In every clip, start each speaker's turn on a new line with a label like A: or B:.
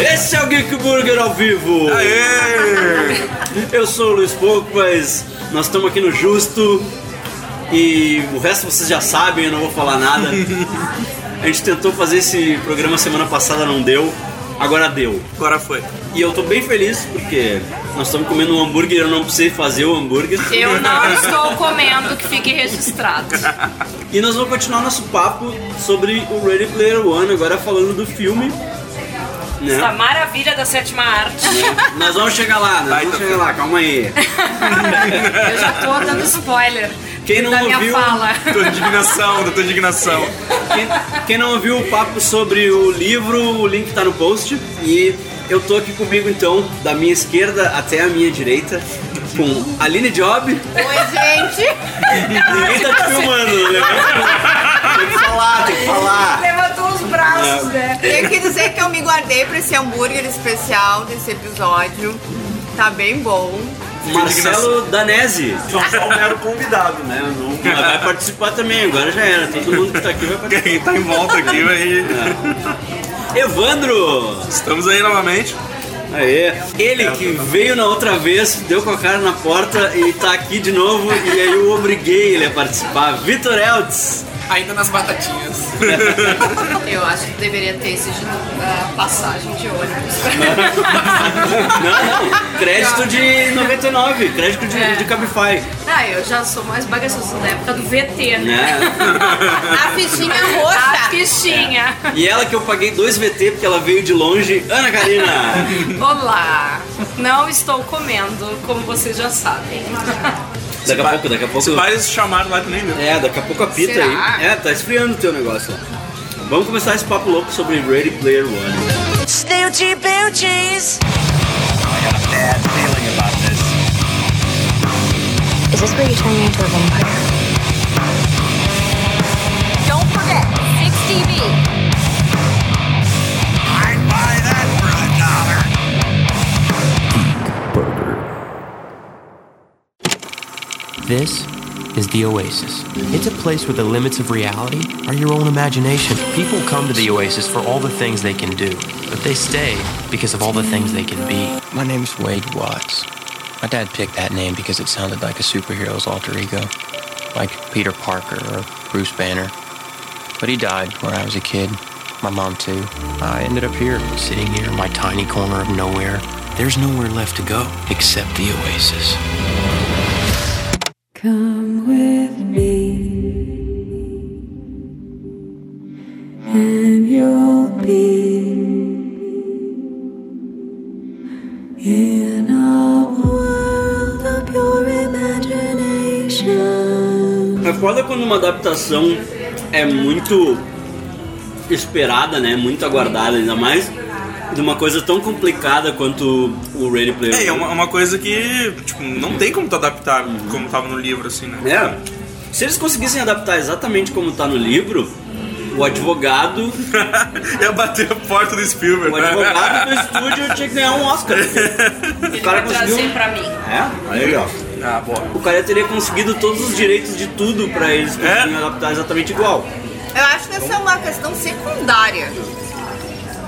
A: Esse é o Geek Burger ao vivo!
B: Aê!
A: Eu sou o Luiz Pouco, mas nós estamos aqui no Justo e o resto vocês já sabem, eu não vou falar nada. A gente tentou fazer esse programa semana passada, não deu, agora deu.
B: Agora foi.
A: E eu tô bem feliz porque nós estamos comendo um hambúrguer, eu não precisei fazer o hambúrguer.
C: Eu não estou comendo, que fique registrado.
A: E nós vamos continuar nosso papo sobre o Ready Player One, agora falando do filme. Né?
C: Essa maravilha da sétima arte.
A: Nós vamos chegar lá, nós
B: Vai,
A: vamos
B: tá
A: chegar lá, calma aí.
C: Eu já tô dando spoiler
A: Quem não
C: da minha
A: ouviu-
C: fala.
B: Tua indignação, da tua indignação.
A: Quem, quem não ouviu o papo sobre o livro, o link tá no post. E eu tô aqui comigo então, da minha esquerda até a minha direita, com Aline Job.
C: Oi, gente.
A: Ninguém tá te filmando, né? Tem que falar, tem que falar.
C: Levantou os braços, né?
D: Tenho que dizer que eu me guardei pra esse hambúrguer especial desse episódio. Tá bem bom.
A: Marcelo Danese.
E: Não só um mero convidado, né? Eu não-
A: Mas Vai participar também, agora já era. Todo mundo que tá aqui vai participar.
B: Quem tá em volta aqui, vai.
A: Evandro!
B: Estamos aí novamente.
A: Aê. Ele que veio na outra vez, deu com a cara na porta e tá aqui de novo. E aí eu obriguei ele a participar. Vitor Eltz.
F: Ainda nas batatinhas.
C: Eu acho que deveria ter esse de ah, passagem de ônibus.
A: Não, não. Crédito de 99, crédito de, de Cabify.
C: Ah, eu já sou mais bagaçoso na época do VT, né?
A: Né?
D: A fichinha
C: A
D: roxa.
C: fichinha.
A: E ela que eu paguei dois VT porque ela veio de longe, Ana Karina.
C: Olá. Não estou comendo, como vocês já sabem.
A: Daqui a pouco, daqui a pouco.
B: Se vários chamaram lá, né? tu nem viu.
A: É, daqui a pouco a pita
C: Será?
A: aí. É, tá esfriando o teu negócio lá. Vamos começar esse papo louco sobre Ready Player One.
G: Snooty Boochies.
H: Is this where you turn me into a vampire?
G: Don't forget, 6TV.
I: I'd buy that for a dollar.
J: This is the Oasis. It's a place where the limits of reality are your own imagination. People come to the Oasis for all the things they can do, but they stay because of all the things they can be. My name's Wade Watts. My dad picked that name because it sounded like a superhero's alter ego, like Peter Parker or Bruce Banner. But he died when I was a kid. My mom, too. I ended up here, sitting here in my tiny corner of nowhere. There's nowhere left to go except the Oasis.
H: Come with me, and you'll be in a world of pure imagination.
A: É foda quando uma adaptação é muito esperada, né? Muito aguardada, ainda mais de uma coisa tão complicada quanto o Ready Player
B: É, é
A: One.
B: uma, é uma coisa que, tipo, não tem como tu adaptar como tava no livro, assim, né?
A: É. Se eles conseguissem adaptar exatamente como tá no livro, o advogado,
B: Ia É bater a porta do Spielberg. né?
A: o Uhum. Um advogado do estúdio tinha que ganhar um Oscar. O
C: Ele
A: cara
C: vai trazer
A: conseguiu.
C: pra mim.
A: É? Aí, legal.
B: Ah, boa.
A: O cara teria conseguido todos os direitos de tudo pra eles
B: É?
A: conseguirem adaptar exatamente igual.
D: Eu acho que essa é uma questão secundária.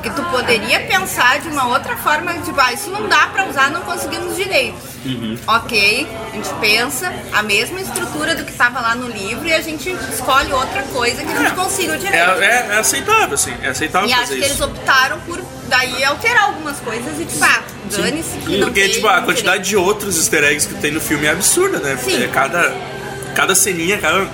D: Que tu poderia pensar de uma outra forma, tipo, ah, isso não dá pra usar, não conseguimos direito.
B: Uhum.
D: Ok, a gente pensa a mesma estrutura do que tava lá no livro e a gente escolhe outra coisa que a gente consiga o
B: É,
D: direito.
B: é- é aceitável, assim. É aceitável
D: E acho
B: fazer
D: que eles
B: isso.
D: optaram por daí alterar algumas coisas e tipo, ah, dane-se que não
B: Porque,
D: tem
B: tipo, a
D: direito.
B: quantidade de outros easter eggs que tem no filme é absurda, né?
D: Sim.
B: É, cada, cada ceninha, cada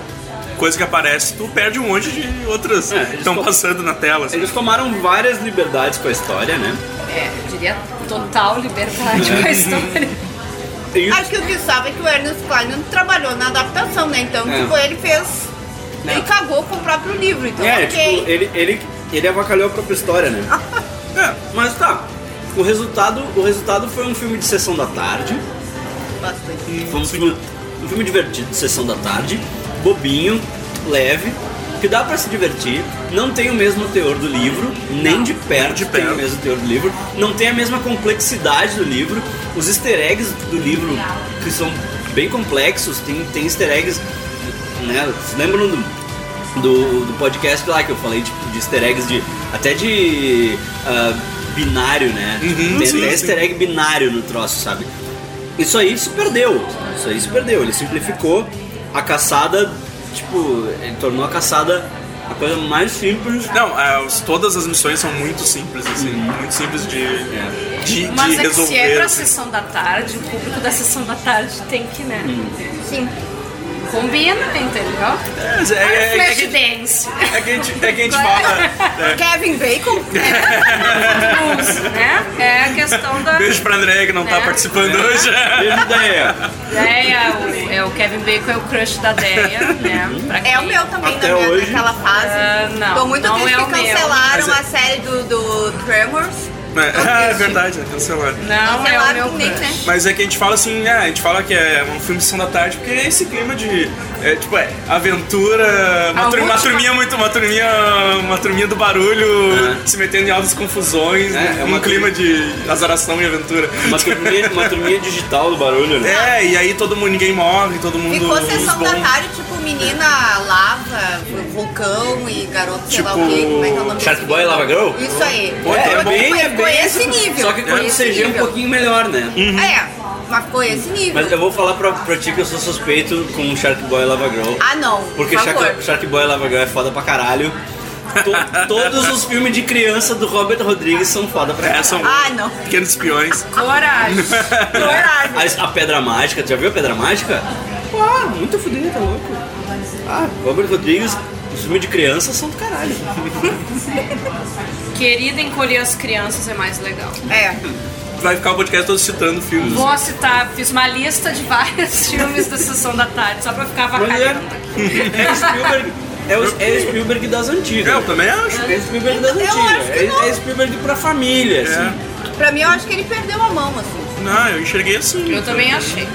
B: coisa que aparece, tu perde um monte de outras
A: É,
B: que
A: eles
B: estão
A: com-
B: passando na tela. assim.
A: Eles tomaram várias liberdades com a história, né?
C: É, eu diria total liberdade com a história.
A: E
D: Acho que o que sabe é que o Ernest Klein trabalhou na adaptação, né? Então,
A: É.
D: tipo, ele fez.
A: É.
D: Ele cagou com o próprio livro, então
A: É,
D: ok.
A: tipo, ele, ele, ele avacalhou a própria história, né? É, mas tá. O resultado, o resultado foi um filme de sessão da tarde.
D: Bastante.
A: Foi um filme, um filme divertido, de sessão da tarde, bobinho, leve, que dá pra se divertir. Não tem o mesmo teor do livro, nem de perto,
B: de
A: tem o
B: perto.
A: mesmo teor do livro. Não tem a mesma complexidade do livro. Os easter eggs do livro, que são bem complexos, tem, tem easter eggs. Né? Vocês lembram do, tipo, do, do podcast lá que eu falei de, de easter eggs de. Até de. ah, binário, né?
B: Uhum,
A: tem
B: sim,
A: até
B: sim.
A: easter egg binário no troço, sabe? Isso aí se perdeu. Isso aí se perdeu. Ele simplificou a caçada, tipo, ele tornou a caçada a coisa mais simples.
B: Não, é, os- todas as missões são muito simples, assim, muito simples de,
A: É.
B: de, de
C: Mas é que
B: resolver.
C: se é pra
B: assim.
C: sessão da tarde, o público da sessão da tarde tem que, né?
A: é-
D: Sim.
C: Combina, entendeu?
B: É, é, é, é, que,
C: Flash
B: é
C: dance.
B: que a gente, é que a gente fala. é,
D: Kevin Bacon?
C: Blues, né? É a questão da
B: Beijo pra André que não tá
C: Né?
B: participando hoje.
A: Teve ideia.
C: Deia. O, é, o Kevin Bacon é o crush da Deia, né? Pra
D: É o
C: quem-
D: meu também,
A: Até
D: na minha,
A: hoje.
D: naquela fase.
C: Ah, não,
D: Tô muito
C: não
D: triste
C: é o
D: que
C: meu.
B: Mas
D: cancelaram
B: é-
D: a série do, do Tremors.
B: Ah, é verdade, é cancelado.
C: Não, é o
D: Cancelaram
C: meu
D: com o Nick,
C: crush.
D: né?
B: Mas é que a gente fala assim, ah, a gente fala que é um filme de sessão da tarde, porque é esse clima de. é, tipo, é aventura, uma,
C: A
B: tur- uma
D: tipo-
C: última-
B: turminha muito. Uma turminha. Uma turminha do barulho, se metendo em altas confusões,
A: É, é
B: um
A: uma
B: clima de azaração e aventura. Tipo,
A: Uma turminha, uma turminha digital do barulho, né?
B: É, e aí todo mundo, ninguém morre, todo mundo.
D: Ficou
B: os
D: sessão da
B: bons-
D: tarde, tipo, menina lava, vulcão e garoto, sei lá o quê,
B: Tipo,
D: como é que é o nome
A: Shark
D: desse
A: Boy
D: filme?
A: Lava Girl?
D: Isso aí.
A: Pô, é,
D: Ficou-
A: bem, é
D: ficou
A: bem
D: esse nível.
A: Só que
D: ficou
A: quando
D: esse
A: CG é um
D: nível.
A: pouquinho melhor, né?
D: É, mas ficou esse nível.
A: Mas eu vou falar pra, pra ti que eu sou suspeito com um Shark Boy e Lava Girl.
D: Ah, não.
A: Porque
D: por favor.
A: Shark, Shark Boy e Lava Girl é foda pra caralho. To- todos os filmes de criança do Robert Rodrigues são foda pra
B: É,
A: caralho.
B: são
D: Ah, não. é
B: pequenos espiões.
C: Coragem.
D: Coragem.
A: A, a Pedra Mágica, tu já viu a Pedra Mágica? Ah, muito fodida, tá louco. Ah, Robert Rodrigues, os filmes de criança são do caralho.
C: Querida encolher as crianças é mais legal.
D: É.
B: Vai ficar o podcast todo citando filmes.
C: Vou citar, fiz uma lista de vários filmes da sessão da tarde, só pra ficar
A: Mas é,
C: avacalhando.
A: é o Spielberg. É o, é o Spielberg das antigas.
B: Eu também acho.
A: É o Spielberg das
D: Eu acho
A: antigas.
D: que não.
A: É, é Spielberg pra família, assim.
B: É.
D: Pra mim, eu acho que ele perdeu a mão, assim.
B: Não, eu enxerguei assim.
C: Eu também achei.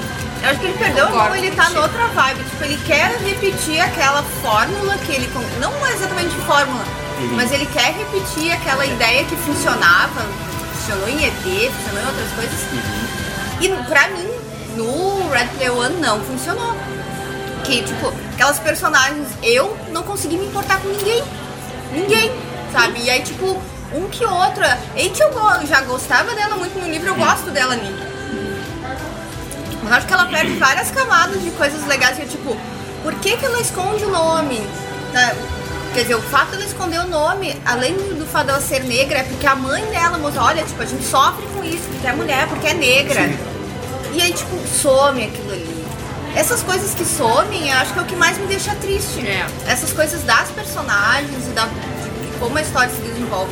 D: Eu acho que ele perdeu a mão,
C: Concordo
D: ele tá
C: contigo.
D: noutra vibe. Tipo, ele quer repetir aquela fórmula que ele... con- Não exatamente fórmula, mas ele quer repetir aquela ideia que funcionava. Funcionou em ET, funcionou em outras coisas. E pra mim, no Red Player One, não funcionou. Que, tipo, aquelas personagens, eu não consegui me importar com ninguém. Ninguém, sabe? E aí, tipo, um que outro. E que eu go- já gostava dela muito no livro, eu gosto dela ali. Mas Tipo, acho que ela perde várias camadas de coisas legais que, tipo, por que, que ela esconde o nome? Tá? Quer dizer, o fato dela esconder o nome, além do fato dela ser negra, é porque a mãe dela mostrou, olha, tipo, a gente sofre com isso, porque é mulher, porque é negra. E aí, tipo, some aquilo ali. Essas coisas que somem, eu acho que é o que mais me deixa triste.
C: É.
D: Essas coisas das personagens e da, de como a história se desenvolve.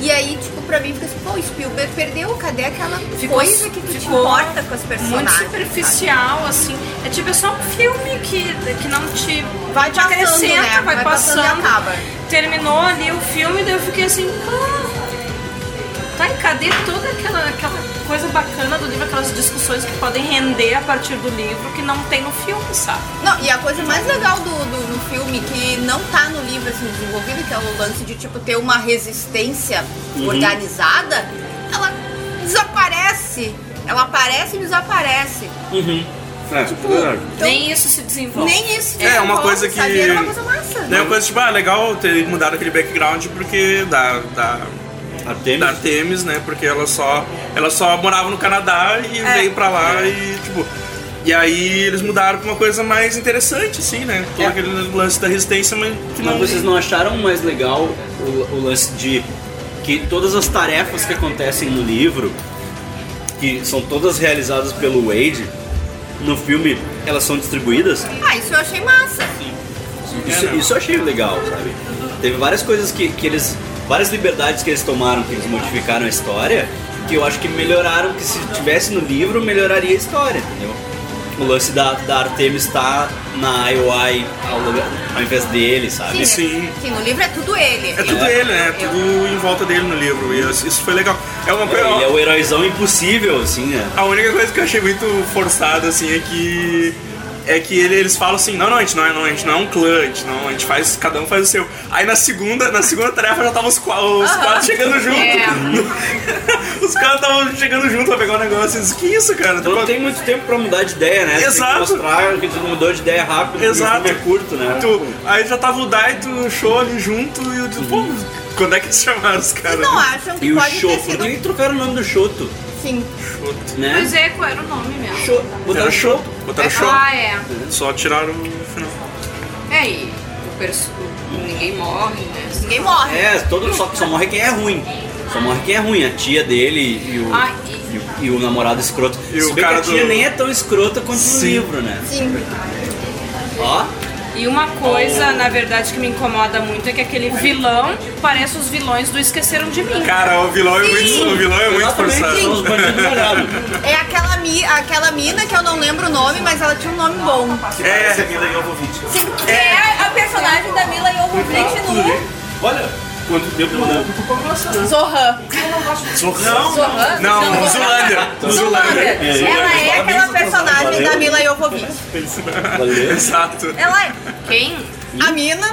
D: E aí, tipo, pra mim fica assim, pô, Spielberg perdeu, cadê aquela
C: Ficou-
D: coisa que tu te
C: ficou
D: importa com as
C: Muito
D: personagens?
C: superficial, assim. É tipo, é só um filme que, que não te
D: Vai te assando,
C: acrescenta,
D: né?
C: vai,
D: Vai passando
C: passando.
D: e acaba.
C: Terminou ali o filme, daí eu fiquei assim. Ah, tá, e cadê toda aquela, aquela coisa bacana do livro, aquelas discussões que podem render a partir do livro que não tem no filme, sabe?
D: Não, e a coisa mais legal do, do, do filme, que não tá no livro assim, desenvolvido, que é o lance de tipo ter uma resistência
B: Uhum.
D: organizada, ela desaparece. Ela aparece e desaparece.
A: É, verdade.
D: Então,
C: Nem isso se desenvolve.
D: Nem isso
B: É, uma
D: desenvolve,
B: coisa que-
D: sabe? Era uma coisa massa.
B: Daí eu coisa tipo, ah, legal ter mudado aquele background porque da, da,
A: Artemis.
B: da Artemis, né? Porque ela só, ela só morava no Canadá e veio pra lá
A: É.
B: e, tipo. E aí eles mudaram pra uma coisa mais interessante, assim, né? Todo
A: É.
B: aquele lance da resistência, mas que não.
A: Mas vocês não acharam mais legal o, o lance de que todas as tarefas que acontecem no livro, que são todas realizadas pelo Wade, no filme elas são distribuídas?
D: Ah, isso eu achei massa.
A: Isso, isso eu achei legal, sabe? Teve várias coisas que, que eles. várias liberdades que eles tomaram, que eles modificaram a história, que eu acho que melhoraram, que se tivesse no livro, melhoraria a história, entendeu? O lance da, da Artemis estar na IOI ao, lugar- ao invés dele, sabe?
D: Sim,
B: Sim.
D: sim, no livro é tudo ele.
B: É tudo ele, né? É tudo em volta dele no livro. E isso isso foi legal. É uma coisa.
A: Ele é o heróizão impossível, assim, né?
B: A única coisa que eu achei muito forçada, assim, é que. É que ele- eles falam assim, não, não, a gente não é, não, a gente não é um clã, a gente, não, a gente faz, cada um faz o seu. Aí na segunda, na segunda tarefa já estavam os, qua- os quatro chegando junto.
C: É.
B: os caras estavam chegando junto pra pegar o negócio. Eu disse, que isso, cara?
A: Então não tem muito tempo pra mudar de ideia, né?
B: Exato.
A: Tem que mostrar que tu mudou de ideia rápido, porque o
B: Exato.
A: filme é curto, né?
B: Tu- aí já tava o Daito, o Show ali junto, e eu disse, pô, Quando é que eles chamaram os
D: Vocês
B: caras?
D: não acham
A: E
D: que
A: o
D: pode ter
A: Choco. Por
D: sido. assim,
A: que que trocaram o nome do Choto?
D: Sim.
B: Chuto.
A: Né?
C: Pois é, qual era o nome mesmo?
A: Choto. Botaram
B: Era show.
A: Choto.
B: Botaram show.
C: Ah, é.
B: Só tiraram o final.
C: É, e o perso... ninguém morre, né?
D: Ninguém morre.
A: É, todo, só, só morre quem é ruim. Só morre quem é ruim. A tia dele e o,
C: Ah,
A: e, o- e o namorado escroto.
B: E
A: Se
B: o
A: bem
B: cara
A: que a tia
B: do-
A: nem é tão escrota quanto no
B: Sim.
A: livro, né?
D: Sim.
A: Ó,
C: E uma coisa, na verdade, que me incomoda muito é que aquele vilão parece os vilões do Esqueceram de Mim.
B: Cara, o vilão é muito, o vilão é muito
A: exatamente, são os
B: forçado.
A: bandidos molhados.
D: É aquela, mi... aquela mina que eu não lembro o nome, mas ela tinha um nome bom.
E: Essa
B: É,
E: é Mila Jovovich.
D: Sim, que é a personagem da Mila Jovovich no
E: Olha, quanto tempo não lembro.
D: Zohan.
E: Sorrão.
D: Zohan?
B: não, Zulândia.
D: Zoolander.
B: Zulândia.
D: Ela é aquela personagem da Mila Jovovich.
B: Exato.
D: Ela é
C: Quem?
D: a mina,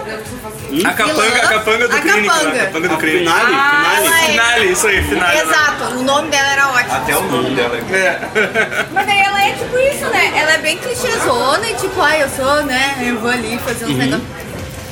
B: A capanga, a capanga do
D: A
B: crime, cara. A
D: capanga.
B: capanga
A: A
B: do crime.
A: Finale, finale.
D: ela é-
B: Finale, isso aí, finale.
D: Exato, o nome dela era ótimo.
E: Até o nome dela. é-
D: Mas daí ela é tipo isso, né? Ela é bem clichêzona e tipo, ai, eu sou, né? Eu vou ali fazer uns negócios.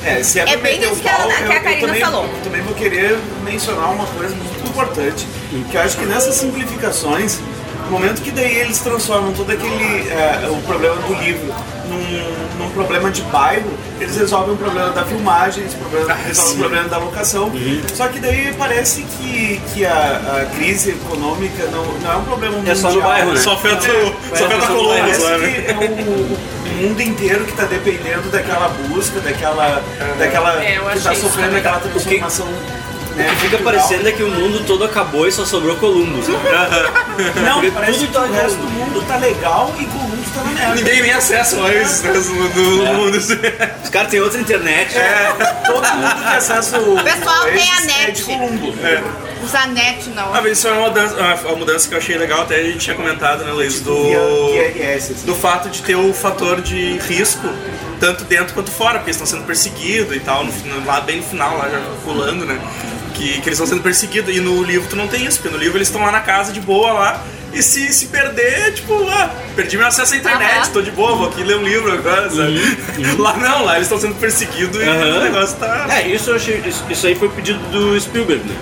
E: É, se é, pra
D: É bem
E: meter o
D: isso que ela-
E: pau,
D: que a
E: eu- eu
D: Karina
E: também-
D: falou.
E: Também vou querer mencionar uma coisa muito importante, que eu acho que nessas simplificações, no momento que daí eles transformam todo aquele é, o problema do livro num, num problema de bairro, eles resolvem o problema da filmagem, eles
A: Tá
E: problema,
B: Ah,
E: resolvem
B: sim.
E: o problema da
A: um
E: locação. Só que daí parece que, que a, a crise econômica não, não é um problema mundial.
A: É só no bairro, né?
B: Só afeta o- só afeta
A: Parece
B: Columbus lá,
E: Parece
B: né?
E: que é o, o mundo inteiro que está dependendo daquela busca, daquela. daquela
C: É, eu
E: que
C: achei
E: está
C: isso
E: sofrendo
C: também.
E: aquela transformação. né,
A: Fica
E: cultural.
A: parecendo é que o mundo todo acabou e só sobrou Columbus.
E: Não,
A: Porque
E: parece
A: tudo
E: que
A: tá
E: o resto
A: rolando.
E: do mundo tá legal e Columbus tá na merda.
B: Ninguém nem acessa mais né, do, do mundo. assim.
A: Os caras têm outra internet.
E: Todo mundo que acessa o.
D: Pessoal,
E: o
D: tem a
E: Oasis É
D: net.
E: de Columbo.
D: Usar net, não.
B: Ah, mas isso é uma mudança, uma- uma mudança que eu achei legal, até a gente tinha comentado, né, Luiz, do,
E: Do IRS, assim.
B: do fato de ter o fator de risco, tanto dentro quanto fora, porque eles estão sendo perseguidos e tal, no, final- lá bem no final, lá já pulando, né, que, que eles estão sendo perseguidos, e no livro tu não tem isso, porque no livro eles estão lá na casa de boa, lá, e se, se perder, tipo, ah, perdi meu acesso à internet,
D: Aham.
B: tô de boa, vou aqui ler um livro agora, sabe? Lá não, lá eles estão sendo perseguidos e
A: Uhum, Aham.
B: o negócio tá...
A: É, isso, eu achei, isso, isso aí foi pedido do Spielberg, né?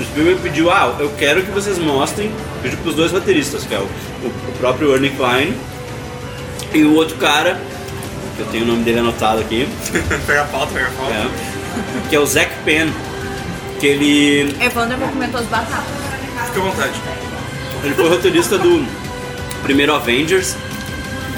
A: O Spielberg pediu, ah, eu quero que vocês mostrem, pediu pros dois roteiristas, que é o, o- o próprio Ernie Klein e o outro cara, que eu tenho o nome dele anotado aqui,
B: pega a pauta, pega a pauta.
A: é, que é o Zack Penn, que ele,
D: Evandro me comentou as batatas.
B: Fica à vontade.
A: ele foi roteirista do primeiro Avengers,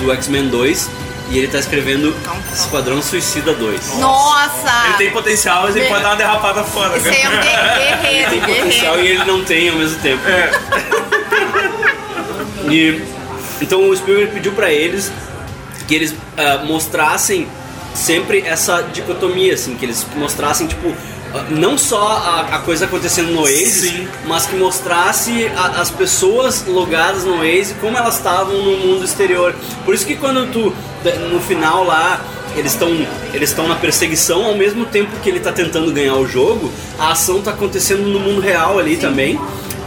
A: do X-Men 2, e ele tá escrevendo Esquadrão Suicida 2.
D: Nossa!
B: Ele tem potencial, mas ele pode dar uma derrapada fora.
D: Esse aí é um
B: cara.
D: guerreiro,
A: tem potencial
D: guerreiro.
A: e ele não tem ao mesmo tempo.
B: É.
A: E, então o Spielberg pediu pra eles que eles ah, mostrassem sempre essa dicotomia, assim, que eles mostrassem, tipo, ah, não só a, a coisa acontecendo no Oasis,
B: Sim.
A: mas que mostrasse a- as pessoas logadas no Waze, como elas estavam no mundo exterior. Por isso que quando tu, da- no final lá, eles estão eles estão na perseguição, ao mesmo tempo que ele tá tentando ganhar o jogo, a ação tá acontecendo no mundo real ali também.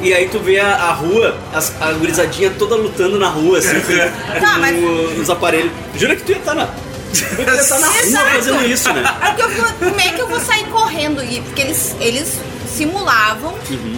A: E aí tu vê a, a rua, as, a gurizadinha toda lutando na rua, assim, com,
D: Tá, mas-
A: com os aparelhos. Jura que tu ia estar na... Tu ia estar na rua
D: Exato.
A: fazendo isso, né?
D: É que eu vou- como é que eu vou sair correndo? E- Porque eles, eles simulavam
A: Uhum.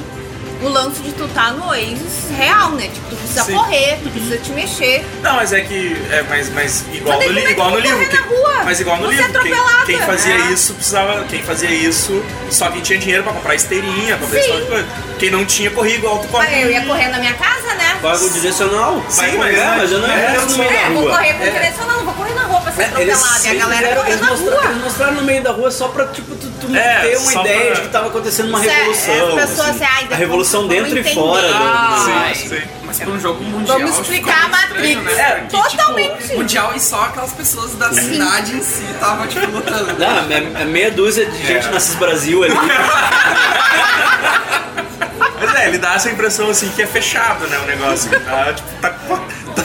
D: o lance de tu estar no Oasis real, né? Tipo, tu precisa
B: Sim.
D: correr,
A: Uhum.
D: tu precisa te mexer.
B: Não, mas é que. É, mas, mas igual
D: Mas daí
B: no, li-
D: como é que
B: igual no
D: tu corre
B: livro.
D: na rua?
B: Mas igual no
D: Você é
B: livro. Quem,
D: atropelada.
B: quem fazia
D: É.
B: isso precisava. Quem fazia isso só quem tinha dinheiro pra comprar esteirinha, pra fazer
D: Sim.
B: esse tipo de coisa. Quem não tinha corria igual tu corre.
D: Mas eu ia correr na minha casa, né?
A: Pago direcional. vai
B: Sim, mas
A: correr,
B: é-
A: mas eu não
B: é,
A: ia no meio da
D: É, vou
A: rua.
D: correr com direção, não, vou correr na rua pra ser
A: É, eles
D: atropelada. E a
A: sempre
D: galera
A: fizeram-
D: corre
A: eles
D: na
A: mostraram,
D: rua.
A: eles mostraram no meio da rua só pra tipo, tu, tu
B: É,
A: ter uma
B: só
A: ideia
B: pra-
A: de que tava acontecendo uma
D: Isso é-
A: revolução.
D: é, as pessoas,
A: assim.
D: ai, depois
A: a revolução
D: vão
A: dentro e
D: entender.
A: fora. do-
F: Ah,
A: do-
B: Sim,
F: Ai.
B: sim.
F: Mas pra um jogo mundial.
D: Vamos explicar a
F: ficou meio
D: Matrix.
F: estranho, né? Porque, tipo,
D: Totalmente.
F: mundial e só aquelas pessoas da cidade em si
D: tá.
F: estavam, tipo, lutando.
A: Não, é, é meia dúzia de gente nasces Brasil ali.
B: Mas é, ele dá essa impressão assim que é fechado, né? O negócio. que Tá, tipo, tá, tá- tá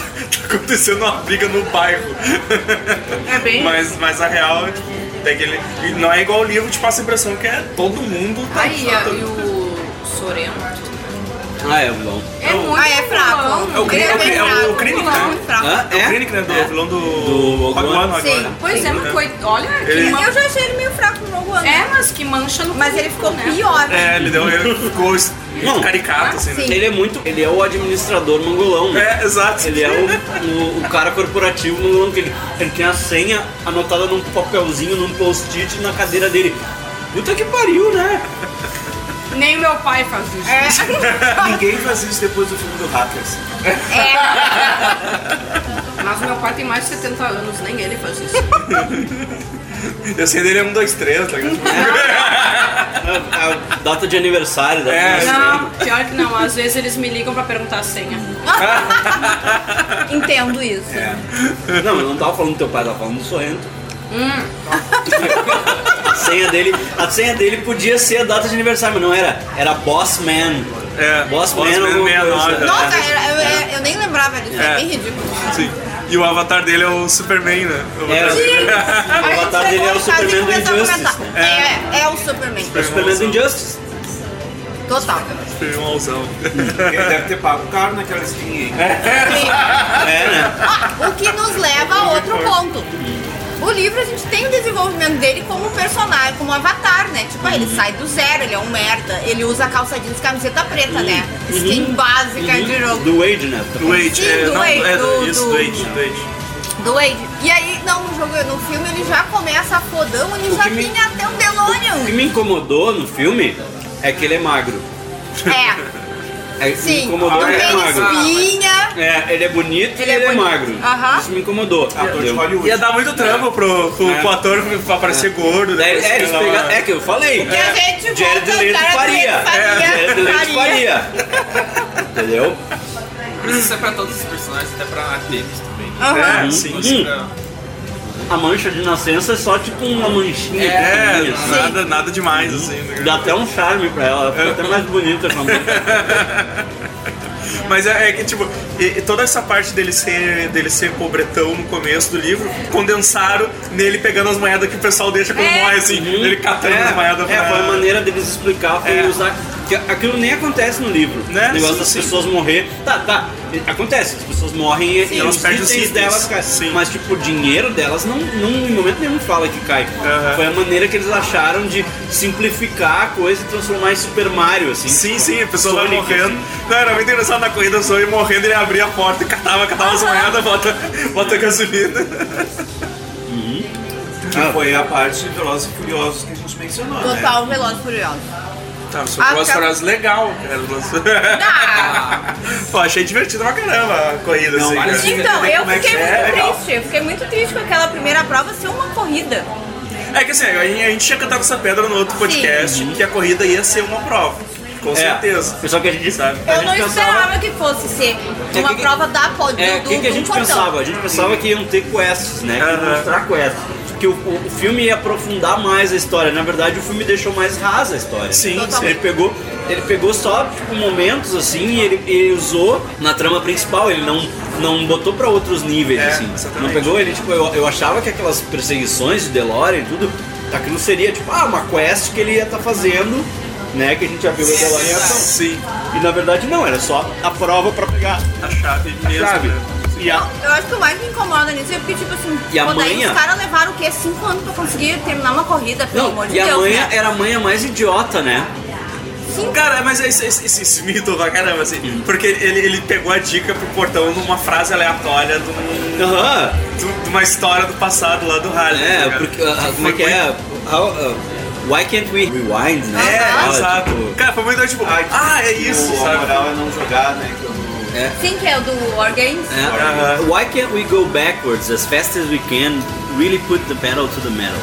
B: acontecendo uma briga no bairro.
C: É bem.
B: Mas, mas a real, tipo, é que ele. e Não é igual tá o livro, te passa a impressão que é todo mundo tá.
C: Aí,
B: tá-
C: e o Sorento.
A: Ah, é, vilão.
C: É muito
D: Ah, é fraco.
B: É o Kri- é o Kri- é o
D: fraco.
B: Krennic, né?
D: Muito fraco.
A: Hã?
B: É o
A: É?
B: Krennic, né? Do vilão do,
A: Do Rogue
B: Rogue
A: One.
B: One agora.
D: Sim.
C: Pois é,
A: né?
C: mas coi- olha, que
B: Ele-
C: man-
D: Eu já achei ele um meio fraco no Rogue One.
C: É, mas que mancha no
D: Mas ele
C: currículo,
D: ficou
C: né?
D: pior.
B: É, ele deu. Ele ficou es-
A: Não.
B: caricato, assim, né?
D: Sim.
A: Ele é muito. Ele é o administrador mongolão, né?
B: É, exato.
A: Ele é o, o, o cara corporativo mongolão, que ele, ele tem a senha anotada num papelzinho, num post-it na cadeira dele. Puta que pariu, né?
C: Nem meu pai faz isso.
D: É.
E: Ninguém faz isso depois do filme do Hackers.
C: Mas meu pai tem mais de 70 anos, nem ele faz isso.
B: Eu sei dele é um, dois, três, tá ligado?
A: A, a data de aniversário da
B: É.
C: Não, pior que não. Às vezes eles me ligam pra perguntar a senha.
D: Entendo isso.
A: Não, eu não tava falando do teu pai, tava falando do Sorrento. a senha dele, a senha dele podia ser a data de aniversário, mas não era. Era Boss Man.
B: É,
A: Boss, Man,
B: Boss Man
A: alguma coisa.
B: 69,
D: Nossa, era- eu, eu- eu nem lembrava disso. É,
B: É.
D: bem ridículo.
B: Sim. E o avatar dele é o Superman, né? O
A: É,
B: avatar dele.
D: A gente
A: avatar dele
D: chegou
A: é o
D: em casa e
A: Superman do
D: começou a
A: Injustice,
D: comentar. É, é o Superman.
A: É o Superman do Injustice.
D: Total.
B: Foi um alzão.
E: Ele deve ter pago caro naquela skin aí.
A: É, né?
D: Ó, o que nos leva a outro ponto. O livro a gente tem o desenvolvimento dele como personagem, como avatar, né? Tipo, ah, ele sai do zero, ele é um merda, ele usa calça jeans, camiseta preta, né? Skin básica de jogo.
A: Do Wade, né?
B: Do Wade,
D: Sim,
B: é,
D: do
B: não,
D: Wade,
B: é,
D: do-
B: isso,
D: do-
B: do Wade, do Wade.
D: Do Wade. E aí, não, no jogo, no filme, ele já começa fodão, ele
A: O
D: já
A: que me-
D: tinha até um
A: O que
D: Delonium.
A: me incomodou no filme é que ele é magro.
D: É,
A: É, isso me
D: sim. um Não
A: incomodou ele é
D: tem
A: magro.
D: espinha.
A: É, ele é bonito e
D: Ele
A: ele
D: é
A: é,
D: bonito.
A: magro.
D: Aham.
A: Isso me incomodou.
E: Ator de
A: entendeu?
E: Hollywood.
B: Ia dar muito trampo pro, pro,
A: É.
B: pro ator pra parecer gordo. né?
A: É,
B: depois
A: é, eles
B: pela-
A: pega- é que eu falei.
D: E a gente volta
A: Jared
D: ao
A: Leto
D: cara do
A: faria.
D: Leto Faria.
A: É, Jared Leto faria. Entendeu?
F: Isso é pra todos os personagens, até pra deles também. né?
D: Aham.
B: É, sim.
A: Hum.
F: Pra-
A: A mancha de nascença é só tipo uma manchinha.
B: É,
A: pequenininha, assim.
B: nada, nada demais, assim. né?
A: Dá até um charme pra ela. Ela Fica até mais bonita com a mancha.
B: Mas é, é que, tipo, e- e toda essa parte dele ser, dele ser pobretão no começo do livro, condensaram nele pegando as moedas que o pessoal deixa quando
D: É.
B: morre, assim, ele catando as moedas
A: Uhum. é,
B: pra-
A: foi a maneira deles explicar, foi
B: É.
A: usar. Que aquilo nem acontece no livro.
B: Né?
A: O negócio
B: Sim,
A: das
B: sim.
A: pessoas morrer. Tá, tá. Acontece, as pessoas morrem e- e
B: elas
A: os
B: perdem os
A: itens
B: itens.
A: delas caem.
B: Sim.
A: Mas tipo, o dinheiro delas não, não em momento nenhum fala que cai.
B: Aham.
A: Foi a maneira que eles acharam de simplificar a coisa e transformar em Super Mario, assim.
B: Sim, sim, a pessoa vai
A: Sonic,
B: morrendo.
A: assim.
B: Não, era muito engraçado na corrida, eu só ia morrendo, ele abria a porta e catava, catava as moedas, bota, bota gasolina. Ah.
E: Que foi a parte de Velozes e Furiosos que a gente mencionou, né?
D: Total um Veloz e Furioso.
B: Tá,
D: Ah, Velozes e tá. Furiosos
B: legal, cara.
D: Ah,
B: Pô, achei divertido pra caramba a corrida, assim.
E: mas-
B: cara.
D: então, eu
E: Como é que
D: fiquei
E: é?
D: muito
E: Legal.
D: triste. Eu fiquei muito triste com aquela primeira prova ser uma corrida.
B: É que assim, a gente a gente tinha cantado essa pedra no outro podcast,
E: Uhum.
B: que a corrida ia ser uma prova. Com certeza.
A: É, só que a gente
B: Sabe?
A: a
D: Eu
A: gente
D: não
A: pensava-
D: esperava que fosse ser
A: É,
D: uma
A: que-
D: prova da pod-
A: É, o
D: do,
A: que, que a
D: do
A: gente
D: portão.
A: pensava? A gente pensava que iam ter quests, né? Que iam
B: Aham.
A: mostrar quests. Que o, o filme ia aprofundar mais a história. Na verdade, o filme deixou mais rasa a história.
B: Sim,
D: Totalmente.
A: Ele pegou, ele pegou só tipo, momentos assim e ele, ele usou na trama principal. Ele não, não botou pra outros níveis,
B: É,
A: assim.
B: exatamente.
A: Não pegou ele, tipo, eu, eu achava que aquelas perseguições de DeLorean e tudo, aquilo seria tipo, ah, uma quest que ele ia estar fazendo, né? Que a gente já viu o DeLorean em ação.
B: Sim,
A: E na verdade, não, era só a prova pra pegar
B: a chave
A: a
B: mesmo.
A: chave.
B: né?
A: E a,
D: Eu acho que o mais me incomoda nisso é porque, tipo assim,
A: E a
D: pô, daí
A: manha?
D: os caras levaram o quê? Cinco anos pra conseguir terminar uma corrida, pelo
A: Não,
D: amor de
A: e a
D: Deus.
A: manha
D: né?
A: era a manha mais idiota, né?
B: Cara, mas esse, esse, esse, esse mito pra caramba, assim. Porque ele, ele pegou a dica pro portão numa frase aleatória de, um-
A: Aham.
B: de- de uma história do passado lá do Harley. tá
A: É,
B: ligado?
A: porque. ah, ah, como é que é? How, ah, why can't we rewind, né?
B: É,
A: Ah,
B: exato.
A: tipo,
B: Cara, foi muito tipo,
E: Ai,
B: ah, é isso,
E: o, a
B: sabe?
E: moral é não jogar, né? Que eu-
D: Sim, que é o do War Games.
A: é.
B: Aham.
A: Why can't we go backwards as fast as we can, really put the pedal to the metal?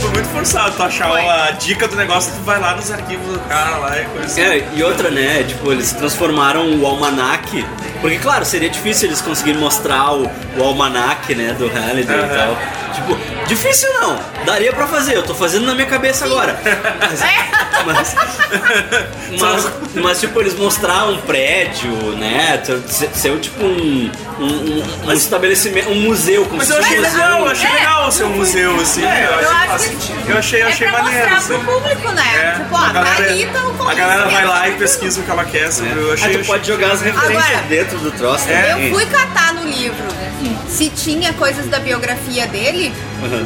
B: Foi muito forçado tu achar a dica do negócio, tu vai lá nos arquivos do cara lá e coisa assim.
A: É, e outra, né? Tipo, eles transformaram o almanac Porque, claro, seria difícil eles conseguirem mostrar o, o almanac, né, do Halliday e
B: Aham.
A: tal. Tipo, difícil não. Daria pra fazer, eu tô fazendo na minha cabeça agora. Mas, mas, mas, tipo, eles mostrar um prédio, né? Ser, ser tipo um, um, um- um estabelecimento, um museu. Como
B: Mas
A: se
B: eu
A: fosse
B: achei
A: um museu.
B: legal, eu achei
D: É,
B: legal ser um museu, assim.
E: É, eu
D: Eu
E: acho que
D: acho
E: faz
D: que
E: sentido.
B: Eu achei, eu
D: é
B: achei
D: pra
B: maneiro.
D: mostrar
B: assim.
D: pro público, né?
B: É,
D: tipo, ó, tá ali, então
B: a galera vai lá e pesquisa o que ela quer sobre
A: Aí
B: eu achei,
A: Ah, tu
B: achei-
A: tipo, pode jogar as referências
D: Agora-
A: dentro do troço.
B: É.
A: também.
D: Eu fui catar no livro se tinha coisas da biografia dele
A: Uhum.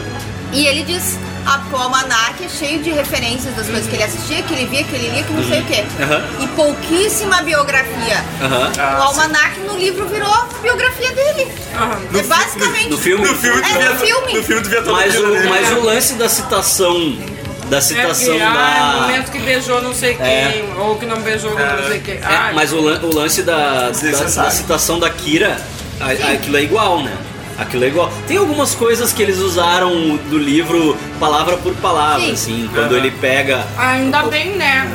D: e ele diz a o almanac é cheio de referências das coisas que ele assistia, que ele via, que ele lia, que não sei o quê.
B: Uhum.
A: Aham.
D: E pouquíssima biografia.
A: Aham.
B: Ah,
D: o almanac no livro virou biografia dele. É basicamente.
A: No filme?
B: No filme, tu
D: É, no
B: via-
D: filme.
B: No filme tu via toda a
A: Mas
B: vida
A: o, um-
B: dele.
A: mas o lance da citação. Da citação
D: É
C: que, Ah, no
A: da.
C: momento que beijou não sei quem, ou que não beijou
B: É.
C: não sei quem.
A: É,
C: Ai,
A: mas o, lan- o lance da, da, da
E: Desnecessário.
A: citação da Kira, a- aquilo é igual, né? Aquilo é igual. Tem algumas coisas que eles usaram do livro palavra por palavra,
D: Sim.
A: assim, quando ele pega.
C: Ainda bem, né?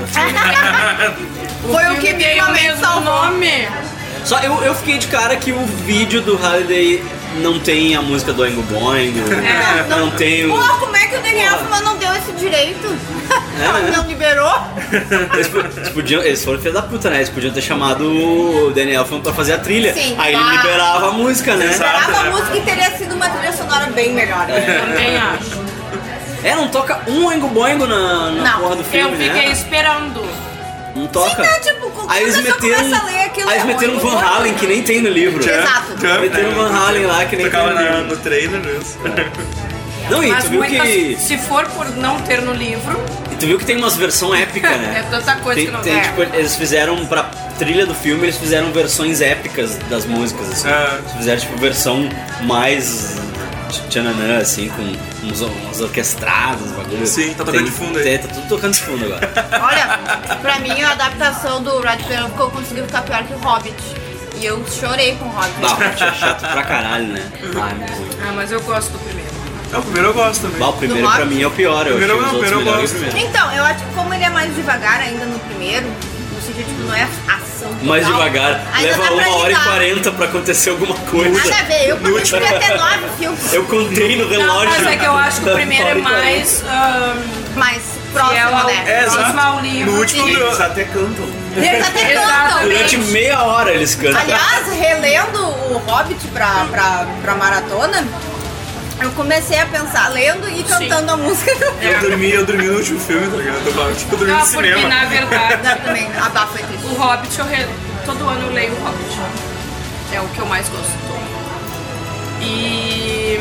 D: Foi o
C: filme
D: que
C: tem é o
D: minimamente
C: mesmo
D: salvou.
C: nome.
A: Só eu, eu fiquei de cara que o vídeo do Halliday não tem a música do Oingo Boingo,
D: É,
A: não, tem o.
D: Pô, como é que o Daniel Elfman não deu esse direito?
A: É, né?
D: não liberou?
A: Eles, po- eles podiam, eles foram filha da puta, né? Eles podiam ter chamado o Daniel Elfman pra fazer a trilha.
D: Sim.
A: Aí ele
D: Ah.
A: liberava a música, né?
B: Exato.
D: Esperava a música e teria sido uma trilha sonora bem melhor.
C: Também acho.
A: É, não toca um Oingo Boingo na, na
D: Não,
A: porra do
C: Eu
A: filme,
C: fiquei
A: né?
C: esperando.
A: Não toca.
D: Sim, né? Tipo, quando
A: aí eles
D: a pessoa
A: meteram,
D: começa a ler aquilo,
A: aí eles
D: é
A: meteram um
D: muito
A: Van
D: bom.
A: Halen que nem tem no livro.
D: Tchau. Exato.
B: Jump,
A: Meteram
B: né?
A: um Van Halen lá, que nem
B: Tocava
A: tem no
B: na-
A: livro.
B: no trailer mesmo.
A: Não, e
C: Mas
A: tu viu,
C: muitas-
A: que,
C: se for por não ter no livro,
A: e tu viu que tem umas versões épicas, né?
C: É tanta coisa
A: Tem-
C: que não
A: tem,
C: dá.
A: tipo, Eles fizeram pra trilha do filme, eles fizeram versões épicas das músicas, assim.
B: É.
A: Eles fizeram, tipo, versão mais tch- tchananã, assim, com uns, uns orquestrados, bagulho.
B: Sim, tá tocando de fundo aí.
A: tem- Tá tudo tocando de fundo agora.
D: Olha, pra mim a adaptação do Radcliffe ficou conseguiu ficar pior que o Hobbit. E eu chorei com o Hobbit.
A: Bah, é chato pra caralho, né? Ah, é muito ruim.
C: ah, mas eu gosto do primeiro.
B: É, o primeiro eu gosto também.
A: Bah, o primeiro
D: Do
A: pra
D: rock?
A: mim é o pior. Eu
B: Primeiro
A: achei os
B: não,
A: outros
B: primeiro eu
A: melhores
B: gosto.
A: primeiro.
D: Então, eu acho que como ele é mais devagar ainda no primeiro, no sentido tipo, não é ação. total,
A: Mais devagar.
D: ainda
A: Leva
D: dá pra
A: uma hora e
D: ligar.
A: quarenta pra acontecer alguma coisa.
D: Nada a ver, eu
A: No último-
D: comecei até nove filmes
A: Eu contei no
C: Não,
A: relógio. Tá
C: mas é que eu acho que o
A: Uma
C: primeiro é
A: hora e quarenta.
C: mais ah, ahn,
D: mais
C: fiel
D: próximo,
C: ao,
D: né?
B: É, exato.
C: próximo ao livro.
B: No último
C: E-
E: Eles até cantam.
D: Eles até cantam.
C: Exatamente.
A: Durante meia hora eles cantam.
D: Aliás, relendo o Hobbit pra, pra, pra maratona, eu comecei a pensar lendo e cantando a música do
B: Eu dormi, eu dormi no último filme, tá ligado? Eu tava, tipo, eu dormi
C: Ah,
B: no
C: porque
B: cinema.
C: na verdade,
D: também. A Bá foi triste.
C: o Hobbit, eu re- todo ano eu leio o Hobbit. É o que eu mais gosto. E.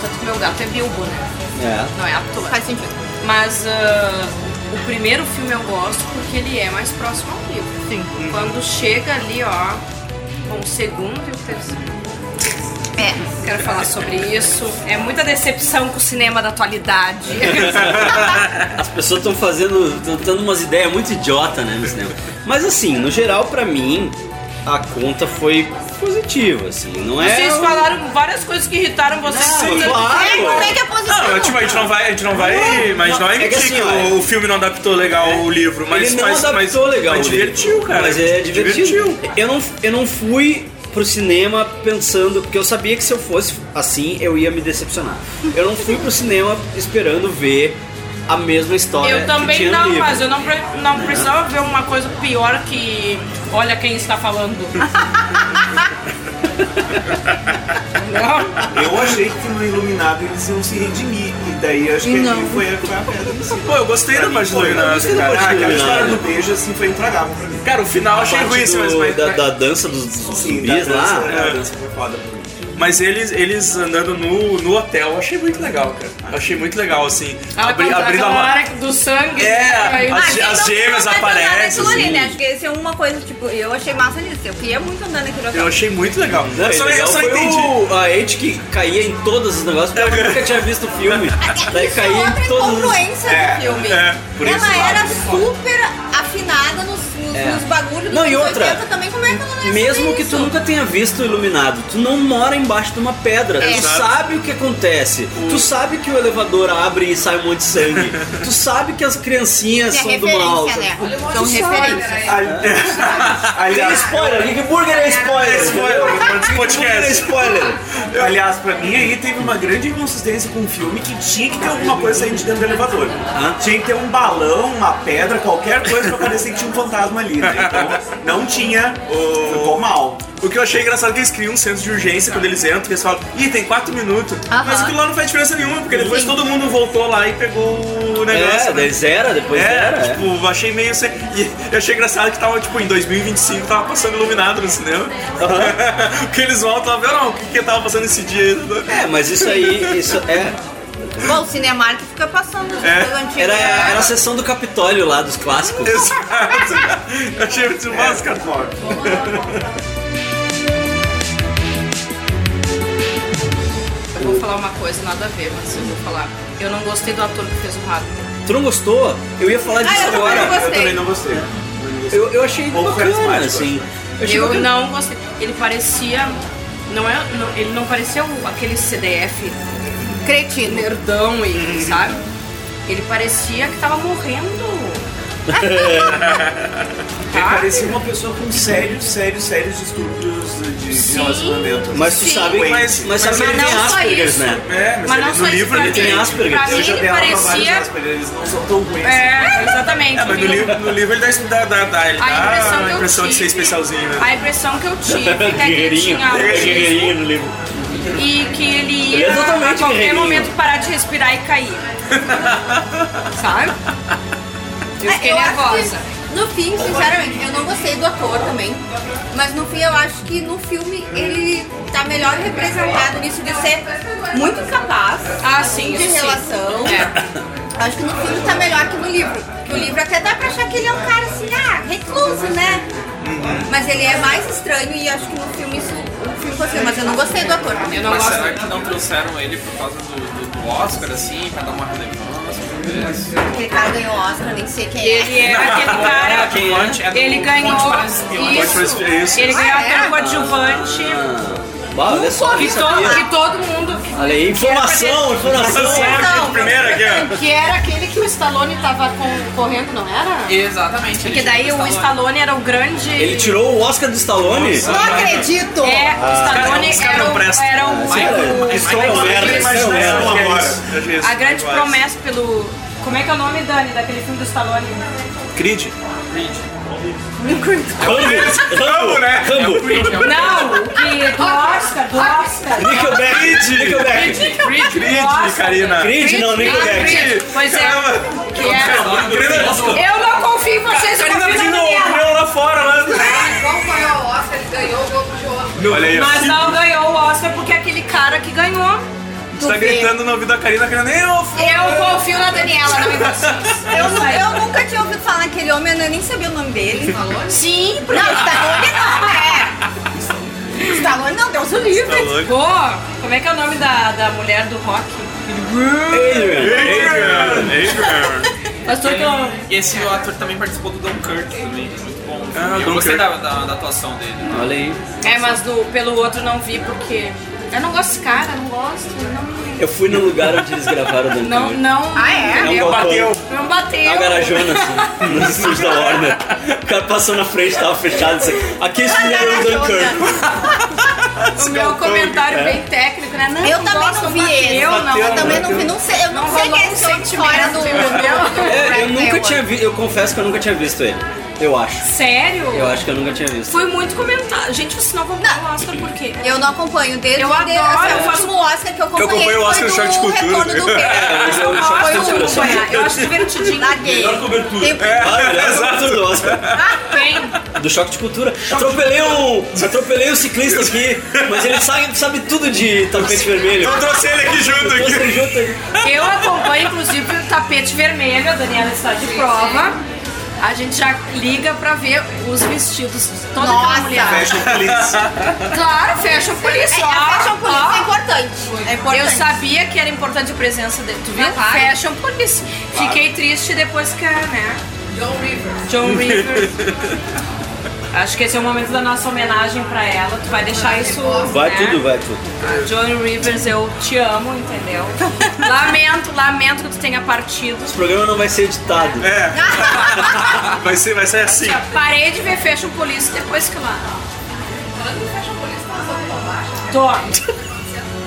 C: Tanto que meu gato é Bilbo, né?
A: É.
C: Não é à toa.
D: Faz sentido.
C: Mas ah, o primeiro filme eu gosto porque ele é mais próximo ao livro. Quando chega ali, ó, com o segundo e o terceiro.
D: É.
C: Quero falar sobre isso. É muita decepção com o cinema da atualidade.
A: É. As pessoas estão fazendo. estão dando umas ideias muito idiota, né, no cinema. Mas assim, no geral, pra mim, a conta foi positiva, assim. Não é.
C: Vocês falaram várias coisas que irritaram vocês.
A: Não,
C: Vocês-
A: claro.
D: É, como é que é a posição?
B: Não, eu, tipo, a gente não vai, a gente não vai, mas não,
A: não,
B: é
A: é que
B: mentir
A: assim,
B: que
A: ó,
B: o, o filme não adaptou legal o livro, mas
A: ele não
B: mas,
A: adaptou
B: mas,
A: legal.
B: mas
A: o livro.
B: divertiu, cara.
A: Mas é divertido.
B: Divertiu.
A: Eu, não, eu não fui pro cinema pensando, porque eu sabia que se eu fosse assim, eu ia me decepcionar. Eu não fui pro cinema esperando ver a mesma história.
C: Eu
A: que
C: também
A: tinha no
C: não,
A: livro.
C: mas eu não, pre- não precisava ver uma coisa pior que. Olha quem está falando. Não.
E: Eu achei que no Iluminado eles iam se redimir. E daí acho que ali foi a, foi a pedra em cima.
B: Pô, eu gostei da parte do Leonardo,
A: gostei da
B: cara.
A: parte
E: Ah,
B: Ah,
A: do
E: aquela
B: cara,
A: Leonardo.
E: história do beijo assim foi intragável pra mim.
B: Cara, o final eu achei
A: Parte
B: ruim, assim,
A: do-
B: mas, mas,
A: da, da dança dos, dos zumbis
E: da
A: lá.
E: dança, né?
B: é.
E: A dança foi foda pra mim.
B: mas eles, eles andando no, no hotel, eu achei muito legal, cara. Eu achei muito legal, assim,
C: Ela
B: abri,
C: conta
B: abrindo a
C: aquela
B: mão.
C: hora do sangue.
B: É,
C: aí-
B: as-
D: quem não-
B: gêmeas
D: não vai andar
B: aparecem,
D: naquilo ali,
B: assim.
D: né? Acho que esse é uma coisa, tipo, eu achei massa nisso. Eu queria muito andar naquele
B: Eu
D: hotel.
B: achei muito legal.
A: Não,
B: eu só,
A: e É, legal
B: eu só
A: foi
B: entendi.
A: o- a Ed que caía em todos os negócios, porque ela nunca tinha visto o filme. Daí
D: Isso é
A: caía
D: outra
A: em todos os.
D: incongruência do filme.
B: É, por
D: Ela
B: isso.
D: era super afinada nos, nos
A: É.
D: Os bagulhos
A: Não,
D: dos
A: e
D: anos
A: outra,
D: 80 também, como é que eu não ia
A: Mesmo
D: saber
A: que tu
D: isso?
A: nunca tenha visto iluminado, tu não mora embaixo de uma pedra, tu
B: Exato.
A: sabe o que acontece, tu sabe que o elevador abre e sai um monte de sangue, tu sabe que as criancinhas
D: É
A: são do mal.
D: referência, né?
A: sabe?
D: São referências.
A: Tem
E: Aliás,
A: spoiler, Rick Burger é spoiler, spoiler,
B: Esse
A: Burger é
B: podcast.
A: spoiler.
E: aliás, pra mim aí teve uma grande inconsistência com o filme que tinha que ter alguma coisa saindo de dentro do elevador. Tinha que ter um balão, uma pedra, qualquer coisa pra parecer que tinha um fantasma ali. né? Então, não tinha, ficou mal.
B: O que eu achei engraçado é que eles criam um centro de urgência quando eles entram, que eles falam, ih, tem quatro minutos.
D: Aham.
B: Mas aquilo lá não faz diferença nenhuma, porque depois
D: Sim.
B: todo mundo voltou lá e pegou o negócio.
A: É,
B: né?
A: daí zera, depois zera.
B: É,
A: é.
B: tipo, eu achei meio assim. E eu achei engraçado que tava, tipo, em 2025 tava passando iluminado no cinema. Porque eles voltam lá ver, não, o que, que tava passando esse dia?
A: É, mas isso aí, isso é.
D: Bom, o Cinemark fica passando as
B: É.
D: coisas antigas. né?
A: Era, era a sessão do Capitólio lá dos clássicos.
B: Exato. Eu achei muito massa, cara.
C: "Ah, Eu vou falar uma coisa, nada a ver, mas eu vou falar. Eu não gostei do ator que fez o rato.
A: Tu não gostou? Ah, Eu ia falar
C: Ah,
A: disso
D: eu também
A: agora.
D: não gostei.
E: Eu também não gostei.
A: Eu, eu achei
E: Pouco
A: bacana,
E: carismático,
A: assim. Eu achei
C: Eu
A: bacana.
C: não gostei. Ele parecia. Não é, não- ele não parecia o- aquele CDF
D: Cretino.
C: nerdão e, sabe? Ele parecia que tava morrendo.
E: Ele parecia uma pessoa com sérios, sérios, sérios distúrbios de, de
C: Sim.
E: relacionamento.
A: Mas tu
C: Sim.
A: sabe, mas, mas,
E: Mas
A: sabe que
C: mas
A: ele tem
C: não só
A: Asperger's,
C: isso.
A: né?
E: É, mas,
C: Mas não
E: ele,
C: só
E: no
C: isso
E: livro
C: pra
E: ele
A: tem
E: tem
C: mim.
A: Asperger.
C: Pra
A: Eu
C: mim
E: já
C: ele
E: dei aula pra
C: parecia.
E: vários Asperger, eles não são tão ruins.
C: É, exatamente.
B: É, mas no
C: ele-
B: livro, no livro ele dá, dá, dá, dá, ele
C: A impressão
B: dá
C: que
B: a
C: eu
B: impressão de
C: tive-
B: ser especialzinho, né?
C: A impressão que eu tive é que ele tinha autismo
A: guerreirinho no livro.
C: e que ele
A: Ele é
C: ia a
A: totalmente
C: qualquer
A: guerreirinho.
C: momento parar de respirar e cair. Sabe? Eu
D: É,
C: fiquei
D: eu acho
C: nervosa.
D: que, no fim, sinceramente, eu não gostei do ator também. Mas no fim, eu acho que no filme ele tá melhor representado nisso de ser muito capaz
C: Ah, sim,
D: de
C: isso sim.
D: relação.
C: É.
D: Acho que no filme tá melhor que no livro. Que o livro até dá pra achar que ele é um cara assim, ah, recluso, né?
C: Uhum.
D: Mas ele é mais estranho e acho que no filme isso. O filme foi assim, mas eu não gostei do ator também.
C: Eu não
K: Mas
C: gosto.
K: será que não trouxeram ele por causa do, do- do Oscar, assim, pra dar uma relevância? talvez?
D: Aquele cara ganhou Oscar, nem sei quem é.
C: Ele é aquele cara.
K: Quem é? É
C: Ele
K: do
C: ganhou.
K: Ponte para Espiões.
C: Isso.
B: Parece- isso.
C: Ele ganhou
D: Ah, é?
C: até coadjuvante. Um
A: Bah, olha só,
C: Que
A: quem
C: todo,
A: sabia?
C: que todo mundo.
A: Olha aí, informação, informação.
B: Nossa, tipo, primeiro aqui,
C: é
B: ó.
L: Que era aquele que o Stallone tava com- correndo, não era?
K: Exatamente. ele
C: Porque daí
K: chama
C: o Stallone era o grande.
A: Ele tirou o Oscar do Stallone?
D: Não acredito!
C: É, o Stallone
B: os caras
C: era,
B: não
C: o,
B: prestam.
C: era o-
A: Cara, isso é um
B: né?
A: merda, isso é um merda.
C: a grande promessa pelo. Como é que é o nome, Dani, daquele filme do Stallone?
B: Creed.
K: É
A: Rambo, Rambo,
B: Rambo, né?
C: Não, o que do Oscar, do Oscar.
A: Nickelback, Nickelback.
B: Creed, Karina.
A: Creed, não, Nickelback.
C: Pois é,
B: Caramba.
C: que era.
B: Karina-
C: Eu não confio em vocês, eu
B: Karina
C: confio
B: pediu
C: na
B: um
C: Daniela.
B: grão lá fora, lá.
C: é
D: Qual foi o Oscar? Ele ganhou o Globo de Ouro.
B: Olha aí, ó.
C: Mas não ganhou o Oscar porque aquele cara que ganhou.
B: Você tá gritando no ouvido da Karina, a Karina nem ouve.
D: É
C: Eu confio na Daniela, não em
D: né?
C: vocês.
D: Eu, nu- eu nunca tinha ouvido falar aquele homem, eu nem sabia o nome dele. Stallone?
C: Sim,
D: Não, Stallone não, é. Stallone não, Deus o livre.
B: Tá louco.
C: Pô, como é que é o nome da, da mulher do rock?
A: Adrian.
B: Adrian, Adrian.
C: Mas tô que
K: E esse ator também participou do Dunkirk também, né? muito bom.
B: Ah,
K: eu gostei da,
B: Dunkirk.
K: da, da atuação dele.
A: Olha aí.
C: É, mas do, pelo outro não vi porque. Eu não gosto desse cara, não gosto. Não.
A: Eu fui no lugar onde eles gravaram o Dante.
C: Não, não.
D: Ah, é?
A: Não
C: Não,
A: bateu.
C: não bateu.
A: Na garajona, assim, nos estúdios da Warner. O cara passou na frente, tava fechado. Assim. Aqui eles fizeram o
D: né?
A: Dunkirk.
C: O meu comentário bem técnico, né? Não,
D: Eu
C: não
D: também
C: gosto,
D: não vi
C: bateu,
D: ele.
C: Não.
D: Eu também não vi, não sei, eu não,
C: Não
D: sei
C: rolou
D: quem é
C: um
D: esse homem fora do...
C: sentimento, entendeu?
D: do
A: É, eu
D: Brad
A: nunca
D: Taylor.
A: tinha visto, eu confesso que eu nunca tinha visto ele. Eu acho.
C: Sério?
A: Eu acho que eu nunca tinha visto.
C: Foi muito comentado. Gente, vocês não vão dar o Oscar por quê?
D: Eu não acompanho desde
C: Eu
D: o
C: adoro, eu
D: o
C: faço-
D: último Oscar que eu acompanhei.
B: acompanho o
D: foi
B: Oscar do Choque de Cultura.
D: Retorno do Rei.
A: mas É, eu- eu
C: gosto
A: acho
C: de
A: que um eu sou-
C: acompanhar. Eu acho divertidinho.
D: é, Larguei. Tem-
B: É.
A: Ah, melhor exato do Oscar.
C: Ah, Quem?
A: Do choque de cultura. Atropelei um, atropelei um ciclista aqui, mas ele sabe, sabe tudo de tapete vermelho.
B: Eu trouxe ele aqui junto
A: Eu trouxe
B: aqui.
A: ele junto aqui.
C: Eu acompanho, inclusive, o tapete vermelho, a Daniela está de prova. A gente já liga pra ver os vestidos de toda aquela
D: Nossa.
C: mulher.
B: Fashion Police.
C: Claro, fecha o policial.
D: É, a fashion police é
C: Ó,
D: importante. É importante.
C: Eu sabia que era importante a presença dele, tu viu?
D: Claro.
C: Fashion Police. Fiquei triste depois que, né? John River. John River. Acho que esse é o momento da nossa homenagem pra ela. Tu vai deixar isso.
A: Vai
C: né?
A: tudo, vai tudo.
C: Ah, John Rivers, eu te amo, entendeu? Lamento, lamento que tu tenha partido.
A: Esse programa não vai ser editado.
B: É. Vai ser, vai ser assim.
C: Já parei de ver Fashion Police depois que lá. Tô. tá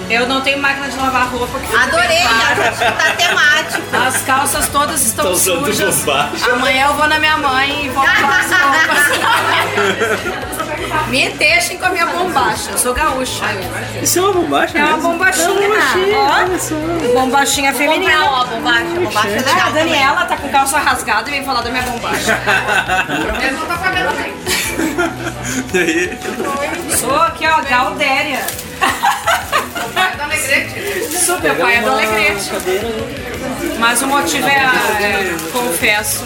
C: Eu não tenho máquina de lavar roupa que eu
D: Adorei,
C: preparo.
D: acho que tá temático.
C: As calças todas estão
A: Tá usando
C: sujas.
A: bobagem.
C: Amanhã eu vou na minha mãe e vou lavar as roupas. Me deixem com a minha bombacha. Eu sou gaúcha.
A: Isso é uma bombacha,
C: É uma
A: mesmo?
C: bombachinha. Ó, bombachinha feminina.
D: Comprar, ó, bombacha, bombacha
C: Ah, a
D: é legal também.
C: Daniela tá com calça rasgada e vem falar da minha bombacha.
M: Mas não tá pagando bem.
B: E aí,
C: Sou aqui, ó, Galdéria.
M: Vai dar alegrete.
C: Sou meu pai é do Alegrete. Mas o motivo é, a- é, confesso,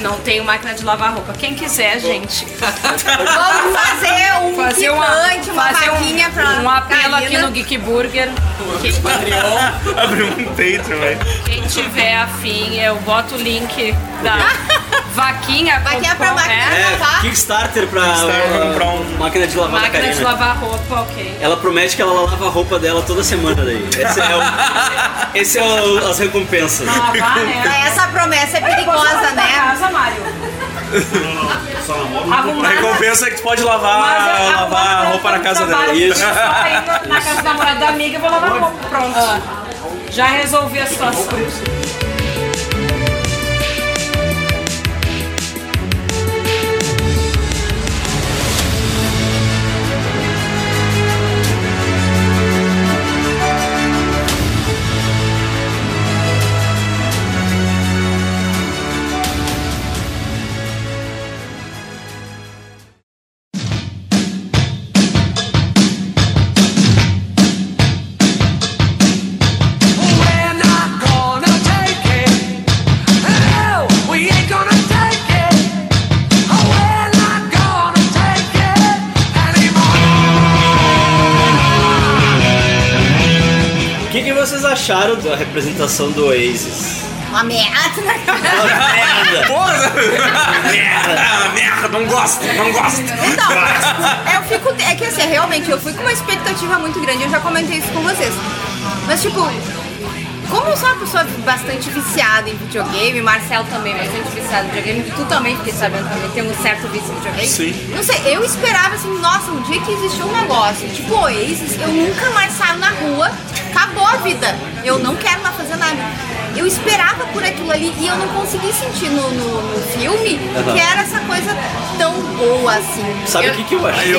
C: não tenho máquina de lavar roupa. Quem quiser, gente,
D: Vamos fazer um
C: fazer uma,
D: quitante, uma
C: fazer
D: vaquinha pra
C: um, um apelo aqui
D: Karina.
C: no Geek Burger. Quem,
B: abriu um Patreon, velho.
C: quem tiver afim, eu boto o link da vaquinha.
D: Vaquinha pra
C: com-
D: vaquinha.
C: é,
A: É, Kickstarter pra
B: Kickstarter,
A: uma-
B: pra um-
A: máquina de lavar da
C: Máquina de
A: Karina.
C: lavar roupa, ok.
A: Ela promete que ela lava a roupa dela toda semana daí. Esse é, o, esse é o- as recompensas.
C: Lavar, né?
D: Essa promessa é perigosa, né?
C: Casa, Mário.
B: A
C: Arrumar
B: recompensa é que tu pode
C: Mas
B: lavar,
C: eu-
B: lavar a roupa na casa dela.
C: trabalho,
A: Isso.
C: eu vou sair na, na casa da namorada da amiga e vou lavar a roupa. Pronto.
B: Ah.
C: Já resolvi a situação.
N: We're not gonna take it. No, we ain't gonna take it. Oh, we're not gonna take it anymore.
A: O que, que vocês acharam da representação do Oasis?
D: Uma né? merda.
A: Merda!
B: merda, merda, não gosto, não gosto.
D: Então, eu fico. É que assim, realmente, eu fui com uma expectativa muito grande, eu já comentei isso com vocês. Mas tipo, como eu sou uma pessoa bastante viciada em videogame, Marcelo também é bastante viciado em videogame, tu também fiquei sabendo também, tem um certo vício em videogame.
B: Sim.
D: Não sei, eu esperava assim, nossa, um dia que existiu um negócio, tipo Oasis, eu nunca mais saio na rua, acabou a vida. Eu não quero mais fazer nada. Eu esperava por aquilo ali e eu não consegui sentir no, no- no filme
A: Aham.
D: que era essa coisa tão boa assim.
A: Sabe o que, que eu achei?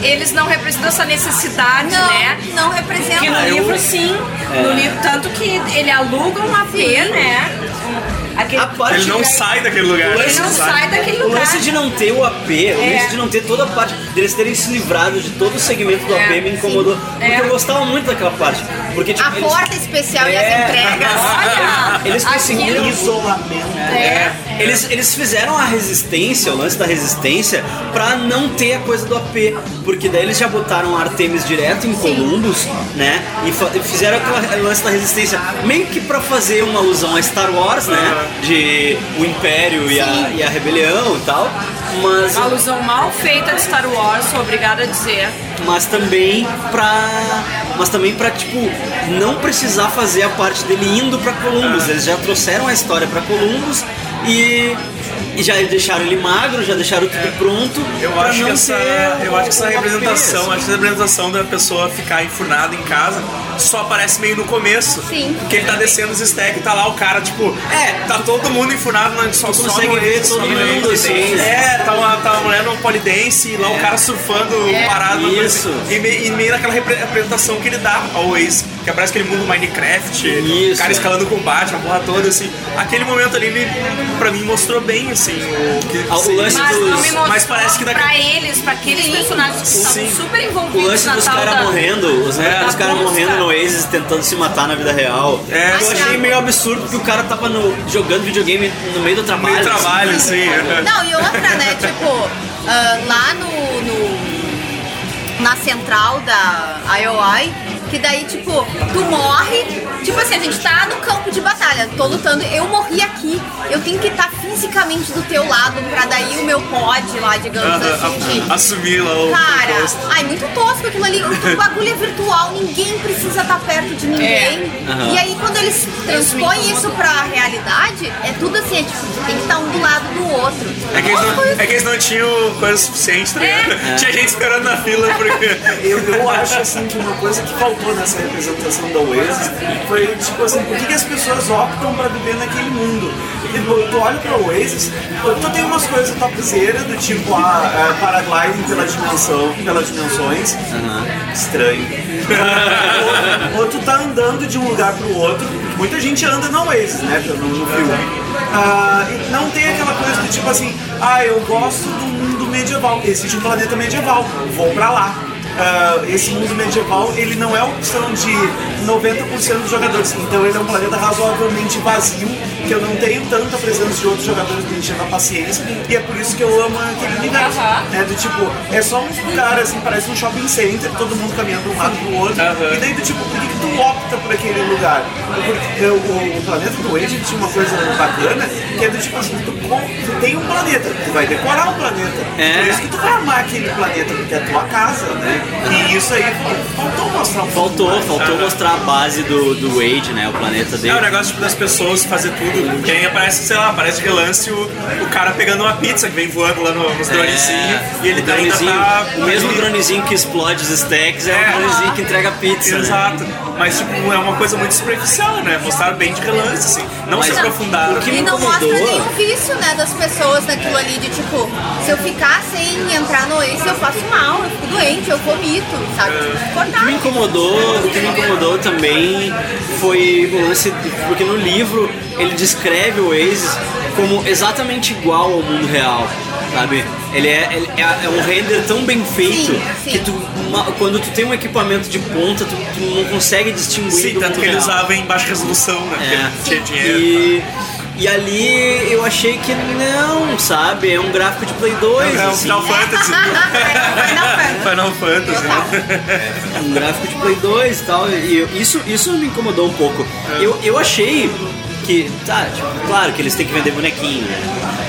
C: E- Eles não representam essa necessidade,
D: Não,
C: né?
D: não representa.
C: Porque
B: Ah,
C: no livro, sim.
A: É.
B: É.
C: No livro, tanto que ele aluga um AP, né? Um- Aquele,
A: A parte
B: Ele não
A: de-
B: sai daquele lugar.
A: Ele
C: ele não sai
A: O
C: daquele lugar.
A: lance de não ter o AP, o
C: É.
A: lance de não ter toda a parte deles terem se livrado de todo o segmento do
C: É,
A: AP me incomodou. Porque
C: É.
A: eu gostava muito daquela parte. Porque tipo,
D: A
A: eles-
D: porta especial e
A: É.
D: as entregas.
C: Olha!
A: Eles conseguiram isolamento.
C: É.
A: Eles, eles fizeram a resistência, o lance da resistência, pra não ter a coisa do AP. Porque daí eles já botaram a Artemis direto em Columbus, né? E fa- e fizeram aquele lance da resistência meio que pra fazer uma alusão a Star Wars, né? De o Império e a, e a Rebelião e tal. Mas,
C: Uma alusão mal feita de Star Wars, sou obrigada a dizer.
A: mas também pra. Mas também pra, tipo, não precisar fazer a parte dele indo pra Columbus. Eles já trouxeram a história pra Columbus e. e já deixaram ele magro, já deixaram tudo pronto.
B: É. Eu
A: pra
B: acho,
A: não
B: que essa,
A: ter
B: eu acho que essa
A: uma
B: representação,
A: beleza.
B: acho que essa representação da pessoa ficar enfurnada em casa só aparece meio no comesso.
D: Sim.
B: Porque ele tá descendo os stacks e tá lá o cara, tipo, é, tá todo mundo enfurnado, mas só só
A: consegue
B: no-
A: ver
B: só
A: todo
B: no-
A: mundo, assim. É.
B: É, tá uma, tá uma mulher no polidense e lá o cara surfando
D: É.
B: parado. no-
A: Isso.
B: E, me- e meio naquela repre- representação que ele dá ao ex, que aparece aquele mundo Minecraft, o
A: Isso.
B: cara escalando combate, a porra toda, assim. Aquele momento ali, ele, pra mim, mostrou bem, assim, o que
A: Ah, o
B: seria.
A: lance
C: Mas não me
A: Mas
C: mostrou
B: parece que daqui-
C: pra eles, pra aqueles personagens que estavam
B: Sim.
C: super
A: O
C: envolvidos
A: lance
C: na
A: dos
C: tal
A: caras
C: da-
A: morrendo, os,
B: É.
A: os caras
C: Da
A: morrendo
C: busca.
A: no Oasis tentando se matar na vida real.
B: É.
A: Eu achei meio absurdo porque o cara tava no- jogando videogame no meio do trabalho.
B: meio trabalho, assim.
D: Não, e outra, né? Tipo, ah, lá no, no- Na central da IOI, que daí, tipo, tu morre. Tipo assim, a gente tá no campo campo de batalha, tô lutando, eu morri aqui, eu tenho que estar fisicamente do teu lado pra daí o meu pod lá, digamos assim, gente.
B: Aham, Assumir lá o
D: Cara,
B: o posto.
D: ai, muito tosco aquilo ali. O bagulho é virtual, ninguém precisa estar perto de ninguém.
A: Aham.
D: E aí, quando eles transpõem isso pra realidade, é tudo assim: é tipo, tem que estar um do lado do outro.
B: É que, eles não, é que eles não tinham coisa suficiente, tá ligado?
A: É.
B: Tinha gente esperando na fila porque.
E: Eu, eu acho assim que uma coisa que faltou nessa representação da Oasis foi tipo assim, por que, que as pessoas optam pra viver naquele mundo? E tu, tu olha pra Oasis, tu tem umas coisas topzeiras do tipo a, a paragliding pela dimensão, pelas dimensões. Estranho. ou, ou tu tá andando de um lugar pro outro, muita gente anda na Oasis, né? No, no filme. Ah, e não tem aquela coisa do tipo assim, ah, eu gosto do mundo medieval, existe um planeta medieval, vou pra lá. Ah, esse mundo medieval ele não é opção de 90% dos jogadores, então ele é um planeta razoavelmente vazio, que eu não tenho tanta presença de outros jogadores me enchendo a paciência, e é por isso que eu amo aquele universo. Né? Do tipo, é só uns lugares assim, parece um shopping center, todo mundo caminhando de um lado pro outro,
B: Aham.
E: e daí do tipo, por que, que tu opta por aquele lugar? Porque o, o planeta do Age tinha uma coisa bacana, que é do tipo assim, tu, com- tu tem um planeta, tu vai decorar um planeta,
A: É.
E: por isso que tu vai amar aquele planeta, porque é a tua casa, né? E isso aí fal- faltou mostrar um pouco
A: Faltou,
E: mais.
A: faltou mostrar a base do, do Wade, né? O planeta
B: É o
A: dele.
B: negócio tipo, das pessoas fazer tudo. Que aí aparece, sei lá, aparece de relance o, o cara pegando uma pizza que vem voando lá no, nos
A: É,
B: dronezinhos. É, E ele
A: o
B: tá- ainda
A: dronezinho,
B: tá.
A: o mesmo dronezinho que explode os stacks é,
B: É.
A: o dronezinho que entrega pizza. né?
B: Exato. Mas tipo, é uma coisa muito superficial, né? Mostraram bem de relance, assim. Não se
A: Mas
B: aprofundaram.
A: o é que-
D: E não
A: incomodou-
D: mostra nenhum vício, né, das pessoas naquilo ali de tipo, se eu ficar sem entrar no Ace, eu faço mal, eu fico doente, eu vomito, sabe? Tipo,
A: O É. que me
D: cortar.
A: incomodou, o que me incomodou também foi o lance, porque no livro ele descreve o Oasis como exatamente igual ao mundo real, sabe? Ele é, ele é- é um render tão bem feito
D: Sim, sim.
A: que tu, uma- quando tu tem um equipamento de ponta, tu, tu não consegue distinguir
B: Sim,
A: do
B: tanto
A: mundo
B: que ele
A: real.
B: usava em baixa resolução, né? Porque ele tinha dinheiro.
A: É.
B: né?
A: E, e ali eu achei que não, sabe? É um gráfico de Play 2.
B: É um
A: assim.
B: Final Fantasy.
D: Não,
B: Final Fantasy, né?
A: um gráfico de Play 2 e tal, e eu- isso, isso me incomodou um pouco.
B: É.
A: Eu, eu achei que, tá, tipo, claro que eles têm que vender bonequinho, né?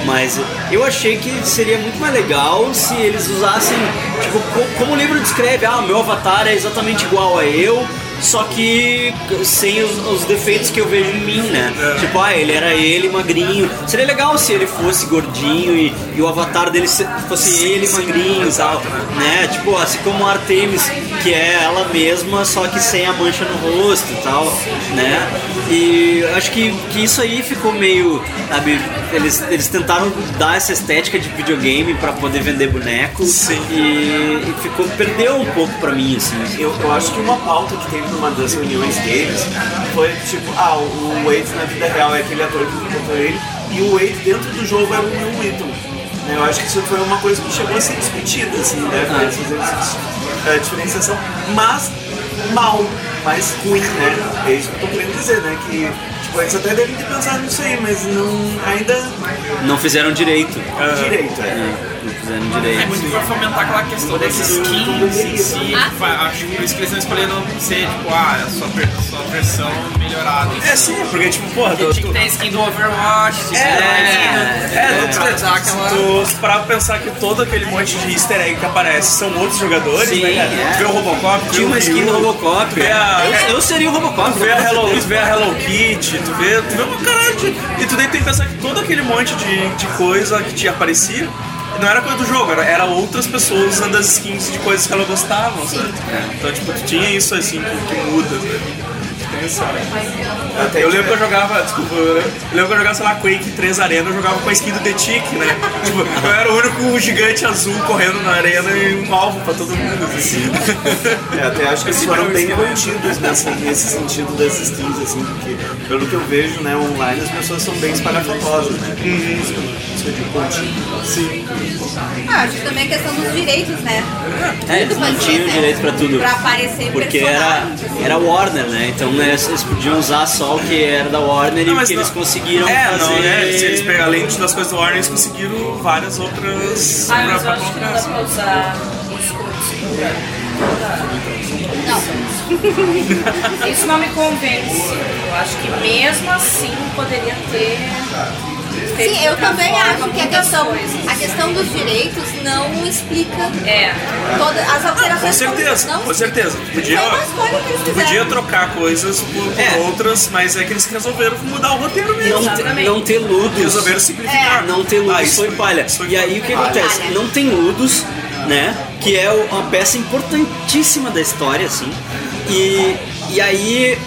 A: mas eu achei que seria muito mais legal se eles usassem, tipo, co- como o livro descreve, ah, meu avatar é exatamente igual a eu, só que sem os, os defeitos que eu vejo em mim, né? Tipo, ah, ele era ele magrinho. Seria legal se ele fosse gordinho e, e o avatar dele se- fosse ele magrinho e tal, né? Tipo, assim como a Artemis, que é ela mesma, só que sem a mancha no rosto e tal, né? E acho que, que isso aí ficou meio, sabe, eles, eles tentaram dar essa estética de videogame pra poder vender boneco
B: Sim.
A: e, e ficou, perdeu um pouco pra mim, assim.
E: Eu, eu acho que uma pauta que teve numa das reuniões deles foi tipo, ah, o Wade na vida real é aquele ator que interpretou ele e o Wade dentro do jogo é o Will Wheaton. né? Eu acho que isso foi uma coisa que chegou a ser discutida, assim, né? Pra eles fazerem essa é, diferenciação, mas mal, mas ruim, né? É isso que eu tô querendo dizer, né? Que tipo, eles até devem ter pensado nisso aí, mas não ainda
A: Não fizeram direito.
E: direito. É.
A: Não fizeram
O: É
A: direito.
O: muito pra fomentar aquela questão das skins em si. Fa- Acho que por isso que eles não escolheram ser, tipo, ah, a sua, ver- sua versão melhorada.
B: É sim, porque tipo, porra, tu,
O: Porque tinha que ter a skin do Overwatch, tinha que ter a skin do-
B: É, não
O: pra
B: precisa.
O: dar aquela-
B: Tu se parar pra pensar que todo aquele monte de easter egg que aparece são outros jogadores,
A: Sim,
B: né, cara?
A: é.
B: Tu Vê o Robocop, tu vê
A: Tinha
B: o
A: uma skin do
B: Ryu,
A: Robocop.
B: É, é.
A: Eu, eu seria o Robocop.
B: Tu vê, a Hello, tu vê a Hello Kitty, tu vê, tu vê uma caralho de... E tu daí tem que pensar que todo aquele monte de, de coisa que te aparecia não era coisa do jogo, era, era outras pessoas usando as skins de coisas que elas gostavam, sabe? Então, tipo, tu tinha isso assim que, que muda, né? Tem essa- né? Eu lembro que eu jogava, desculpa, eu lembro eu lembro que eu jogava, sei lá, Quake 3 Arena, eu jogava com a skin do The Tick, né? Tipo, eu era o único gigante azul correndo na arena e um alvo pra todo mundo, assim.
E: É, até acho que eles
B: Esse
E: foram
B: não
E: bem
B: esquece.
E: contidos nessa, nesse sentido das skins, assim, porque pelo que eu vejo, né, online as pessoas são bem espalhafatosas, né? Tem isso, isso é de contido. Sim.
D: Ah, acho que também é questão dos direitos, né?
A: É, eles não tinham direito pra tudo.
D: Pra aparecer
A: Porque era,
D: personagem.
A: era Warner, né? Então né, eles podiam usar só o que era da Warner e o que eles conseguiram
B: é,
A: fazer.
B: não, né? Eles, eles pegaram, além de- das coisas do Warner, eles conseguiram várias outras.
C: Ah,
B: pra-
C: mas eu
B: pra
C: acho que não
B: colocar,
C: dá
B: assim.
C: pra usar os Não. Isso não me convence. Eu acho que mesmo assim poderia ter. feito
D: Sim,
C: de
D: eu
C: outra
D: também
C: forma
D: acho que a
C: muitas
D: questão,
C: coisas.
D: a questão dos direitos não explica
C: É.
D: todas as alterações.
B: Com certeza,
D: não,
B: com certeza. Podia,
D: Foi uma escolha que eles fizeram.
B: podia trocar coisas por, por
A: É.
B: outras, mas é que eles resolveram mudar o roteiro mesmo.
A: Não, te- não ter ludos. É.
B: Resolveram simplificar.
A: Não ter ludos
B: Ah, isso
A: foi palha.
B: isso foi
A: E aí o que acontece?
D: palha.
A: Não tem ludos, né? Que é o- uma peça importantíssima da história, assim. E, e aí.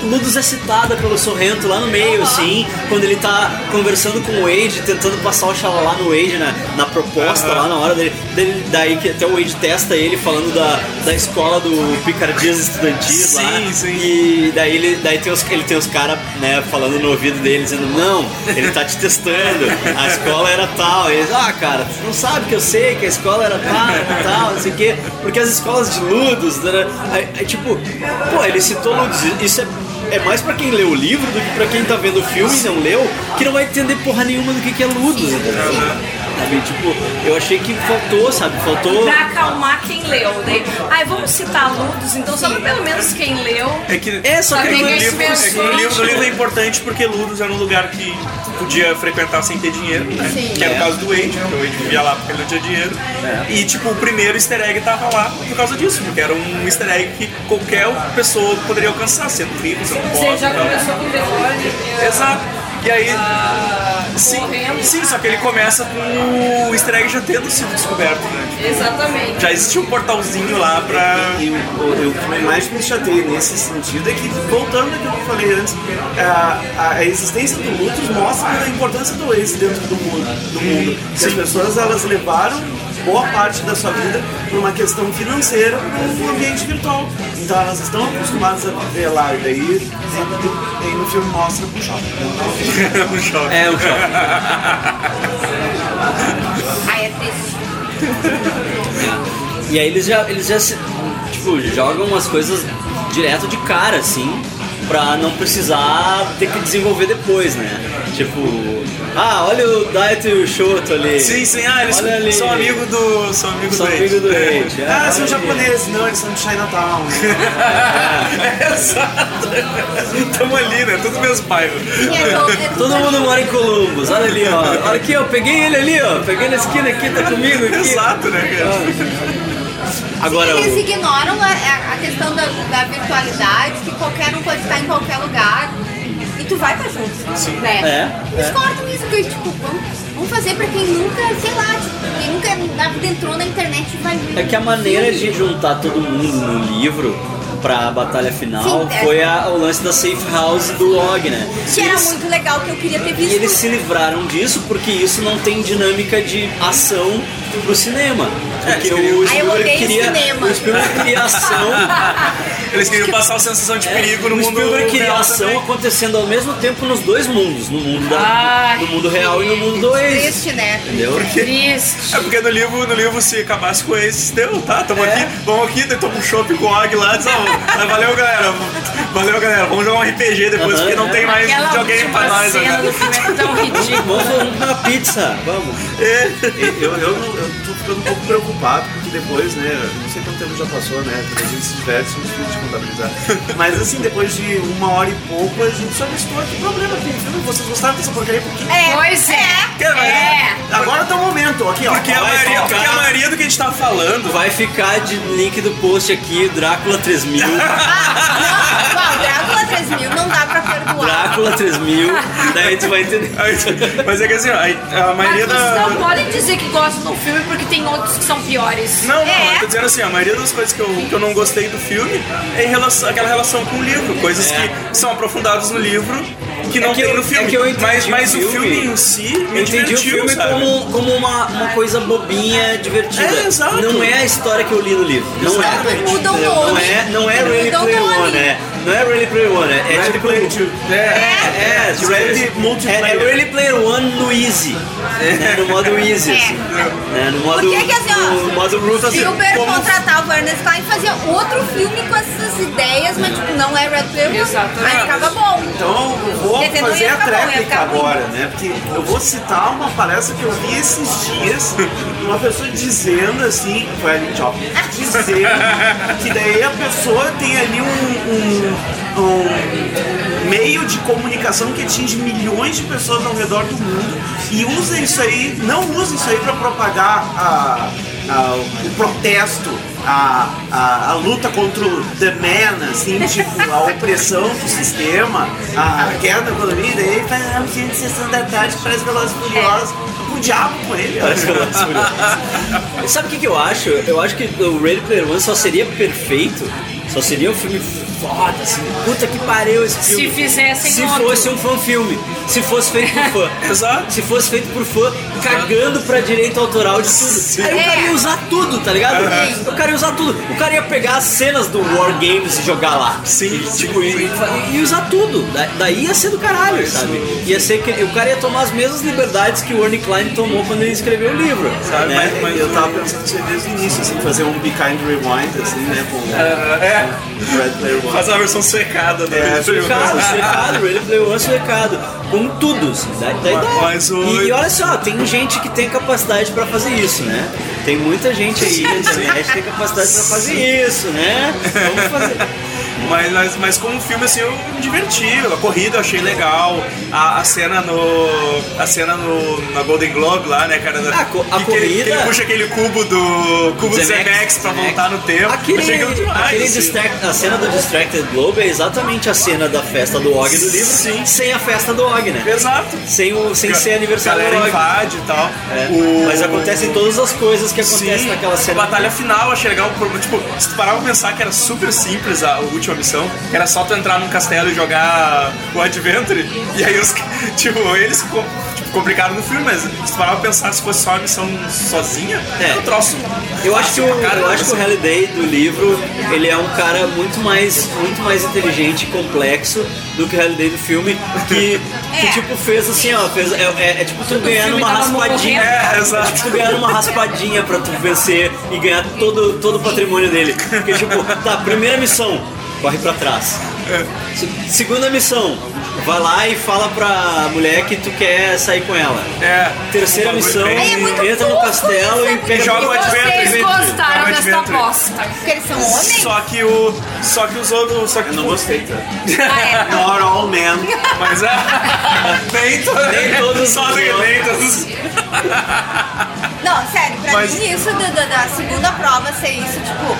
A: Ludus é citada pelo Sorrento lá no meio, assim, quando ele tá conversando com o Wade, tentando passar o xalá no Wade, né, na proposta lá na hora dele, dele- Daí que até o Wade testa ele falando da, da escola do Picardias Estudantis lá.
B: Sim, sim.
A: E e daí ele, daí tem os, ele tem os caras né, falando no ouvido dele, dizendo, não, ele tá te testando, a escola era tal. E eles, ah, cara, tu não sabe que eu sei que a escola era tal, tal, não sei o quê. Porque as escolas de Ludus, né, aí- aí, tipo, pô, ele citou Ludus, isso é. É mais pra quem lê o livro do que pra quem tá vendo o filme e não leu, que não vai entender porra nenhuma do que, que é Ludus. entendeu? Sabe, tipo, eu achei que faltou, sabe? Faltou.
C: Pra acalmar quem leu. Daí, ai, vamos citar Ludus, então só pra pelo menos quem leu.
B: É que,
A: É, só que
B: é que no
A: ninguém
B: livro,
C: se
B: é que no
C: vê
B: livro, no
C: assim.
B: livro é importante porque Ludus era um lugar que tu podia frequentar sem ter dinheiro, né? Que era o caso do Wade, porque o Wade vivia lá porque ele não tinha dinheiro. E tipo, o primeiro easter egg tava lá por causa disso, porque era um easter egg que qualquer pessoa poderia alcançar, sendo rico, sendo pobre.
F: Você já
B: tal.
F: começou com o velório.
C: né?
B: Exato. E aí. Sim,
F: correndo.
B: sim, só que ele começa com o easter egg já tendo sido descoberto, né?
F: Exatamente.
B: Já existia um portalzinho lá pra.
E: E o, o, o que mais me chateia nesse sentido é que, voltando ao que eu falei antes, a, É, a- a existência do luto mostra a importância do ex dentro do mundo. Do mundo. Que as pessoas elas levaram boa parte da sua vida por uma questão financeira ou um ambiente virtual. Então elas estão acostumadas a viver lá. E daí, e- e no um filme mostra pro shopping. Então,
B: um choque.
A: É, o choque.
D: Ai, é triste.
A: E aí eles já, eles já se- tipo, jogam umas coisas direto de cara, assim, pra não precisar ter que desenvolver depois, né? Tipo, ah, olha o Diet e o Shoto ali.
B: Sim, sim, ah, eles
A: Olha ali.
B: são amigos do. São amigos
A: São
B: do
A: amigo
B: Ed.
A: do
B: É.
A: Ed, é.
E: Ah, são japoneses. Não, eles são de Chinatown.
B: Exato. Tamo ali, né? Tudo mesmo bairro.
D: E é todo- é tudo
A: Todo
D: ali.
A: mundo mora em Columbus, olha ali, ó. Olha aqui, ó, peguei ele ali, ó. Peguei na esquina aqui, tá comigo aqui.
B: Exato, né,
A: Ah.
B: cara?
A: Agora,
D: Eles
A: o...
D: ignoram a, a questão da, da virtualidade, que qualquer um pode estar em qualquer lugar e tu vai estar junto. Né?
A: É,
D: Eles cortam isso, que tipo, vamos, vamos fazer pra quem nunca, sei lá, tipo, quem nunca na vida entrou na internet e vai ver.
A: é que a maneira de juntar todo mundo no livro pra batalha final
D: Sim, é.
A: foi a- o lance da safe house do log, né?
D: Que era muito legal, que eu queria ter visto.
A: E eles se livraram disso porque isso não tem dinâmica de ação pro cinema. Porque o
D: Ah, eu
A: Spielberg
D: odeio
A: queria.
D: cinema.
A: O Spielberg queria ação.
B: Eles queriam passar a sensação de perigo no
A: É, o
B: mundo.
A: Spielberg queria
B: real
A: ação
B: também.
A: acontecendo ao mesmo tempo nos dois mundos, no mundo, da,
F: Ai,
A: no mundo real e no mundo do ex.
D: Triste, né?
A: Entendeu?
F: Triste.
B: É porque no livro, no livro se acabasse com esse, deu, tá? Tamo
A: É.
B: aqui, vamos aqui, daí toma um chopp com o Og lá, diz, ó, mas valeu galera, valeu galera, vamos jogar um RPG depois,
A: Aham,
B: porque não
A: é.
B: tem mais
C: Aquela
B: videogame pra
C: última
B: nós né,
C: cena
B: agora.
C: do filme é tão ridícula.
A: Vamos comer uma pizza, vamos.
E: Eu, eu, não- eu tô ficando um pouco preocupado, porque depois, né? eu Não sei quanto tempo já passou, né? porque A gente se diverte, são difíceis de contabilizar. Mas assim, depois de uma hora e pouco, a gente só listou aqui problema tem filme. Vocês gostaram dessa porcaria? Porque
F: Pois é.
B: Cara, mas-
E: agora tá o momento, aqui ó.
B: Porque a,
A: Vai
B: maioria,
A: focar.
B: porque a maioria do que a gente tava falando
A: Vai ficar de link do post aqui, Drácula 3000.
D: Ah, não, não, Drácula 3000 não dá pra perdoar.
A: Drácula 3000. Daí tu vai entender.
B: Aí, Mas é que assim, ó, aí, a maioria
F: Mas vocês
B: da.
F: não podem dizer que gostam do filme porque tem outros que são piores.
B: Não, não,
D: É.
B: eu tô dizendo assim, a maioria das coisas que eu, que eu não gostei do filme é em relação, aquela relação com o livro, coisas que são aprofundadas no livro que não
A: que
B: tem
A: eu-
B: no
A: é
B: filme.
A: que eu entendi
B: mas mas
A: o
B: o filme
A: filme-
B: em si me
A: Eu entendi o
B: divertiu,
A: filme
B: sabe?
A: como, como uma, uma coisa bobinha, divertida.
B: É, exato.
A: Não é a história que eu li no livro. Não é.
E: Exatamente.
D: Mudam o
A: Não
D: nome.
A: é, não é Really
D: Mudam o
A: Play
D: nome.
A: One, é. Não é Really Play One, é, é
E: Ready
A: tipo.
E: Player Two.
B: É,
A: É, tipo,
E: Ready
A: é,
E: Multiplayer.
A: é Really Player One no Easy. Né, no modo Easy, assim. Né, no modo.
D: Por que que, É. assim, ó,
A: no modo assim, Ruthless.
D: Spielberg contratar o Ernest Klein e fazer outro filme com essas ideias, mas tipo, não é Red Pill.
F: Exatamente.
D: Aí ficava bom.
E: Então eu vou
D: Quer dizer, não
E: fazer
D: ia
E: a
D: ficar bom, ia
E: tréplica
D: ficar ruim.
E: agora, né? Porque eu vou citar uma palestra que eu vi esses dias, uma pessoa dizendo assim, foi ali, tchau, dizendo que daí a pessoa tem ali um, um, um meio de comunicação que atinge milhões de pessoas ao redor do mundo e usa isso aí, não usa isso aí para propagar a- a- o protesto, a, a, a luta contra o the man, assim, tipo, a opressão do sistema, a queda da economia, daí ele faz uma de sessão da tarde, parece velozes e furiosos, o diabo com ele.
A: Parece que eu lanço muito. Sabe o que, que eu acho? Eu acho que o Ready Player One só seria perfeito, só seria um filme foda, assim, puta que pariu esse
C: Se
A: filme.
C: fizessem
A: Se
C: outro.
A: fosse um fã-filme, se fosse feito por fã. Exato. Se fosse feito por fã, cagando pra direito autoral de tudo. Aí o cara ia usar tudo, tá ligado? O cara ia usar tudo. O cara ia pegar as cenas do War Games e jogar lá. Sim. Tipo, e, e usar tudo. Da- daí ia ser do caralho, sabe? Ia ser que o cara ia tomar as mesmas liberdades que o Ernie Klein tomou quando ele escreveu o livro. Sabe? Né?
E: Mas, eu tava pensando nisso aí desde o início, assim, fazer um Be Kind Rewind, assim, né, com com Red Player One.
B: Faz a é versão secada do
E: É,
B: Ready Player
A: Recado,
B: One.
A: recado, ele deu esse recado. Como tudo, assim, da, da idade.
B: Mas o-
A: E, e olha só, tem gente que tem capacidade pra fazer isso, né? Tem muita gente aí na internet que tem capacidade pra fazer isso, né? Vamos fazer.
B: Mas, mas, mas como filme assim eu me diverti, a corrida eu achei legal, a, a cena no. a cena no, na Golden Globe lá, né, cara?
A: Ah, co- a
B: que, que ele- que
A: corrida-
B: ele puxa aquele cubo do. cubo do
A: Zemeckis,
B: Zemeckis pra
A: Zemeckis.
B: voltar no tempo.
A: Aquele,
B: achei aquilo demais,
A: aquele
B: assim.
A: distract- a cena do Distracted Globe é exatamente a cena da festa do Og do livro,
B: Sim.
A: sem a festa do Og, né?
B: Exato.
A: Sem, o, sem ser é aniversário
B: galera
A: do Og.
B: invade e tal.
A: É,
B: O-
A: Mas acontecem todas as coisas que acontecem
B: Sim,
A: naquela cena.
B: A batalha final, achei legal. por- Tipo, se tu parar pra pensar que era super simples a última missão, que era só tu entrar num castelo e jogar o Adventure, e aí os. Tipo, eles co- tipo, complicaram no filme, mas se tu parar pra pensar se fosse só uma missão sozinha,
A: É.
B: é um troço.
A: Eu acho que o,
B: fácil pra caramba,
A: eu acho que o
B: assim.
A: Halliday do livro, ele é um cara muito mais, muito mais inteligente e complexo do que o Halliday do filme, que, que, tipo fez assim, ó, fez, é, é- é tipo tu ganhar
C: filme
A: uma
C: tava
A: raspadinha,
B: morrendo. É,
A: é
B: exato.
A: tipo tu ganhar uma raspadinha pra tu vencer e ganhar todo, todo o patrimônio dele. Porque tipo, tá, primeira missão, corre pra trás. Se- Segunda missão, vai lá e fala pra mulher que tu quer sair com ela.
B: É.
A: Terceira
B: Um bagulho
A: missão,
B: bem-
D: Aí é muito
A: entra no
D: fofo
A: castelo
D: isso,
A: e
D: é
A: pega
D: muito
B: joga o
A: pega-
B: Adventure.
F: Vocês
B: Joga
F: gostaram
B: o
F: dessa
B: Adventure.
F: aposta.
D: Porque eles são homens?
B: Só que o. Só que os outros. Só que tipo,
E: Eu não gostei, tá?
F: Ah, é.
E: Not all men.
B: Mas é. nem, to...
A: Nem todos
B: Só
A: os
B: nem
A: outros.
B: nem todos.
D: Não, sério, pra
B: Mas-
D: mim isso da, da- da segunda prova ser isso, tipo,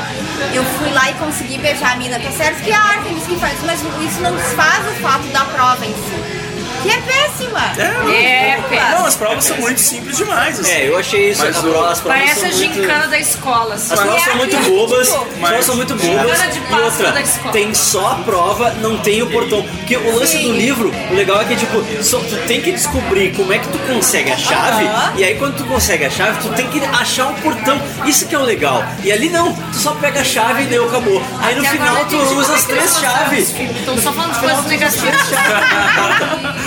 D: eu fui lá e consegui beijar a mina, tá certo que é a Artemis que faz, mas isso não desfaz o fato da prova em si. Que é péssima!
F: É,
B: Não,
F: péssimo.
B: as provas são muito simples demais. assim.
A: É, eu achei isso.
B: Mas
A: a
B: o-
A: prova- as provas
F: Parece
A: são
F: a gincana da escola. assim.
A: Muito, as provas
F: É
A: são muito
F: aquilo,
A: bobas.
F: tipo,
A: As provas são muito bobas.
F: Gincana de
A: E
F: Páscoa
A: outra,
F: da escola.
A: tem só a prova, não tem o portão. Porque o lance do livro, o legal é que, tipo, só, tu tem que descobrir como é que tu consegue a chave. E aí, quando tu consegue a chave, tu tem que achar o portão. Isso que é o legal. E ali não, tu só pega a chave e deu, acabou. Aí no
F: E agora
A: final,
F: tem
A: tu
F: gente
A: usa as
F: que não
A: três
F: sabe os
A: chaves.
F: filmes, Estão só falando de coisas negativas.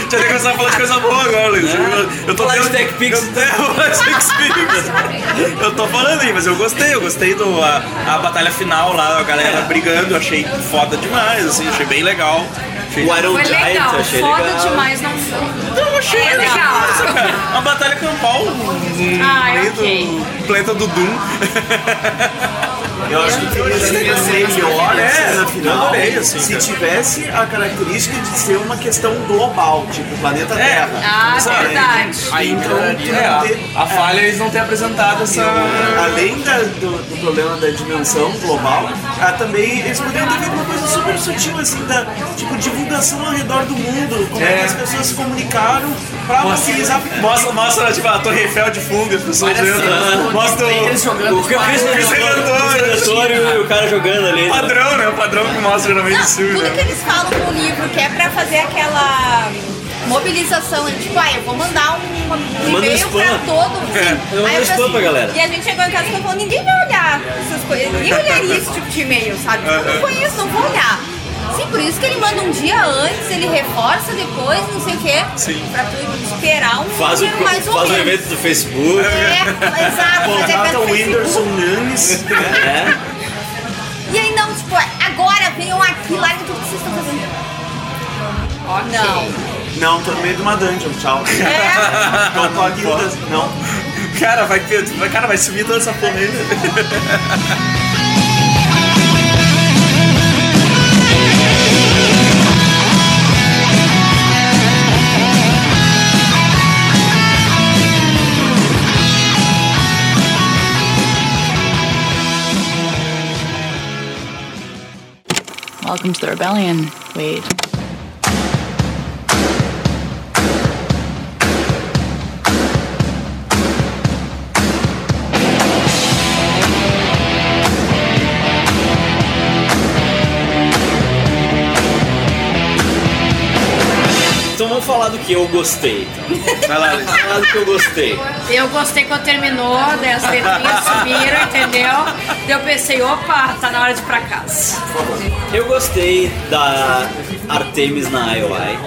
B: Já tem que começar a falar de coisa boa agora, Luiz. Eu- Eu tô
A: Né? Falar de
B: tendo-
A: Tech Pix.
B: Eu, é, falar de Tech Pix. Eu tô falando aí, mas eu gostei, eu gostei do a, a batalha final lá, a galera brigando, eu achei foda demais, assim, achei bem legal. Achei-
A: O Iron
F: Foi
A: Giant, eu
F: legal,
A: tá, achei
F: foda
A: legal.
F: demais, não foi.
B: Eu achei
F: É
B: legal.
F: legal.
B: Nossa, cara, Uma batalha campal no
F: Ah,
B: meio
F: ok.
B: do planeta do Doom.
E: Eu acho que teria sido melhor
B: É,
E: assim, na final
B: eu adorei, assim,
E: se
B: cara.
E: tivesse a característica de ser uma questão global, tipo planeta Terra.
F: Ah,
E: Sabe?
F: verdade.
E: Aí, então, tu
B: É,
E: não ter-
B: a, a falha eles não têm apresentado essa.
E: Além da- do, do problema da dimensão global, ah, também eles poderiam ter feito uma coisa super sutil, assim, da tipo, divulgação ao redor do mundo, como é.
B: É.
E: que as pessoas se comunicaram pra utilizar.
B: Mostra, mostra tipo, a Torre Eiffel de fundo, e as pessoas
O: Várias
B: entram.
O: cenas.
B: Mostra
O: Eles
B: o
O: jogando.
A: O que eu fiz
B: Chris Redentor.
A: no e o cara jogando ali. né?
B: padrão, né? O padrão que mostra geralmente
D: Não,
B: no filme,
D: tudo que
B: né?
D: eles falam no livro, que é pra fazer aquela mobilização, é tipo, ah, eu vou mandar um, um
A: Manda um
D: e-mail pra
A: spam.
D: todo mundo.
B: É,
A: eu mando
D: Aí eu
A: spam
D: falei
A: pra galera.
D: E a gente chegou em casa e falou, ninguém vai olhar essas coisas, ninguém olharia esse tipo de e-mail, sabe? Não conheço, não vou olhar. Sim, por isso que ele manda um dia antes, ele reforça depois, não sei o quê.
B: Sim.
D: Pra tu esperar um
A: Faz o,
D: pouquinho mais ou
A: faz o
D: menos.
A: evento do Facebook. um
D: É, exato, mas é
E: Contrata
D: pelo
E: o
D: Facebook.
E: Whindersson Nunes.
A: né?
D: E aí não, tipo, agora venham aqui, larguem tudo que vocês estão fazendo. Não.
E: Não, tô no meio de uma dungeon, tchau.
F: É.
E: Não tô aqui, não.
B: Cara, vai, ter- vai- cara, vai subir toda essa porra aí.
P: Welcome to the rebellion, Wade.
A: Então vamos falar do que eu gostei. então. Vai lá, Liz. Vamos falar do que eu gostei.
C: Eu gostei quando terminou, daí as letrinhas subiram, entendeu? Daí eu pensei, opa, tá na hora de ir pra casa.
A: Eu gostei da Artemis na IOI.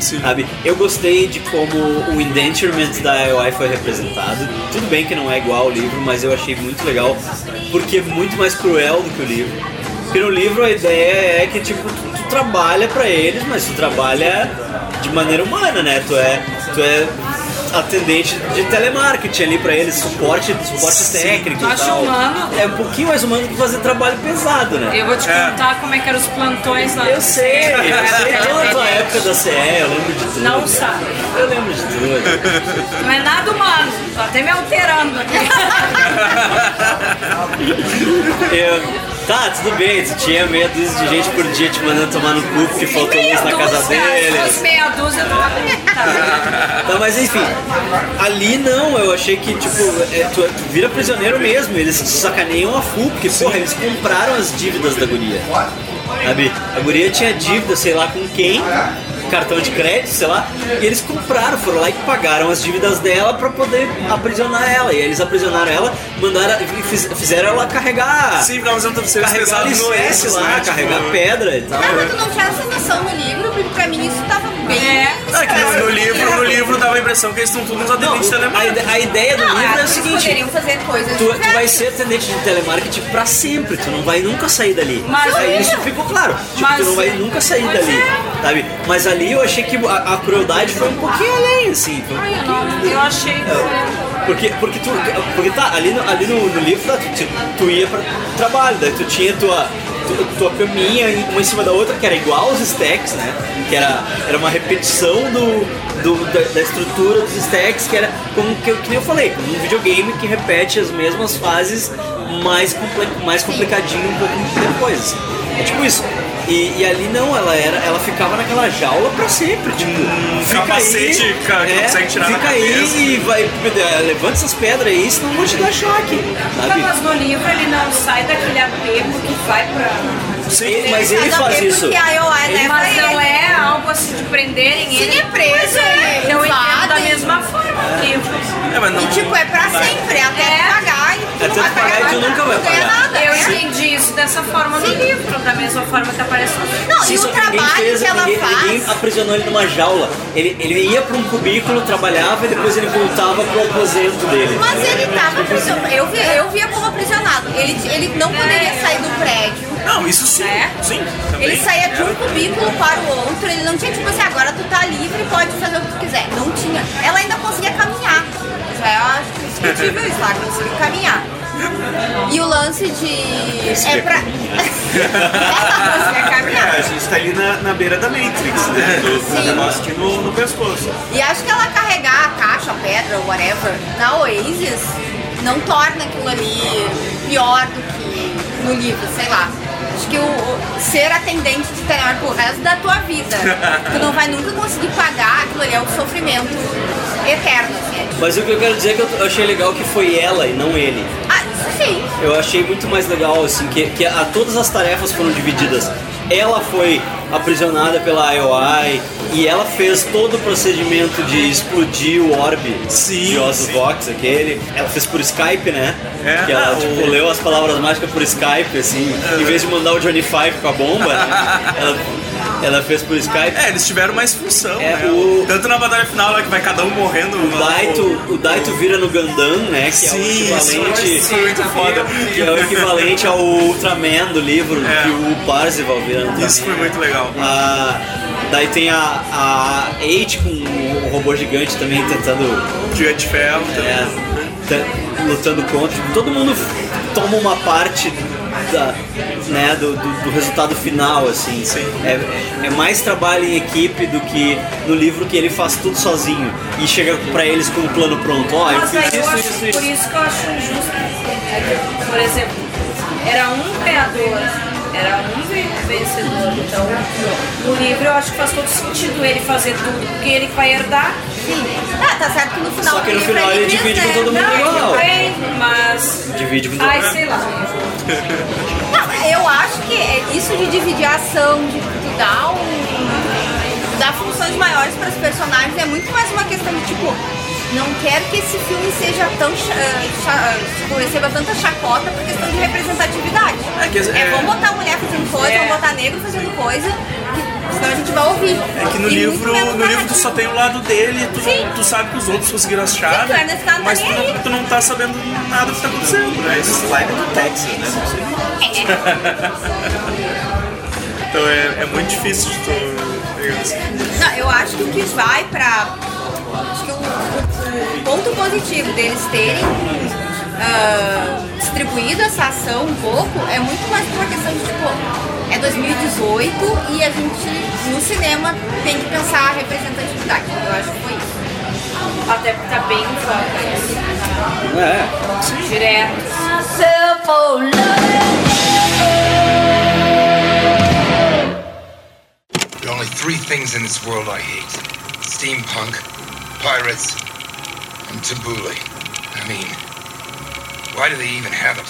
A: Sabe? Eu gostei de como o indenturement da IOI foi representado. Tudo bem que não é igual ao livro, mas eu achei muito legal porque é muito mais cruel do que o livro. Porque no livro a ideia é que tipo tu, tu trabalha pra eles, mas tu trabalha de maneira humana, né? Tu é, tu é atendente de telemarketing ali pra eles, suporte, suporte técnico. e
C: Acho
A: tal.
C: humano.
A: É um pouquinho mais humano do que fazer trabalho pesado, né?
C: Eu vou te contar como é que eram os plantões lá.
A: Eu sei, eu sei toda a tua época da CE, eu lembro de tudo.
C: Não sabe.
A: Eu lembro de tudo.
C: Não é nada humano, tô até me alterando aqui.
A: Eu- Tá, tudo bem, tu tinha meia dúzia de gente por dia te mandando tomar no cu porque faltou luz na casa
C: Se
A: deles.
C: fosse meia dúzia, eu tava bem, tá?
A: Tá, mas enfim, ali não, eu achei que, tipo, é, tu, tu vira prisioneiro mesmo, eles te sacaneiam a full, porque, porra, eles compraram as dívidas da guria. Sabe? A guria tinha dívida, sei lá com quem, cartão de crédito, sei lá, e eles compraram, foram lá e pagaram as dívidas dela pra poder aprisionar ela. E aí eles aprisionaram ela, mandaram, e fiz- fizeram ela carregar.
B: Sim, ficava sendo travesseiro
A: Carregar
B: pesado no
A: alicerce
B: Oasis,
A: lá, é.
B: né? Tipo,
A: carregar pedra e tal.
D: Ah, mas tu não tinha essa noção no livro, porque pra mim isso tava bem.
B: É que no, no livro, no livro dava a impressão que eles estão todos
A: Não,
B: atendentes de
A: o- a, ide-
B: telemarketing.
A: a ideia do
D: Não,
A: livro é o
D: eles
A: seguinte.
D: poderiam fazer coisas
A: Tu, tu
D: diferentes.
A: vai ser atendente de telemarketing pra sempre, tu não vai nunca sair dali.
C: Mas-
A: Aí isso ficou claro. Tipo,
C: Mas-
A: tu não vai nunca sair
C: Pois
A: dali.
C: é.
A: Sabe? Mas ali eu achei que a, a crueldade foi um pouquinho além, assim. foi um
C: Ai, eu
A: pouquinho-
C: não- Eu achei que.
A: porque, porque tu. Porque tá, ali no, ali no, no livro tá, tu, tu, tu ia pra trabalho, daí tu tinha tua, tu- tua caminha uma em cima da outra, que era igual aos stacks, né? Que era, era uma repetição do, do- da, da estrutura dos stacks, que era como que, eu- que nem eu falei, como um videogame que repete as mesmas fases mais, comple- mais complicadinho um pouco depois. assim. É tipo isso. E, e ali não, ela era, ela ficava naquela jaula pra sempre, tipo, fica
B: Hum, capacete,
A: aí, é,
B: cara, que não consegue tirar na
A: fica aí
B: cabeça.
A: e vai, eh, levanta essas pedras aí, senão vou te dar choque.
C: Não, mas
A: Sabe?
C: no livro ele não sai daquele apego que vai
A: Ele-
C: pra.
A: mas ele
D: Mas até
A: faz
D: porque
A: isso.
D: a IOI leva
C: Mas não
D: né, ele.
C: é algo assim de prenderem
D: Se
C: ele.
D: ele é preso, ele
C: Eu entendo da
D: invadem.
C: mesma forma o livro.
B: É, mas não-
D: E tipo, é pra sempre, até
C: É.
D: tu pagar e tu
A: Até tu
D: não vai
A: pagar e tu
D: nada,
A: nunca vai
D: não ganha
A: pagar.
D: nada.
C: Eu
D: né?
C: entendi isso dessa forma no livro, da mesma forma que aparece no livro.
D: Não,
A: Se
D: e
A: isso
D: o
A: ninguém
D: trabalho
A: fez,
D: que ela
A: ninguém,
D: faz.
A: ninguém aprisionou ele numa jaula. Ele, ele ia pra um cubículo, trabalhava e depois ele voltava pro aposento dele.
D: Mas ele tava aprisionado. Eu via, eu via como aprisionado. Ele, ele não poderia sair do prédio.
B: Não, isso sim.
D: Né?
B: Sim, também.
D: Ele saía de um cubículo para o outro. Ele não tinha tipo assim, agora tu tá livre, pode fazer o que tu quiser. Não tinha. Ela ainda conseguia caminhar. Já é, eu acho discutível isso, ela conseguia caminhar. E o lance de. É pra. ela conseguia
E: É,
D: caminhar.
E: a gente tá ali na, na beira da Matrix, né? Do do
D: Sim.
E: negócio aqui no, no pescoço.
D: E acho que ela carregar a caixa, a pedra, whatever, na Oasis, não torna aquilo ali pior do que no livro, sei lá. Acho que o, o ser atendente de telemarketing pro resto da tua vida, tu não vai nunca conseguir pagar, aquilo ali é um sofrimento eterno, assim. é tipo-
A: Mas o que eu quero dizer é que eu achei legal que foi ela e não ele.
D: Ah, isso sim.
A: Eu achei muito mais legal, assim, que, que a, todas as tarefas foram divididas. Ela foi aprisionada pela IOI e ela fez todo o procedimento de explodir o orbe
B: Sim,
A: de Osus
B: sim.
A: Vox, aquele. Ela fez por Skype, né?
B: É,
A: que ela,
B: ah,
A: tipo,
B: o-
A: leu as palavras mágicas por Skype, assim. Em vez de mandar o Johnny Five com a bomba, né? ela, ela fez por Skype.
B: É, eles tiveram mais função,
A: É,
B: né?
A: o-
B: Tanto na batalha final, lá que vai cada um morrendo.
A: O Daito, o Daito vira no Gundam, né? Que
B: Sim,
A: é o
B: isso foi-
A: equivalente.
B: isso foi muito foda.
A: Que é o equivalente ao Ultraman do livro,
B: É.
A: que o Parzival vira no
B: Isso foi
A: Ultraman.
B: muito legal.
A: Ah, daí tem a, a Eight com o robô gigante também tentando.
B: Gigante de ferro.
A: é, ta- lutando contra. Tipo, Todo mundo toma uma parte da, né, do, do- do resultado final, assim.
B: Sim.
A: É, é- é mais trabalho em equipe do que no livro que ele faz tudo sozinho e chega pra eles com um plano pronto. Ó, eu
C: Mas aí
A: fiz
C: eu
A: isso,
C: acho,
A: isso,
C: por
A: isso.
C: isso que eu acho injusto. É que, por exemplo, era um criador Era um ve- vencedor. Então, no livro eu acho que faz todo sentido ele fazer tudo, porque ele que vai herdar.
D: Sim. Ah, tá certo que no final
A: Só que no final ele divide
D: né?
A: com todo mundo
D: é
A: um.
C: Não,
A: igual. né?
C: tudo bem, mas.
A: Divide com todo
C: Ai,
A: mundo.
C: sei lá.
D: Não, eu acho que é isso de dividir a ação, de tu dar um. dar funções maiores para os personagens é muito mais uma questão de tipo. Não quero que esse filme seja tão. cha- cha- tipo, receba tanta chacota por questão de representatividade.
B: É que as- é-
D: vamos botar mulher fazendo coisa,
B: É.
D: vamos botar negro fazendo coisa, que senão a gente vai ouvir.
B: É que no
D: E muito
B: livro,
D: menos
B: no livro tu só tem o lado dele, tu, tu sabe que os outros conseguiram as chaves,
D: cara, nesse cara não
B: mas
D: tá
B: tu
D: nem
B: não, tu não tá sabendo nada do que tá acontecendo, né? Esse slide é do Texas, né? Não sei.
D: É,
B: então é, é muito difícil de tu assim. pegar isso.
D: Não, eu acho que o que vai pra. Acho que o, o- o ponto positivo deles terem ah, distribuído essa ação um pouco é muito mais por uma questão de tipo. É 2018 e a gente no cinema tem que pensar a representatividade. Eu acho que foi isso.
C: Até porque tá bem em voga isso.
A: É.
C: Direto.
Q: There are only three things in this world I hate steampunk, pirates, and tabbouleh. I mean, why do they even have them?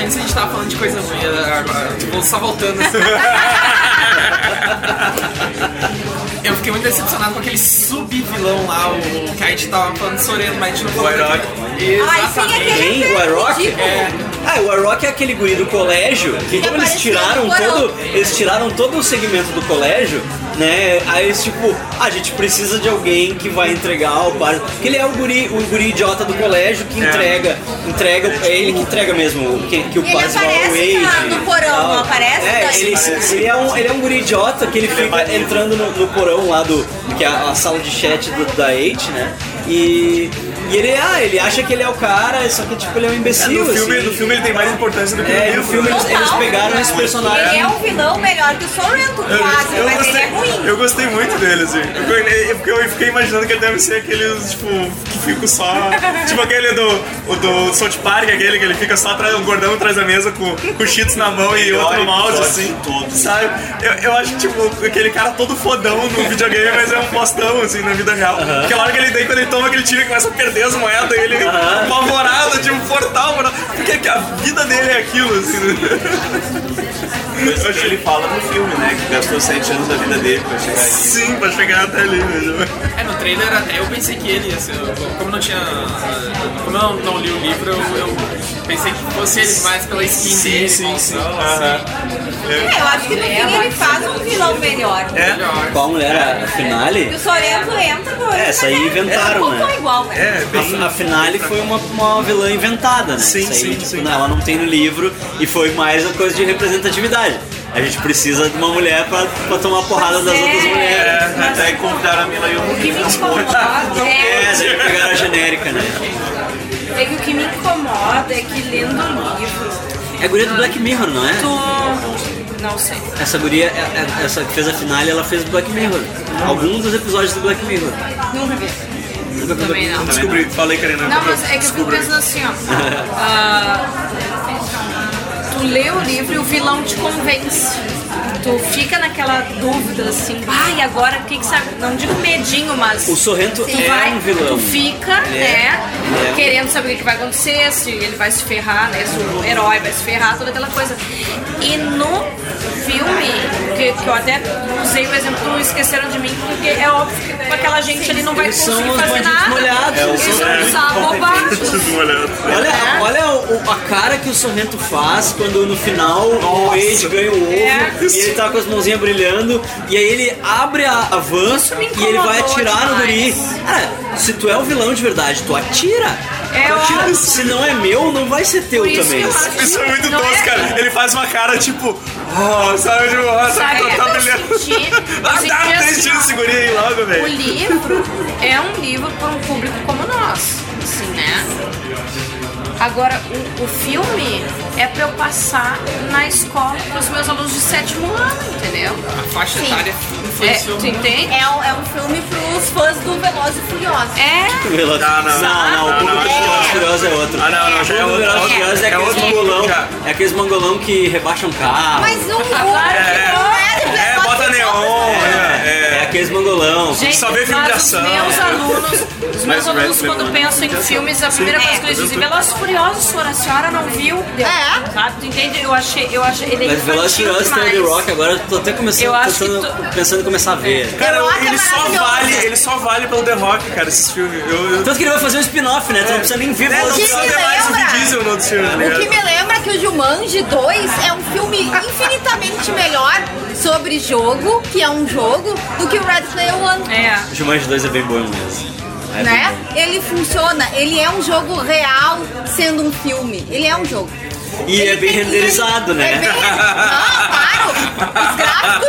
O: Antes a gente tava falando de coisa ruim, agora eu vou só voltando. assim. eu fiquei muito decepcionado com aquele sub-vilão lá, o que a gente tava falando de Soreno, mas tipo, a gente não falou.
B: Guairoc.
O: daquele-
A: Quem? O Arock? É. Ah, o Arock é aquele guri do colégio que como eles tiraram todo. Eles tiraram todo o segmento do colégio, né? Aí eles tipo, "Ah, a gente precisa de alguém que vai entregar o bar. Porque ele é o guri, o guri idiota do colégio que entrega. Entrega, é ele que entrega mesmo, que, que o
D: Ele
A: Paz
D: aparece
A: Wade.
D: na- no porão,
A: tal.
D: não aparece? Então,
A: É, ele, ele é um, ele é um guri idiota que ele fica entrando no, no porão lá do. que é a, a sala de chat do- da Eight, né? E. E ele, ah, ele acha que ele é o cara, só que tipo, ele é um imbecil.
B: No filme,
A: assim.
B: no filme ele tem mais importância do que no
A: É,
B: livro. né?
A: no filme eles, eles pegaram esse
D: Ele
A: personagem.
D: é um vilão melhor que o Sorrento,
B: Eu,
D: quase,
B: eu
D: mas
B: gostei,
D: ele é ruim.
B: eu gostei muito dele, assim. Eu, eu- eu- eu fiquei imaginando que ele deve ser aqueles, tipo, que fica só. tipo aquele do, o do South Park, aquele que ele fica só atrás, um gordão atrás da mesa com, com cheats na mão e outro no mouse, assim. Sabe? Eu, eu acho, tipo, aquele cara todo fodão no videogame, mas é um postão, assim, na vida real. Porque a hora que ele daí, quando ele toma aquele tiro e começa a perder as moedas, ele
A: Aham.
B: apavorado, tipo, portal, mano. Porque é a vida dele é aquilo, assim. né?
E: Isso que ele fala no filme, né? Que gastou 7 anos da vida dele pra chegar aí.
B: Sim, pra chegar até ali, né?
O: É, no trailer até eu pensei que ele ia ser. Como não tinha. Como eu não, não li o livro, eu, eu pensei que fosse ele mais pela skin
B: Sim,
O: dele,
B: sim,
O: mauzão,
B: sim.
O: assim.
C: né?
D: É, eu acho que no fim ele faz um vilão melhor.
E: um
A: Qual mulher a, a
D: E o
A: finale?
D: Sorrento entra com
A: É, essa aí inventaram,
D: Pouco
A: né?
D: igual, né?
A: A, a finale foi uma, uma vilã inventada, né?
B: Sim,
A: Isso aí,
B: sim,
A: tipo,
B: sim.
A: não, ela não tem no livro e foi mais uma coisa de representatividade. A gente precisa de uma mulher pra, pra tomar porrada das outras mulheres. né?
E: É, aí convidaram a Mila Jovovich.
C: me incomoda é-
A: É, daí pegaram a genérica, né?
C: é que o que me incomoda é que lendo o livro,
A: É a guria do Black Mirror, não é?
C: tu. Não sei.
A: Essa guria, é- é- essa que fez a finale, ela fez Black Mirror. Alguns dos episódios do Black Mirror.
C: Nunca vi.
A: Nunca viu
C: Também
O: tá
C: não.
B: Descobri, falei, Karina.
C: Não, mas é que eu fico pensando assim, ó. ah, tu lê o livro e o vilão te convence. Tu fica naquela dúvida assim, ah, e agora o que que sabe? Não digo medinho, mas.
A: O Sorrento
C: tu
A: é
C: vai,
A: um vilão.
C: Tu fica,
A: Ele é.
C: né?
A: Ele é.
C: Querendo saber o que que vai acontecer, se ele vai se ferrar, né? Se o herói vai se ferrar, toda aquela coisa. E no filme, que, que eu até usei o exemplo do Esqueceram de Mim, porque é óbvio que com aquela gente ele não vai
A: Eles são
C: conseguir
A: os
C: fazer
A: bandidos
C: nada.
B: é
A: molhados,
C: Eles
A: eles
C: vão usar bobagem.
A: Olha, olha o- o- a cara que o Sorrento faz quando no final o Wade ganha o ovo
C: É.
A: e ele tá com as mãozinhas brilhando e aí ele abre a, a van
C: Isso me
A: e ele vai
C: incomodou
A: atirar no guri.
C: demais.
A: Cara, se tu é o vilão de verdade, tu atira.
C: É
A: Tu atira.
C: óbvio.
A: Se não é meu, não vai ser teu
C: Por isso
A: também.
C: que eu acho que
B: Isso é muito
C: não
B: doce, cara. Ele faz uma cara tipo. Oh, sabe, tipo, ah,
C: Sabe,
B: tá, tá
C: eu
B: brilhando.
C: senti- eu
B: Ah,
C: senti
B: dá três
C: assim,
B: tiros
C: ó,
B: esse guri aí logo,
C: O
B: velho.
C: livro é um livro para um público como nós, assim, né? Agora, o, o filme é pra eu passar na escola pros meus alunos de sétimo ano, entendeu?
O: A faixa
C: Sim.
O: etária
C: É,
O: influenciou.
C: tu entende?
D: É, um- é um filme pros fãs do Veloz e Furioso.
C: É.
A: Veloz-
B: Não, não.
A: não, o
B: Ah, Não,
A: público
B: não,
A: de
B: não.
A: Velozes e Furiosos é outro.
B: Ah, não, não, já é
A: O público de
B: outro.
A: Velozes e Furiosos é
B: É
A: aqueles
B: outro
A: mongolão,
B: público, já.
A: é aqueles mongolão que rebaixam carro.
D: Mas não
C: Claro que não.
B: É, bota neon. É,
A: É aqueles mongolão.
C: Gente,
B: Só vê filme
C: mas
B: de
C: os
B: ação.
A: é.
C: meus alunos, os meus
B: Mas
C: alunos
B: Red Bull
C: quando
B: não
C: pensam em
B: tem ação.
C: filmes, a primeira
D: Sim.
A: É,
C: coisa que eles dizem, Velozes e Furiosos, senhora, a senhora não viu? Deu.
D: É.
C: Sabe, tu entende? Eu achei, eu achei, ele é
A: Mas Velozes e
C: infantil
A: Furiosos tem o The
C: demais.
A: Rock, agora eu tô até começando,
C: Eu acho que
A: pensando, pensando em começar a ver.
B: Cara,
D: Rock é
B: ele só
D: maravilhoso.
B: vale, ele só vale pelo The Rock, cara, esses filmes. Eu, eu...
A: Tanto que ele vai fazer um spin-off, né? Tu não precisa nem ver
B: É, não
A: Velozes e
B: precisa
D: me
A: Furiosos.
B: ter mais o Vin
D: lembra?
B: Diesel no outro filme, tá
D: O que
B: ligado?
D: me lembra que o Jumanji 2 é um filme infinitamente melhor sobre jogo, que é um jogo, do que o Red Player One.
C: É.
A: Jumanji 2 é bem bom mesmo. É bem
D: Né? Ele funciona, ele é um jogo real sendo um filme. Ele é um jogo.
A: E é bem
D: tem-
A: renderizado, né?
D: É bem... Não, claro! Os gráficos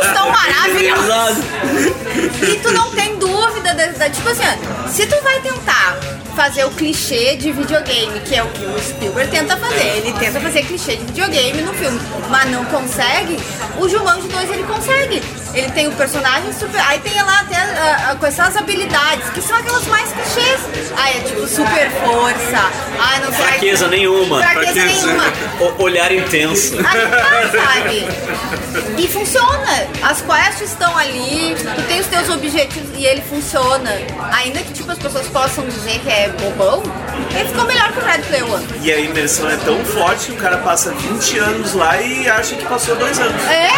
A: É
D: estão maravilhosos.
A: Renderizado.
D: E tu não tem dúvida da, da- tipo assim, ó, se tu vai tentar fazer o clichê de videogame, que é o que o Spielberg tenta fazer, ele tenta fazer clichê de videogame no filme, mas não consegue, o Jumanji 2 ele consegue. Ele tem o personagem super. Aí tem lá até ah, ah, com essas habilidades, que são aquelas mais clichês. Ah, é tipo super força. Ah, não sei.
A: Fraqueza nenhuma.
D: Fraqueza,
B: Fraqueza.
D: nenhuma.
A: O- olhar intenso.
D: Aí tá, sabe? E funciona. As quests estão ali, tu tem os teus objetivos e ele funciona. Ainda que tipo as pessoas possam dizer que é bobão, ele ficou melhor que o Red Player One.
O: assim.
E: E a imersão é tão forte que o cara passa 20 anos lá e acha que passou dois anos.
D: É?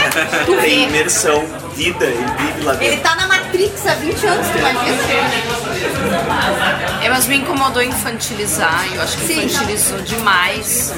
D: Tu
E: Tem
D: vê.
E: imersão, vida, ele vive lá
D: Ele
E: dentro.
D: tá na Matrix há 20 anos, tu imagina?
C: É, mas me incomodou infantilizar, eu acho que
D: Sim. tá.
C: infantilizou demais.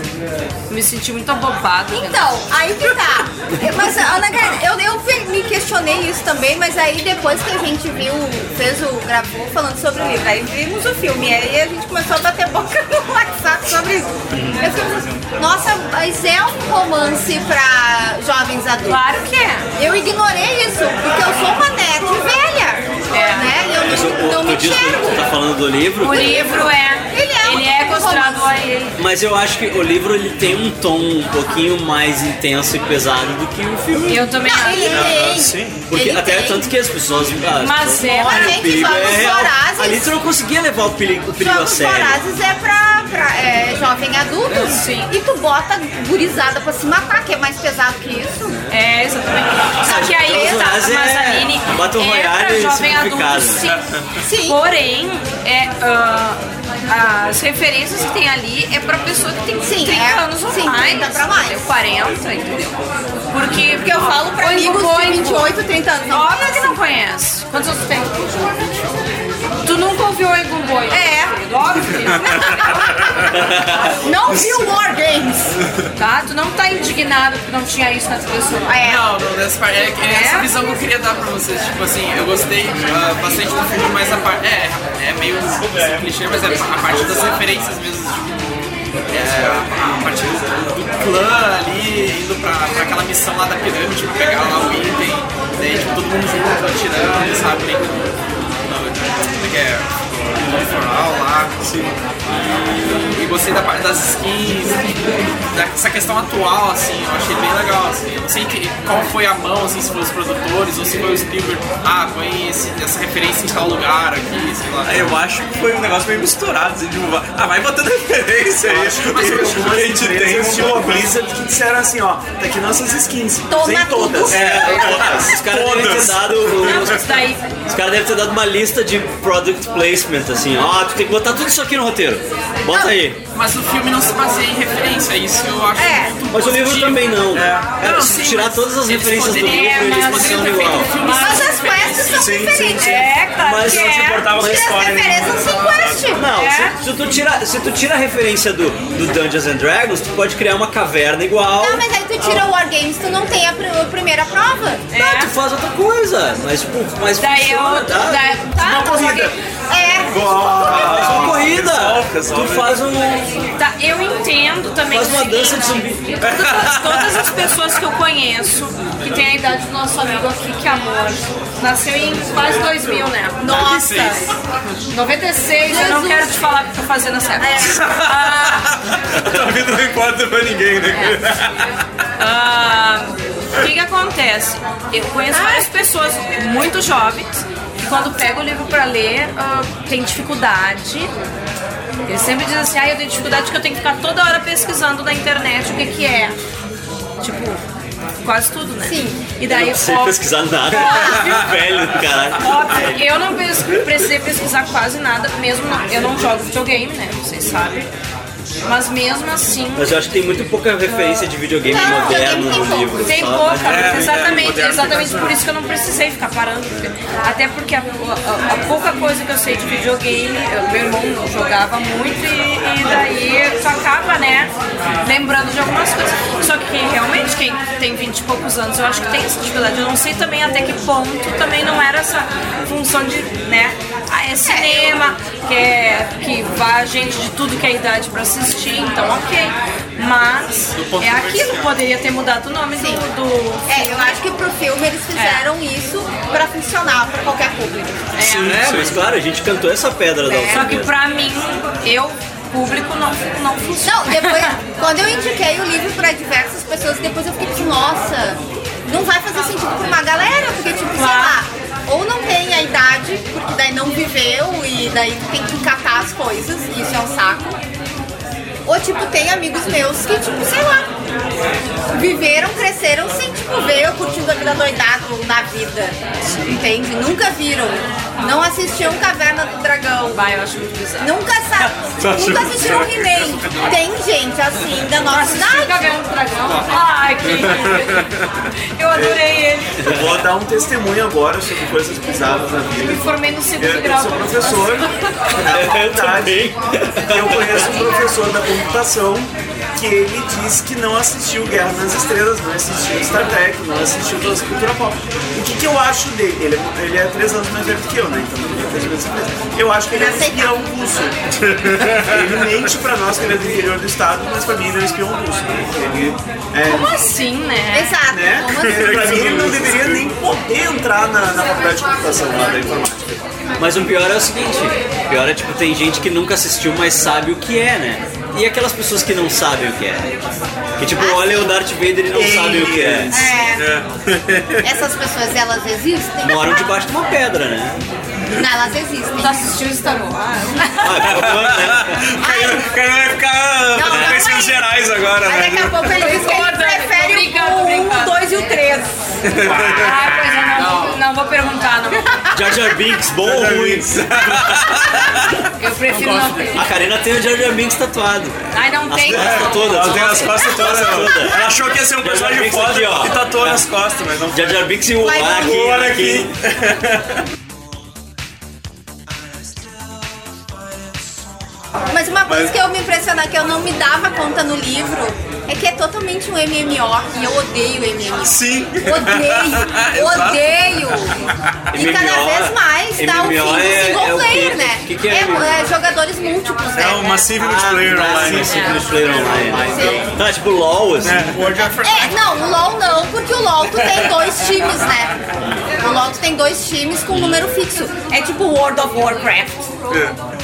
C: Me senti muito abobada. vendo.
D: Então, aí que tá. É, Mas, Ana Karen, eu, eu fe- me questionei isso também, mas aí depois que a gente viu, fez o, gravou falando sobre o livro, aí vimos o filme, e aí a gente começou a bater boca no WhatsApp sobre isso. Eu fiquei pensando, nossa, mas é um romance pra jovens adultos.
C: Claro que é.
D: Eu ignorei isso, porque eu sou uma nerd velha,
C: É.
D: né? E
A: Mas o,
D: eu não, não
A: o,
D: me
A: tu diz que
D: enxergo.
A: tá falando do livro?
C: O livro é.
D: Ele é um romance.
C: considerado a ele.
A: Mas eu acho que o livro ele tem um tom um pouquinho mais intenso e pesado do que o filme.
C: Eu também
D: Não,
C: acho.
D: ele tem.
B: Sim.
A: Porque
D: ele
A: até
D: tem.
A: tanto que as pessoas. ah,
C: Mas
A: tipo,
C: é, mas
A: olha,
D: tem
A: o
D: que
A: perigo
D: jogos
A: é real.
D: vorazes.
A: Ali tu não conseguia levar o perigo, o perigo a
D: Jogos
A: sério.
D: Vorazes é pra, pra, é, jovem adulto.
C: Sim.
D: E tu bota gurizada pra se matar, que é mais pesado que isso.
C: É, exatamente. Só que aí
A: Jogos
C: tá, mas
A: Vorazes
C: a
A: é
C: Aline
A: Battle
C: é pra
A: Royale
C: jovem adulto,
A: simplificado. né?
C: sim.
D: Sim.
C: Porém, é, ah, as referências que tem ali é pra pessoa que tem
D: Sim,
C: 30
D: é-
C: anos ou
D: sim,
C: mais.
D: 30 pra mais.
C: entendeu? 40, entendeu? Porque,
D: Porque eu falo pra
C: Oi,
D: amigos
C: Bobo,
D: de 28, 30 anos. não
C: Óbvio que
D: conhecem.
C: não conhece. Quantos anos tu tem? Tu nunca ouviu o Ego Boy?
D: É.
C: Óbvio.
D: Não viu War Games.
C: Tá? Tu não tá indignado porque não tinha isso na televisão.
D: É.
O: Não, não, nessa parte. É, é essa visão que eu queria dar pra vocês. Tipo assim, eu gostei ah, bastante do filme, mas a parte. É, é meio clichê, mas é a parte das referências mesmo. Tipo, é, a parte do, do clã ali, indo pra, pra aquela missão lá da pirâmide, pra pegar lá o item. Daí, tipo, todo mundo junto, atirando, sabe? Como é que é? Floral lá, assim. E gostei da parte das skins, dessa questão atual, assim, eu achei bem legal, assim. Eu não sei que- qual foi a mão, assim, se foi os produtores ou se foi o Spielberg. Ah, põe esse- essa referência em tal lugar aqui, sei lá.
E: É,
B: Eu acho que foi um negócio meio misturado, assim, tipo, ah, vai botando referência aí.
O: mas eu acho que
B: a gente tem
E: Eles tinham a
B: um
E: Blizzard que disseram assim, ó, tá aqui nossas skins.
D: Toma
E: Usei todas.
D: tudo.
E: É,
A: Os caras devem ter
B: Todas.
A: dado.
C: Isso daí
A: Os caras devem ter dado uma lista de product placement, assim, ó, tu tem que botar tudo isso aqui no roteiro. Bota aí.
O: Mas o filme não se baseia em referência, isso eu acho
D: É.
O: muito
A: Mas o livro
O: positivo.
A: também não.
O: É.
A: Cara,
O: Não,
A: se
O: sim,
A: tirar
O: mas
A: todas as
O: eles
A: referências do
C: é,
O: poderiam-
A: livro,
O: eles
A: eles
C: tá
O: poderiam
A: são
O: ter feito
A: igual.
O: um filme
D: Mas
O: sem
D: as quests são
B: Sim, sim,
D: diferentes.
B: sim.
C: É, claro
A: Mas
C: que
A: não se
C: é.
B: importava com a
D: E as
B: história.
D: referências são quest.
A: Não,
C: É.
A: se, se tu tira, se tu tira a referência do, do Dungeons and Dragons, tu pode criar uma caverna igual.
D: Não, Ah, mas aí tu tira o War Games, tu não tem a, pr- a primeira prova.
C: É.
A: Ah, tu faz outra coisa. Mas, tipo, mas
C: Daí é
A: funciona,
C: outro.
A: tá?
C: Daí, tá, mas
E: corrida.
C: ok.
D: É.
A: Faz uma corrida.
B: Resolve, resolve.
A: Tu faz um.
C: Tá, eu entendo também.
A: Faz
C: o
A: uma
C: seguinte,
A: dança de zumbi.
C: Todas, todas as pessoas que eu conheço, que tem a idade do nosso amigo aqui, que é amor, nasceu em tem quase 2 mil, né?
D: Nossa!
C: 96, eu não
D: Jesus.
C: quero te falar o que eu tô fazendo
A: É.
C: certo.
B: Tua vida não importa pra ninguém, né?
C: Ah, O que, que acontece? Eu conheço várias pessoas muito jovens que quando pegam o livro pra ler ah, tem dificuldade. Eles sempre dizem assim, ah, eu tenho dificuldade porque eu tenho que ficar toda hora pesquisando na internet o que, que é. Tipo, quase tudo, né? Sim. E
A: Eu
C: daí,
A: não sei
C: óbvio,
A: pesquisar nada. Velho, do caralho.
C: Óbvio, eu não pes- precisei pesquisar quase nada, mesmo não- eu não jogo videogame, né? Vocês sabem. Mas mesmo assim.
A: Mas eu acho que tem muito pouca referência de videogame
C: Não,
A: moderno
C: tem
A: no
C: pouco.
A: livro.
C: Tem
A: só-
C: pouca, exatamente,
A: moderno,
C: exatamente
A: moderno.
C: por isso que eu não precisei ficar parando. porque- Até porque a, a- a pouca coisa que eu sei de videogame, eu- meu irmão jogava muito e, e daí tu acaba, né, lembrando de algumas coisas. Só que realmente quem tem 20 e poucos anos, eu acho que tem essa dificuldade. Eu não sei também até que ponto também não era essa função de, né, ah, é cinema, que, é, que vai gente de tudo que é idade pra assistir, então ok. Mas é aquilo, poderia ter mudado o nome do, do
D: É, eu acho que pro filme eles fizeram isso pra funcionar pra qualquer público.
A: Sim, é, mas claro, a gente cantou essa pedra né? da
C: né? Só que
A: altura.
C: pra mim, eu, público, não, não funciona.
D: Não, depois, quando eu indiquei o livro pra diversas pessoas, depois eu fiquei tipo, nossa, não vai fazer sentido pra uma galera, porque tipo, sei lá, ou não tem a idade, porque daí não viveu e daí tem que encatar as coisas, e isso é um saco. Ou tipo, tem amigos meus que, tipo, sei lá, viveram, cresceram sem, tipo, ver eu curtindo a vida doidado na vida. Entende? Nunca viram. Não assistiam Caverna do Dragão.
C: Vai, eu acho muito bizarro.
D: Nunca
C: Tu
D: sabe.
C: acha
D: Nunca
C: muito
D: assistiram
C: bizarro?
D: He-Man. Tem gente assim da nossa idade.
C: Caverna do Dragão. Ai, que. Eu adorei ele.
E: Eu Vou dar um testemunho agora sobre coisas bizarras na vida.
C: Me formei no segundo
E: É, Eu, eu
C: grau.
E: sou professor da faculdade. Eu conheço um professor da computação que ele disse que não assistiu Guerra nas Estrelas, não assistiu Star Trek, não assistiu toda essa cultura pop. O que, que eu acho dele? Ele é, ele é três anos mais velho que eu, né? Então ele é três vezes mais velho. Eu acho que ele é um espião russo. ele mente pra nós que ele é do interior do estado, mas pra mim ele é um espião russo. né? Ele é-
C: Como assim, né?
D: Exato. assim?
E: né? Pra mim, ele não deveria nem poder entrar na, na faculdade de computação lá da informática.
A: Mas o pior é o seguinte, o pior é tipo, tem gente que nunca assistiu, mas sabe o que é, né? E aquelas pessoas que não sabem o que é? Que tipo, olha o Darth Vader e não sabem o que é.
D: Essas pessoas, elas existem?
A: Moram debaixo de uma pedra, né?
D: Não, elas existem. Tu
C: assistiu Star
A: Ah,
D: Wars?
A: é uma-
B: O cara vai ficar
D: Não, não,
B: pensando
D: mas-
B: gerais agora,
D: Aí daqui a pouco ele diz que ele prefere o 1, o 2 e o 3.
C: Ah, pois eu não, não. vou perguntar, não.
A: Jar Jar Binks, bom ou ruim?
C: Eu prefiro não perguntar.
A: A Karina tem o Jar Jar Binks tatuado. é
C: Ai, não
A: As
C: tem.
A: costas todas.
B: Ela tem as costas todas. né? Ela achou que ia ser um personagem foda e
A: tatuou
B: nas
A: costas, mas não. Jar Jar Binks e o
B: Vai,
A: Olar
B: o Olar
A: aqui.
D: Mas uma coisa
A: Mas-
D: que eu me impressiona que eu não me dava conta no livro é que é totalmente um MMO e eu odeio MMO.
B: Sim.
D: Odeio.
A: Exato.
D: odeio. E cada
A: MMO
D: vez mais tá um fim
A: MMO
D: do
A: é- é
D: single
A: o quê?
D: player, né?
A: Que que é MMO?
D: é jogadores múltiplos, né?
B: É o Massive
A: Ah,
B: Multiplayer Online.
A: Massive Multiplayer Online. Tá, tipo LOL, assim.
D: É, não, o LOL não, porque o LOL tu tem dois times, né? O LOL tu tem dois times com número fixo. É tipo World of Warcraft.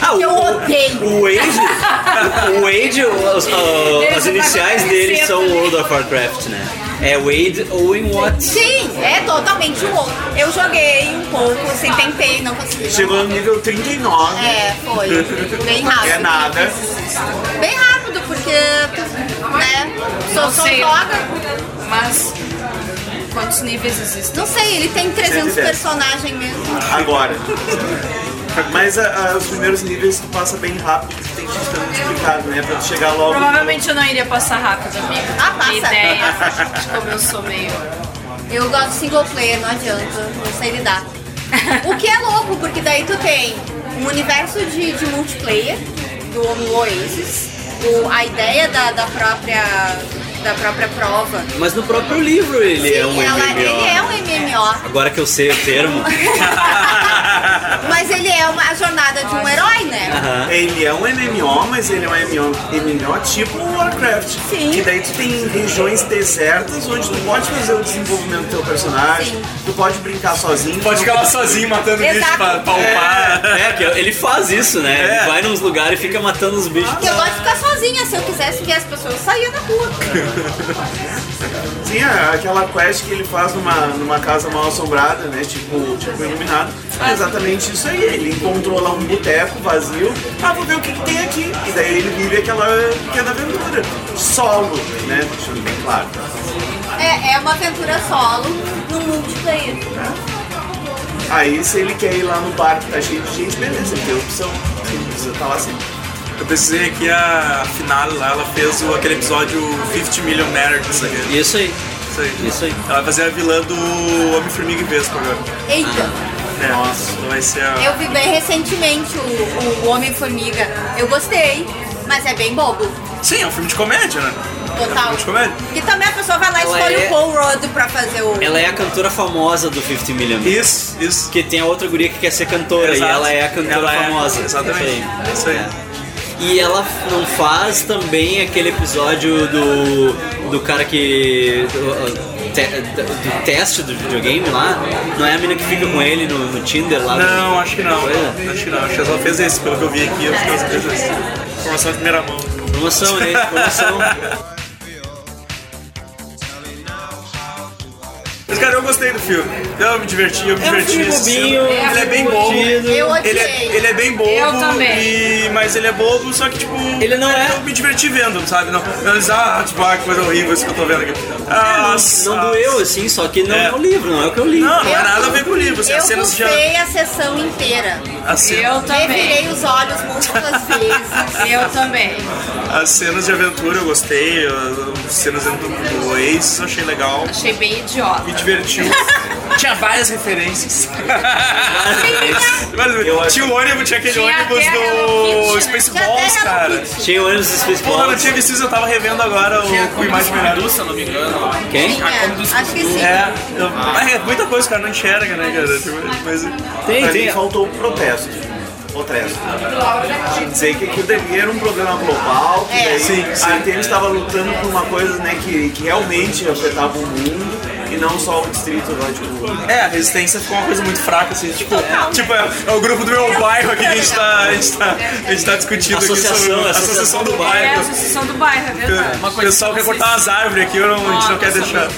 A: Ah,
D: eu odeio.
A: O Wade, o Wade os- ah, as iniciais dele são World of Warcraft, né? É Wade ou em What?
D: Sim, é totalmente um outro. Eu joguei um pouco, assim, tentei, não consegui.
E: Chegou no nível 39.
D: É, foi. Bem rápido.
E: É nada.
D: Bem rápido, porque tu, né? Só,
C: Não
D: só
C: sei.
D: joga.
C: Mas quantos níveis existem?
D: Não sei, ele tem 300
E: 110.
D: personagens mesmo.
E: Agora. Mas a- a- os primeiros níveis tu passa bem rápido, tu tem que estar muito explicado, né? Pra tu chegar logo.
C: Provavelmente eu não iria passar rápido, amigo.
D: Ah, passa.
C: Que ideia. de Como eu sou meio.
D: Eu gosto de single player, não adianta, não sei lidar. O que é louco, porque daí tu tem um universo de, de multiplayer do do Oasis, o- a ideia da, da própria, da própria prova.
A: Mas no próprio livro ele é um
D: Ela-
A: MMO.
D: ele é um MMO.
A: Agora que eu sei o termo.
D: Mas ele é uma a jornada de um herói, né?
E: Ele é um MMO, mas ele é um MMO, MMO tipo Warcraft. Sim. Que daí tu tem regiões desertas onde tu pode fazer o desenvolvimento do teu personagem, tu pode brincar sozinho. Tu
B: pode ficar lá sozinho matando bicho
D: Exato.
B: pra palpar.
A: É, é, que ele faz isso, né? Ele vai nos lugares e fica matando os bichos.
D: Eu gosto de ficar sozinha. Se eu quisesse ver as pessoas, eu saía na rua.
E: Sim, é aquela quest que ele faz numa, numa casa mal assombrada, né? Tipo, tipo iluminado. É exatamente isso aí. Ele encontrou lá um boteco vazio. Ah, vou ver o que, que tem aqui. E daí ele vive aquela pequena aventura. Solo, né? Deixando bem claro.
D: É, é uma aventura solo no multiplayer.
E: Aí se ele quer ir lá no bar que tá cheio de gente, beleza, ele tem opção. Ele precisa estar lá sempre.
B: Eu precisei aqui a final lá, ela fez o- aquele episódio 50 Million Marriages aqui.
A: Isso aí.
B: Isso aí. Isso aí. Ela vai fazer a vilã do Homem-Formiga e Vespa agora.
D: Eita,
B: É, Nossa. Vai ser a...
D: eu vi bem recentemente o, o Homem-Formiga. Eu gostei, mas é bem bobo.
B: Sim, é um filme de comédia, né? É um
D: Total.
B: filme de comédia.
D: Que também a pessoa vai lá e
A: Ela
D: escolhe
A: é-
D: o Paul Rudd pra fazer o...
A: Ela é a cantora famosa do 50 Million.
B: Isso, isso.
A: Que tem a outra guria que quer ser cantora
B: Exato.
A: e ela é a cantora
B: Ela é-
A: famosa. É.
B: exatamente. Isso aí.
A: E ela não faz também aquele episódio do, do cara que. Do, te- do teste do videogame lá? Não é a mina que fica com ele no, no Tinder lá?
B: Não, acho que não. Acho que não. Acho que ela fez esse, pelo que eu vi aqui. Acho que ela fez esse. Informação de primeira mão.
A: Promoção, né? Promoção.
B: Mas, cara, eu gostei do filme. Eu me diverti, eu me
A: É um
B: diverti.
A: filme
B: assistindo.
A: bobinho,
B: ele é bem bobo.
A: divertido. Eu
B: Ele é,
A: odiei.
B: ele é bem bobo.
A: Eu também.
B: e- mas ele é bobo, só que, tipo.
A: Ele não é-
B: Eu me diverti vendo, sabe? Não, não diz, ah, tipo, ah, que coisa horrível isso que eu tô vendo aqui. Ah,
A: É, Não doeu assim, só que não é. o livro, não é o que eu li.
B: Não, não é nada a ver com o livro. Assim,
D: Eu
B: as cenas já.
D: bufei a sessão inteira.
B: As cenas,
D: Revirei os olhos múltiplas vezes.
F: Eu também.
B: as cenas de aventura eu gostei, as cenas dentro do, do Ace eu achei legal.
F: Achei bem idiota.
B: Me divertiu. Tinha várias referências. Mas tinha o ônibus, tinha aquele
F: Tinha
B: ônibus
F: até Hello Kitty,
B: do
F: né?
B: Spaceballs, cara.
A: Tinha o ônibus do Spaceballs.
B: Porra, eu não tinha visto isso, eu tava revendo agora o com imagem melhor.
O: se eu não me engano.
A: Quem?
O: A Kombi do
D: É, acho que sim.
B: É, eu-
A: Ah.
B: mas é muita coisa, cara, não enxerga, né, cara? Tipo, Mas,
A: Tem,
E: Pra
A: tem.
E: mim faltou um protesto. Protesto. Dizer que aquilo dali era um problema global, que
D: É.
E: daí
B: Sim, sim.
E: a Artemis estava lutando por uma coisa né, que, que realmente afetava o mundo e não só o distrito lá de Cuba.
B: É, a resistência ficou uma coisa muito fraca, assim, tipo,
F: né?
B: tipo é, é o grupo do meu bairro aqui que a gente tá, a gente tá, a gente tá discutindo aqui
A: Associação,
B: sobre a
A: associação
B: associação do
F: É a
B: bairro.
F: associação do bairro, é Ah, verdade.
B: O pessoal quer cortar umas árvores aqui, eu não, a gente não quer deixar.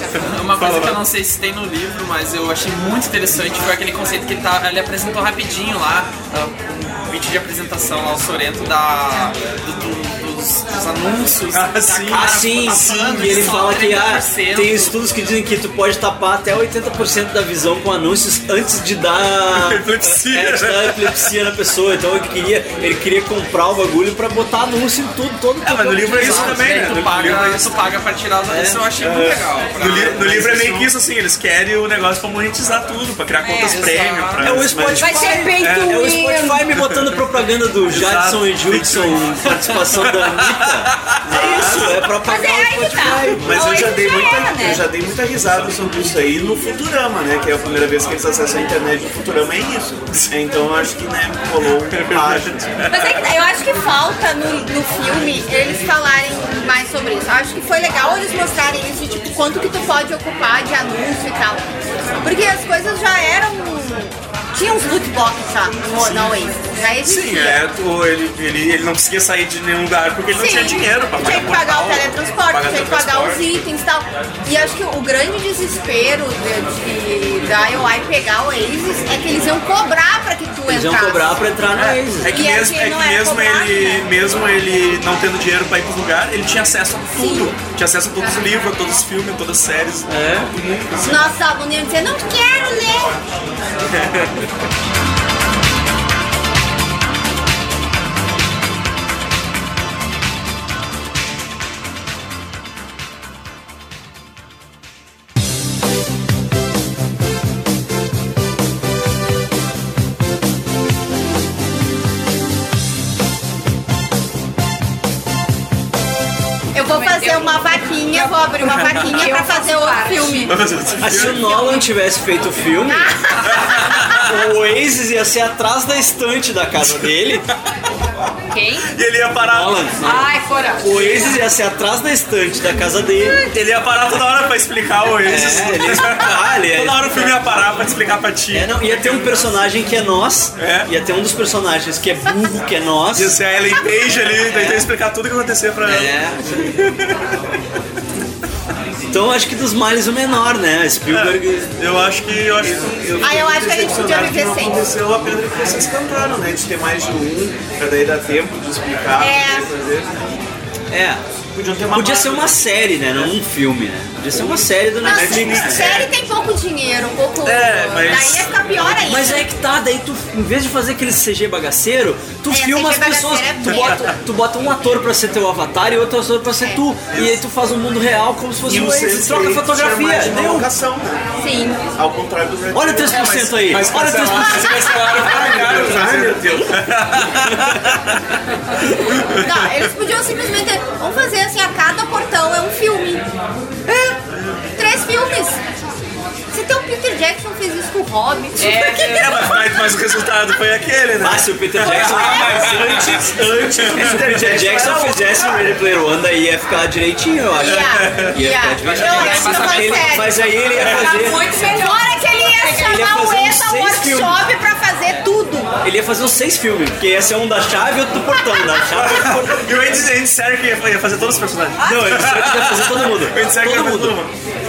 O: Uma
B: Fala,
O: coisa que eu
B: fala.
O: não sei se tem no livro, mas eu achei muito interessante foi aquele conceito que ele, tá- ele apresentou rapidinho lá, ah, um vídeo de apresentação lá, o Sorento, da, do- do- dos, dos anúncios.
B: Ah,
O: da
B: sim.
O: cara,
A: Ah, sim,
O: tá
A: sim.
O: falando
A: E ele
O: de só
A: fala que ah,
O: 30%.
A: tem estudos que dizem que tu pode tapar até 80% da visão com anúncios antes de dar
B: Epilepsia.
A: É, de dar epilepsia na pessoa. Então ele queria, ele queria comprar o bagulho pra botar anúncio em tudo, todo
B: É, mas no livro é isso também,
O: Daí
B: né?
O: tu
B: No
O: paga,
B: livro é isso. É.
O: tu paga pra tirar os anúncios, eu achei muito legal. pra-
B: No, li- no livro é meio que isso assim, eles querem o negócio pra monetizar tudo, pra criar contas prêmio, pra.
A: É o Spotify.
D: Vai ser bem
A: É o Spotify me botando propaganda do Jadson e Judson, participação da Anitta. É isso, é pra
D: Mas é
A: pagar o
D: aí que tá.
A: Spotify.
E: Mas eu
D: Hoje
E: já, dei
D: já
E: muita,
D: era, né?
E: eu já dei muita risada sobre isso aí no Futurama, né? Que é a primeira vez que eles acessam a internet do Futurama, é isso. Então eu acho que né, rolou
A: É
E: um página.
D: Mas é que eu acho que falta no, no filme eles falarem mais sobre isso. Eu acho que foi legal eles mostrarem isso, tipo, quanto que tu pode ocupar de anúncio e tal. Porque as coisas já eram. Tinha uns loot box já no, na Waze. Já existia.
B: Sim, é, tu- ele, ele, ele não conseguia sair de nenhum lugar porque ele não
D: Sim.
B: tinha dinheiro pra pagar.
D: Tinha que pagar o
B: portal,
D: teletransporte, tinha que pagar os
B: teletransporte.
D: itens e tal. E acho que o grande desespero de, de- da IOI pegar o Waze é que eles iam cobrar pra que tu
A: Eles iam
D: entrasse.
A: cobrar pra entrar na Waze.
B: É que
D: E a
B: mesmo,
D: gente
B: é que
D: não é
B: mesmo,
D: cobrado,
B: ele,
D: né?
B: mesmo ele não tendo dinheiro pra ir pro lugar, ele tinha acesso a tudo. Tinha acesso a todos os livros, a todos os filmes, a todas as séries. Todo mundo. assim.
D: Nossa, nossos alunos iam dizer, não né? quero ler. Eu vou fazer uma vaquinha, vou abrir uma vaquinha pra fazer outro filme.
B: Vai fazer outro
A: Ah, se o
B: filme.
A: Nolan tivesse feito o filme, o Oasis ia ser atrás da estante da casa dele.
F: Quem?
A: E ele ia parar.
F: Ai, coragem.
A: O Oasis ia ser atrás da estante da casa dele.
B: Ele ia parar toda hora pra explicar o Oasis.
A: É, ele ia explicar, ele ia-
B: Toda hora o filme ia parar pra te explicar pra ti.
A: É, não, ia ter um personagem que é nós, ia ter um dos personagens que é burro, que é nós.
B: Ia ser a Ellen Page ali, daí tem que explicar tudo que aconteceu pra ela.
A: É. Então acho que dos males o menor, né? Spielberg.
B: eu acho que. Eu acho
D: Ah, eu acho que a gente podia viver sem.
E: Aconteceu a pedra que vocês cantaram, né? De ter mais de um, pra daí dar tempo de explicar. né,
D: É.
E: pra fazer.
A: É.
E: Podiam ter uma
A: Podia ser uma série, né? Não um filme, né? Podia ser uma série do
D: Nossa,
A: Netflix. né?
D: série tem pouco dinheiro, um pouco.
A: É, mas-
D: Daí ia ficar pior ainda.
A: Mas é que tá, daí tu, em vez de fazer aquele CG bagaceiro, tu
D: É,
A: filma as
D: CG
A: pessoas.
D: bagaceiro é
A: tu, bota, tu bota um ator pra ser teu avatar e outro ator pra
D: É.
A: ser tu. E aí tu faz um mundo real como se fosse
E: E
A: um
E: o
A: Waze.
E: Sense8
A: Troca a
E: tinha
A: fotografia,
E: mais de uma
A: deu.
E: locação, né?
D: Sim.
E: Ao contrário do Red
A: Olha
E: Dead.
A: 3% aí. Olha 3%.
E: Ai, meu Deus.
D: Não, eles podiam simplesmente. Vamos fazer assim, a cada portão é um filme. É. Três filmes. Se tem o Peter Jackson fez isso com o Hobbit.
B: É, mas, mas- mas o resultado foi aquele, né?
A: Ah, se o Peter Jackson.
B: mas antes, antes.
A: Se o Peter Jackson fizesse o Ready Player One, daí ia ficar direitinho, eu acho.
D: Ia,
A: Ia ficar
D: ia.
A: direitinho.
D: Eu acho que não
A: Ele-
D: consegue.
A: Mas aí ele ia fazer.
F: Muito melhor.
D: Fora que ele ia
A: ia
D: chamar o
A: fazer uns
D: ESA
A: seis
D: Workshop pra fazer tudo.
A: Ele ia fazer os seis filmes, porque ia ser um da chave e outro do portão. Da chave e outro do portão.
B: E o Andy Andy Serkis ia ia fazer todos os personagens.
A: Não, ele disse que ia fazer todo mundo.
B: O Andy Serkis ia
A: Todo
B: fazer todo
A: mundo.
B: mundo.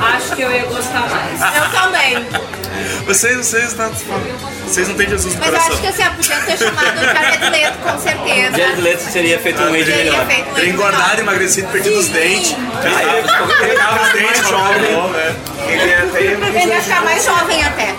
F: Acho que eu ia gostar mais.
D: Eu também.
B: Vocês, vocês, não, vocês não têm Jesus no
D: Mas eu acho
B: coração.
D: que assim, ó, podia ter chamado o Jared Leto, com certeza.
A: Jared Leto seria feito um Wade
D: Teria
A: melhor.
D: feito
B: Teria engordado, emagrecido, perdido os dentes. Pegava os dentes, jovem.
E: Ele é até ia
D: Ele ia ficar mais jovem até.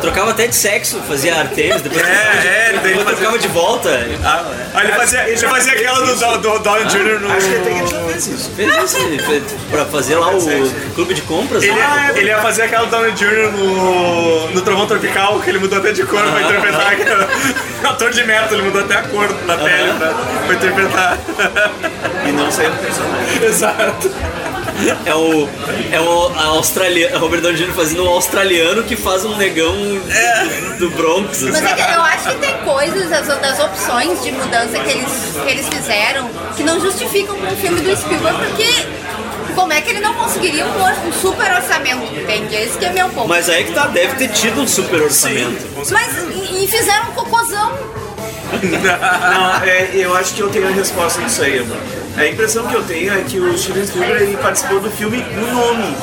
A: Trocava até de sexo, fazia Artemis, depois,
B: É, é, ele tem que
A: depois
B: fazer-
A: trocava de volta.
B: Ah, ele fazia, ele fazia aquela do, do, do Downey Jr. no.
E: Ah, Acho que é até que ele já fez isso.
A: Fez isso, ele fez pra fazer lá o clube de compras.
B: Ele, é-
A: né?
B: ele ia fazer aquela do Downey Jr. no, no Trovão Tropical, que ele mudou até de cor pra interpretar. aquele- o ator de meta, ele mudou até a cor da pele pra, pra interpretar.
E: E não saiu do personagem.
B: Exato.
A: É o, é o australiano, Robert Downey Jr. fazendo o australiano que faz um negão do Bronx. assim.
D: Mas é que eu acho que tem coisas, as, das opções de mudança que eles, que eles fizeram, que não justificam com o filme do Spielberg, porque como é que ele não conseguiria um, or- um super orçamento? Entende? Esse que é meu ponto. Mas,
A: Mas aí que tá, deve ter tido um super orçamento.
D: e, e fizeram um cocôzão.
E: Não, é, eu acho que eu tenho a resposta disso aí, amor. A impressão que eu tenho é que o Steven Spielberg ele participou do filme no nome.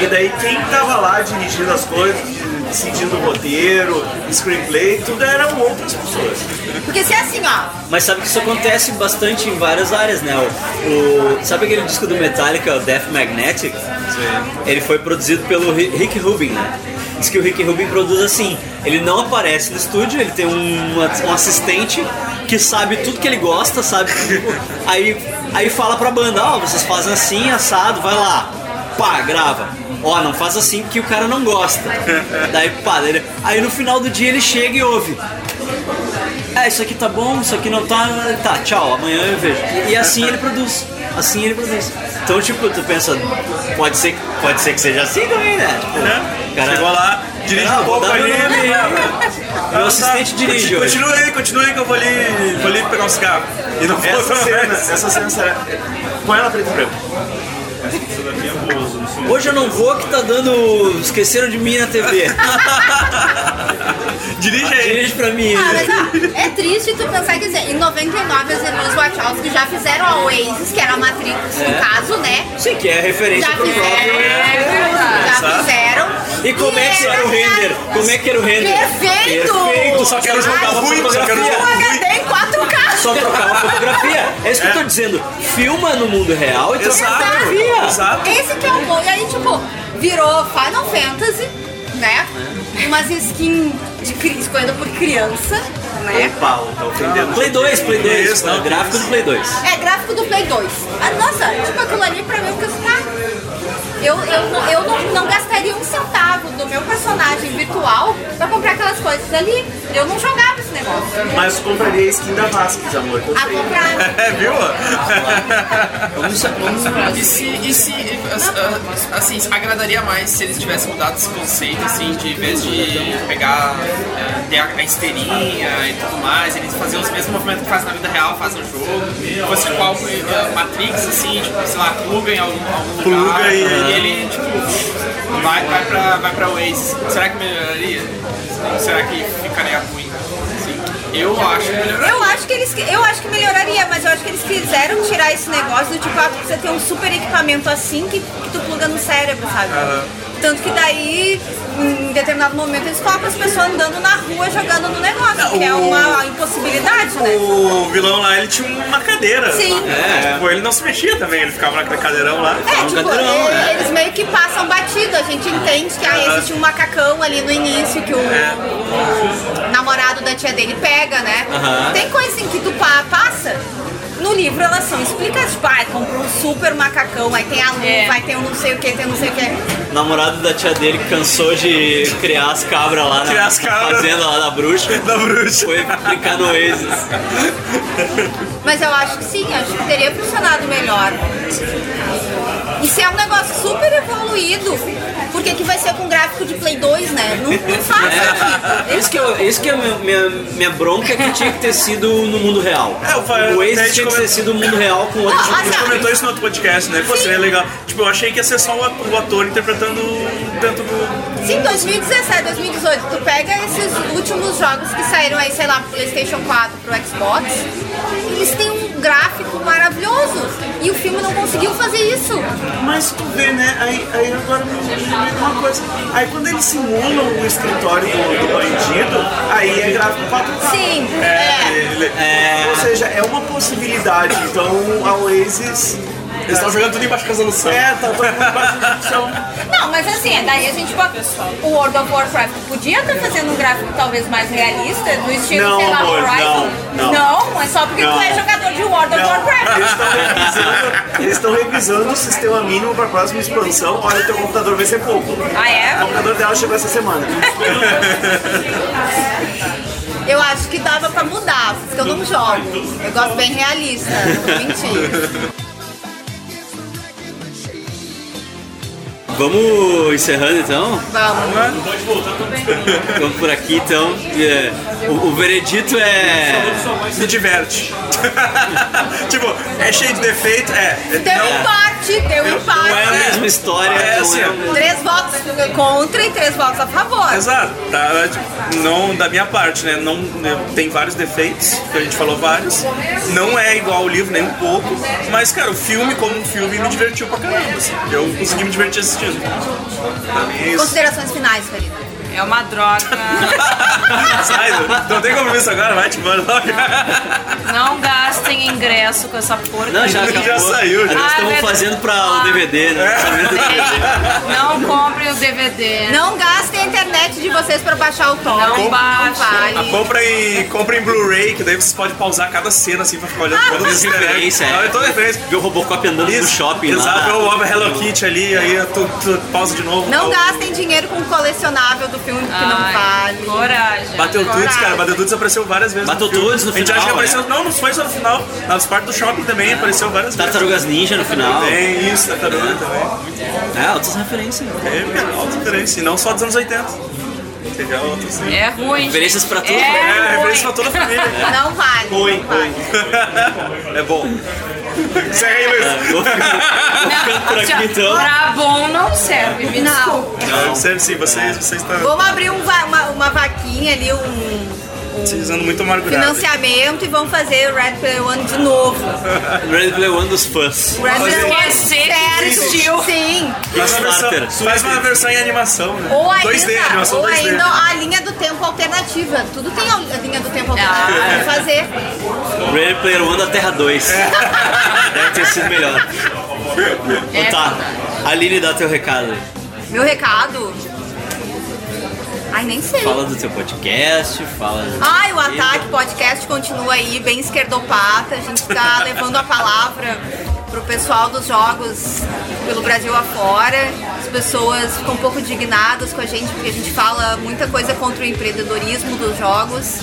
E: E daí quem tava lá dirigindo as coisas, decidindo o roteiro, screenplay, tudo eram outras pessoas.
D: Porque se é assim, ó,
A: Mas sabe que isso acontece bastante em várias áreas, né? O, o- sabe aquele disco do Metallica, o Death Magnetic? Ele foi produzido pelo Ri- Rick Rubin, né? Diz que o Rick Rubin produz assim, ele não aparece no estúdio, ele tem um, um assistente que sabe tudo que ele gosta, sabe? tudo. aí, aí fala pra banda, ó, vocês fazem assim, assado, vai lá. Pá, grava. Ó, não faz assim que o cara não gosta. Daí, pá, daí ele- aí no final do dia ele chega e ouve. É, isso aqui tá bom, isso aqui não tá. Tá, tchau, amanhã eu vejo. E assim ele produz. Assim ele produz. Então, tipo, tu pensa, pode ser, que- pode ser que seja assim também, né? Tipo, cara,
B: Chegou lá, dirige
A: Ah,
B: um
A: vou
B: pouco
A: dar
B: ali. tá.
A: meu nome. Meu assistente dirige hoje.
B: Continua aí, continua aí que eu vou ali, vou ali pegar um cigarro. E não
E: Essa
B: voltou
E: cena,
B: mais.
E: essa cena será. Põe ela preto e branco.
A: Hoje eu não vou que tá dando. Esqueceram de mim na TV.
B: Dirige aí.
A: Dirige pra mim.
D: ah, mas ó, é triste tu pensar que assim, em 99 as irmãs Wachowski já fizeram a Oasis, que era a Matrix no
A: É.
D: caso, né?
A: Sim, que é referência
D: Já
A: pro próprio. né?
D: fizeram, já fizeram.
A: é E como é que era o render? Como é que era o render?
D: Perfeito!
A: Perfeito, só quero jogar
D: Ai,
A: uma
B: ruim, só quero
A: fotografia.
D: Full HD um em 4K!
A: Só trocar uma fotografia. É isso que eu tô dizendo. Filma no mundo real e troca uma
B: Exato.
A: fotografia.
B: Exato.
D: Esse que é o bom. E aí, tipo, virou Final Fantasy, né? Umas skins de cri- escolhida por criança, né?
E: Pau, tá ofendendo.
A: Play 2, Play 2.
B: Isso, não,
A: gráfico do Play 2.
D: É gráfico do Play 2. Ah, nossa, tipo, aquilo ali pra mim, eu fico assim, ah, eu, eu, não- eu não, não gastaria um centavo do meu personagem virtual pra comprar aquelas coisas ali. Eu não jogava esse negócio.
E: Mas compraria skin da Vasquez, amor.
D: Ah, comprar.
B: É, viu?
O: Vamos, E se, e se as- as- assim, agradaria mais se eles tivessem mudado esse conceito, assim, de em vez de pegar é, ter a, a esteirinha e tudo mais, eles faziam os mesmos movimentos que fazem na vida real, fazem o jogo, fosse tipo algo, é, Matrix, assim, tipo, sei lá, pluga em algum, algum
B: Pluga
O: lugar
A: Ah,
B: e-
O: ele, tipo, vai, vai pra, vai pra Waze. Será que melhoraria? Ou será que ficaria ruim? Assim, eu acho que melhoraria.
D: Eu acho que eles eu acho que melhoraria, mas eu acho que eles quiseram tirar esse negócio do tipo, ah, tu precisa ter um super equipamento assim que, que tu pluga no cérebro, sabe? Tanto que daí, em determinado momento, eles colocam as pessoas andando na rua jogando no negócio, que é uma impossibilidade, né?
B: O vilão lá, ele tinha uma cadeira.
D: Sim.
B: É. Tipo, ele não se mexia também, ele ficava naquele cadeirão lá.
D: É, tipo, e- eles meio que passam batido, a gente entende que aí
B: Aham.
D: existe um macacão ali no início que o, o namorado da tia dele pega, né?
I: Aham.
D: Tem coisa assim que tu pa- passa. No livro elas são explicadas, tipo, ah, comprou um super macacão, aí tem a luva, aí tem um não sei o que, tem um não sei o que.
A: Namorado da tia dele que cansou de criar as cabras lá na
B: Criar as cabras.
A: fazenda lá da bruxa.
B: Da bruxa.
A: Foi clicar no Oasis.
D: Mas eu acho que sim, acho que teria funcionado melhor. E se é um negócio super evoluído, porque que vai ser com gráfico de Play 2, né? Não, não faça
A: É. Isso que, eu, isso que é a minha, minha, minha bronca é que tinha que ter sido no mundo real.
B: falei,
A: o
B: até
E: É,
B: a
A: Oasis
B: gente
A: tinha que
B: come-
A: ter sido no mundo real com outro tipo
B: A
D: assim,
B: gente comentou isso no outro podcast, né? Pô, seria legal. Tipo, eu achei que ia ser só o ator, o ator interpretando dentro do.
D: Sim, 2017, 2018, tu pega esses últimos jogos que saíram aí, sei lá, pro Playstation 4, pro Xbox, eles têm um gráfico maravilhoso e o filme não conseguiu fazer isso.
E: Mas tu vê, né? Aí, aí agora me me lembrei de uma coisa. Aí quando eles simulam o escritório do, do bandido, aí é gráfico 4K.
D: Sim,
E: é. Ou seja, é uma possibilidade. Então a Oasis. Eles
B: estão jogando tudo embaixo da resolução.
E: É, tá todo mundo embaixo da resolução.
D: Não, mas assim, é daí a gente bota o World of Warcraft podia estar fazendo um gráfico talvez mais realista, do estilo,
E: Não,
D: sei lá,
E: amor,
D: Horizon.
E: não, não.
D: é só porque
E: Não.
D: tu é jogador de World of
E: Não,
D: Warcraft.
E: eles estão revisando, eles estão revisando o sistema mínimo para a próxima expansão. Olha, teu computador vai ser pouco.
D: Ah, é?
E: O computador dela chegou essa semana.
D: Eu acho que dava pra mudar, porque eu não jogo. Eu gosto bem realista, não vou mentir.
A: Vamos encerrando então?
D: Vamos.
E: Pode voltar
A: Vamos por aqui então. É, o, o veredito é.
B: Se diverte. tipo, é cheio de defeito, é.
D: Deu
B: não-
D: empate, deu empate.
B: não é a mesma
A: história,
B: É assim,
D: Três votos contra e três votos a favor.
B: Exato, tá? Tipo, Não da minha parte, né? Não, né, tem vários defeitos, que a gente falou vários. Não é igual ao livro, nem um pouco. Mas, cara, o filme, como um filme, me divertiu pra caramba. assim. Eu consegui me divertir assistindo. Pra mim é isso.
D: Considerações finais, Karina.
C: É uma droga.
B: Sai, não tem compromisso agora, vai te embora logo.
C: Não gastem ingresso com essa porca.
A: Não, já acabou.
B: saiu, já. É.
A: Nós
C: Ah,
A: estamos
C: verdade.
A: fazendo para o DVD, né?
C: Não comprem o DVD.
D: Não gastem a internet de vocês pra baixar o tom.
C: Não baixe.
B: Ah, compra em, compra em Blu-ray, que daí vocês podem pausar cada cena assim pra ficar olhando todas as referências. Não, é toda referência.
A: Ver o Robocop andando no shopping lá.
B: Exato, eu amo a Hello Kitty ali, aí eu tu, tu pausa de novo.
D: Não
B: pausa.
D: gastem dinheiro com colecionável do filme que não vale.
C: Coragem.
B: Bateu tudo, cara. Bateu tudo apareceu várias vezes. Bateu tudo no
A: Tudes no
B: A gente
A: final,
B: acha que
A: né? É.
B: apareceu. Não, não foi só no final. Nas partes do shopping também apareceu várias vezes.
A: Tartarugas Ninja no final.
B: Também, isso, tartaruga também.
A: É, altas referências.
B: É, cara, altas referências. E não só dos anos 80. Seja outras. sim.
C: É ruim.
A: Referências pra tudo.
B: É, assim. é referência pra toda a família.
D: Não vale.
B: Ruim. É bom. Segue aí, Luiz.
C: Não,
B: por aqui,
C: assim, ó,
B: então.
C: Pra bom não serve, me desculpa.
B: Não, sério, sim, vocês, vocês tá- estão
D: Vamos abrir um va- uma, uma vaquinha ali, um
B: utilizando muito amargurado.
D: financiamento e vamos fazer o Red Player One de novo.
A: Red Play One dos fãs.
D: O Red Player One
C: Esquecer que
D: sério,
C: existiu.
D: Sim.
B: Faz uma versão,
A: Kickstarter.
B: faz uma versão em animação, né?
D: Ou ainda,
B: 2D, animação
D: ou
B: 2D.
D: ainda a linha do tempo alternativa. Tudo tem a linha do tempo alternativa
C: Ah.
D: pra fazer.
A: Ready Player One da Terra 2. Deve ter sido melhor. Então tá, Aline, dá teu recado. aí.
D: Meu recado. Ai, nem sei.
A: Fala do teu podcast, fala.
D: Ai, o Ataque Podcast continua aí, bem esquerdopata. A gente tá levando a palavra pro pessoal dos jogos pelo Brasil afora. As pessoas ficam um pouco indignadas com a gente, porque a gente fala muita coisa contra o empreendedorismo dos jogos.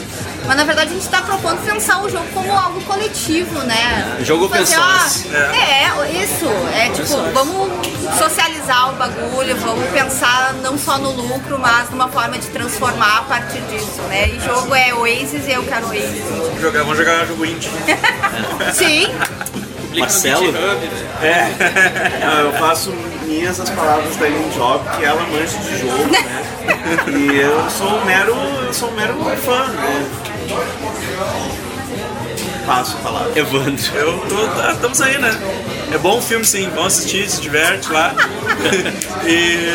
D: Mas na verdade a gente tá propondo pensar o jogo como algo coletivo, né?
A: É, jogo
D: Fazer,
A: pensões.
D: ó, é. isso. É tipo,
A: Pensões.
D: vamos socializar o bagulho, vamos pensar não só no lucro, mas numa forma de transformar a partir disso, né? E jogo é Oasis e eu quero Oasis.
B: Vamos jogar, vamos jogar jogo indie.
D: Sim,
A: Marcelo?
E: É. Não, eu faço minhas as palavras da Lynn Job, que ela mancha de jogo, né? E eu sou um mero, eu sou um mero fã, né? Passo a palavra.
A: Evandro.
B: Eu tô, tá, estamos aí, né? É bom o filme, sim. Vão assistir, se diverte lá. e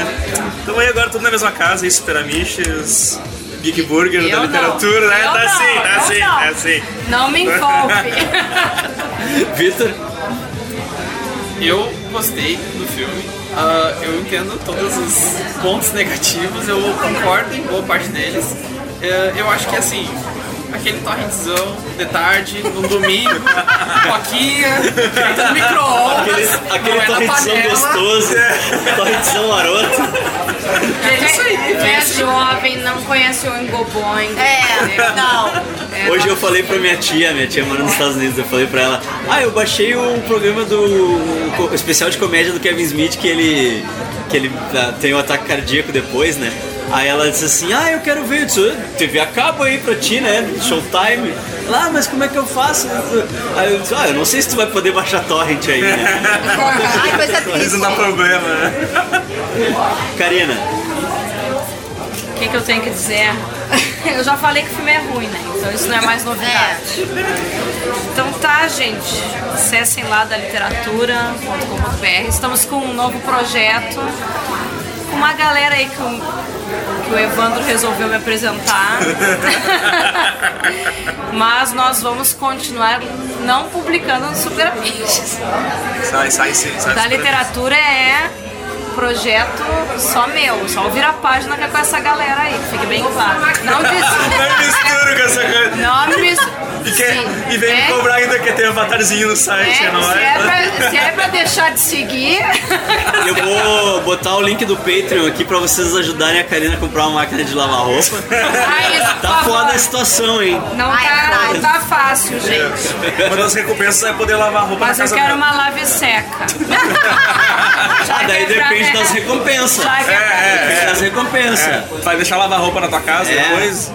B: estamos aí agora, tudo na mesma casa. Isso, Peramiches, Big Burger
C: Eu
B: da
C: não.
B: literatura, né?
C: Eu
B: tá
C: não,
B: assim, tá
C: eu
B: assim,
C: não.
B: tá assim.
C: Não me envolve.
A: Vitor?
R: Eu gostei do filme. Ah, eu entendo todos os pontos negativos, eu concordo em boa parte deles. Eh, eu acho que assim, aquele torrentzão de tarde, num domingo, coquinha, feita no
A: Aquele,
R: micro-ondas,
A: aquele
R: não é na
A: torrentzão
R: panela.
A: gostoso, torrentzão maroto.
R: É isso aí.
C: Quem é jovem, não conhece o Engobong.
D: É, não.
A: Hoje eu falei pra minha tia, minha tia mora nos Estados Unidos, eu falei pra ela, ah, eu baixei o programa do o co- especial de comédia do Kevin Smith que ele que ele ah, tem um ataque cardíaco depois, né? Aí ela disse assim, ah, eu quero ver, eu disse, "Ah, TV a cabo aí pra ti, né? Showtime. Lá, mas como é que eu faço? Aí eu disse, ah, eu não sei se tu vai poder baixar torrent aí, né?
D: Ai, coisa
B: Isso
D: triste.
B: não dá problema, né?
A: Karina,
C: O que, que eu tenho que dizer? Eu já falei que o filme é ruim, né? Então isso não é mais novidade. Então tá, gente. Acessem lá da literatura.com.br. Estamos com um novo projeto. Com uma galera aí que o, que o Evandro resolveu me apresentar. Mas nós vamos continuar não publicando no Superamiches.
B: Sai, sai, sim, sai.
C: Da
B: super-
C: literatura é projeto só meu, só ouvir a página que é com essa galera aí, fique bem claro. Não
B: Não
C: diz.
B: misturo com essa coisa.
C: Não me.
B: E, quer,
C: Sim.
B: e vem
C: É.
B: me cobrar ainda que tem um avatarzinho no
C: É,
B: site, não
C: se, é pra, se é pra deixar de seguir,
A: eu vou botar o link do Patreon aqui pra vocês ajudarem a Karina a comprar uma máquina de lavar roupa.
C: ai, isso, por
A: Tá
C: favor.
A: foda a situação, hein?
C: Não
D: Ai, é
C: tá,
D: verdade.
C: não tá fácil, gente.
B: Uma das recompensas é poder lavar a roupa
C: Mas
B: na
C: eu
B: casa
C: quero
B: dela.
C: uma lave seca. Já
A: Ah, daí
C: que é pra-
A: depende das recompensas.
C: Já que é pra-
B: É, é,
A: Depende das recompensas.
B: é. Vai deixar lavar a roupa na tua casa
A: É.
B: depois?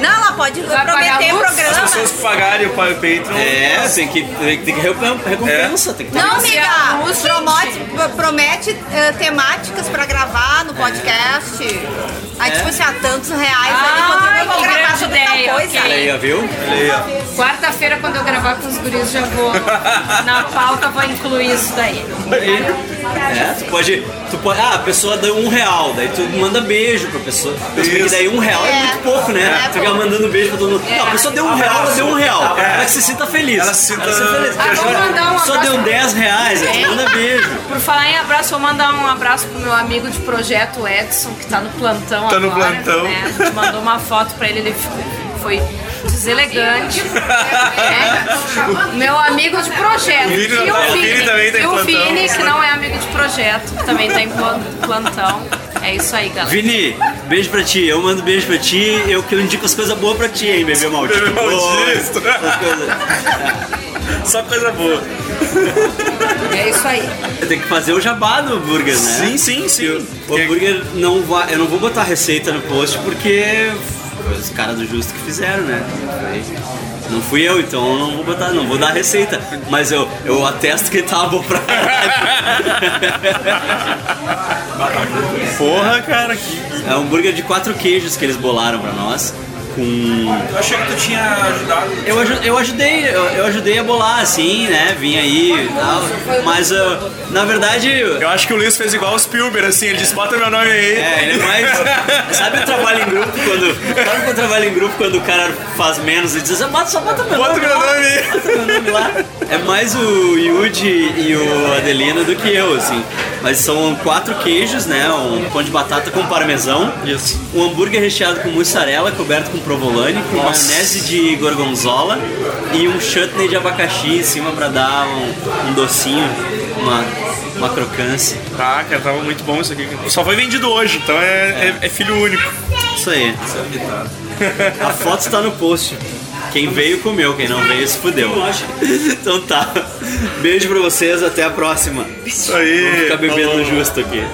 D: Não, ela pode
C: Vai pagar
D: prometer
C: luz?
B: As
D: programa.
B: pessoas que pagarem o pai- o Patreon.
A: É, tem que, tem que ter recom-
B: É.
A: recompensa. Tem que ter
D: Não,
A: recompensa.
D: amiga,
C: Luciano, gente.
D: promete, pro- promete eh, temáticas pra gravar no podcast. Aí, tipo assim, ah, tantos reais aí,
C: Ai,
D: quando eu vou
C: que
D: gravar
C: grande
D: sobre
C: ideia,
D: tal coisa.
A: Olha aí, ó, viu?
C: Quarta-feira, quando eu gravar com os guris, já vou. Na pauta, vou incluir isso daí. Tá?
A: É, tu pode, tu pode. Ah, a pessoa dá um real, daí tu manda beijo pra pessoa. Porque
B: Isso.
A: daí um real é,
D: É.
A: muito pouco, né?
D: É
A: tu fica
D: pouco.
A: mandando beijo pra todo mundo. Não, a pessoa deu um real, ela deu um real. Ela que se sinta feliz.
B: É. Ela se sinta-
A: feliz.
C: Ah, vamos mandar um
A: Só
C: abraço.
A: deu 10 reais, a gente manda beijo.
C: Por falar em abraço, vou mandar um abraço pro meu amigo de projeto, o Edson, que tá no plantão
B: Tá
C: agora.
B: no plantão.
C: né? A gente mandou uma foto pra ele, ele ficou- foi deselegante. né? Meu amigo de projeto.
B: O Vini
C: e
B: não tá-
C: o
B: o
C: Vini,
B: Vini também tá em
C: e o
B: plantão.
C: Vini, que não é amigo de projeto, que também tá em plan- plantão. É isso aí, galera.
A: Vini, beijo pra ti. Eu mando beijo pra ti. Eu que indico as coisas boas pra ti, hein, bebê maldito.
B: Bebê maldito.
A: Pô, essas coisas.
B: Só coisa boa.
C: É isso aí.
A: Tem que fazer o jabá do hambúrguer, né?
B: Sim, sim, sim.
A: O hambúrguer não vai. Eu não vou botar receita no post porque foi os caras do justo que fizeram, né? Foi- Não fui eu, então eu não vou botar, não vou dar receita. Mas eu, eu atesto que tava bom pra
B: Porra, cara, que.
A: É um hambúrguer de quatro queijos que eles bolaram pra nós. Com.
B: Eu achei que tu tinha ajudado.
A: Eu, aju- eu ajudei, eu, eu ajudei a bolar, assim, né? Vim aí e tal. Mas ah, na verdade.
B: Eu acho que o Luiz fez igual o Spielberg, assim, ele disse, bota meu nome aí.
A: É, ele é mais. Sabe o trabalho em grupo quando. Sabe que eu trabalho em grupo quando o cara faz menos e diz assim, "Bota- só bota meu
B: Bota
A: nome.
B: meu
A: lá,
B: nome aí.
A: bota meu nome lá." É mais o Yudi e o Adelino do que eu, assim. Mas são quatro queijos, né? Um pão de batata com parmesão.
B: Isso.
A: Um hambúrguer recheado com mussarela, coberto com provolone, com maionese de gorgonzola e um chutney de abacaxi em cima pra dar um, um docinho. uma, uma crocância.
B: Ah, cara, tava muito bom isso aqui. Só foi vendido hoje, então é, é- é filho único.
A: Isso é aí. A foto está no post. Quem veio comeu, quem não veio se fudeu. Então tá. Beijo pra vocês, até a próxima.
B: Isso aí.
A: Vamos ficar bebendo
B: falou.
A: justo aqui.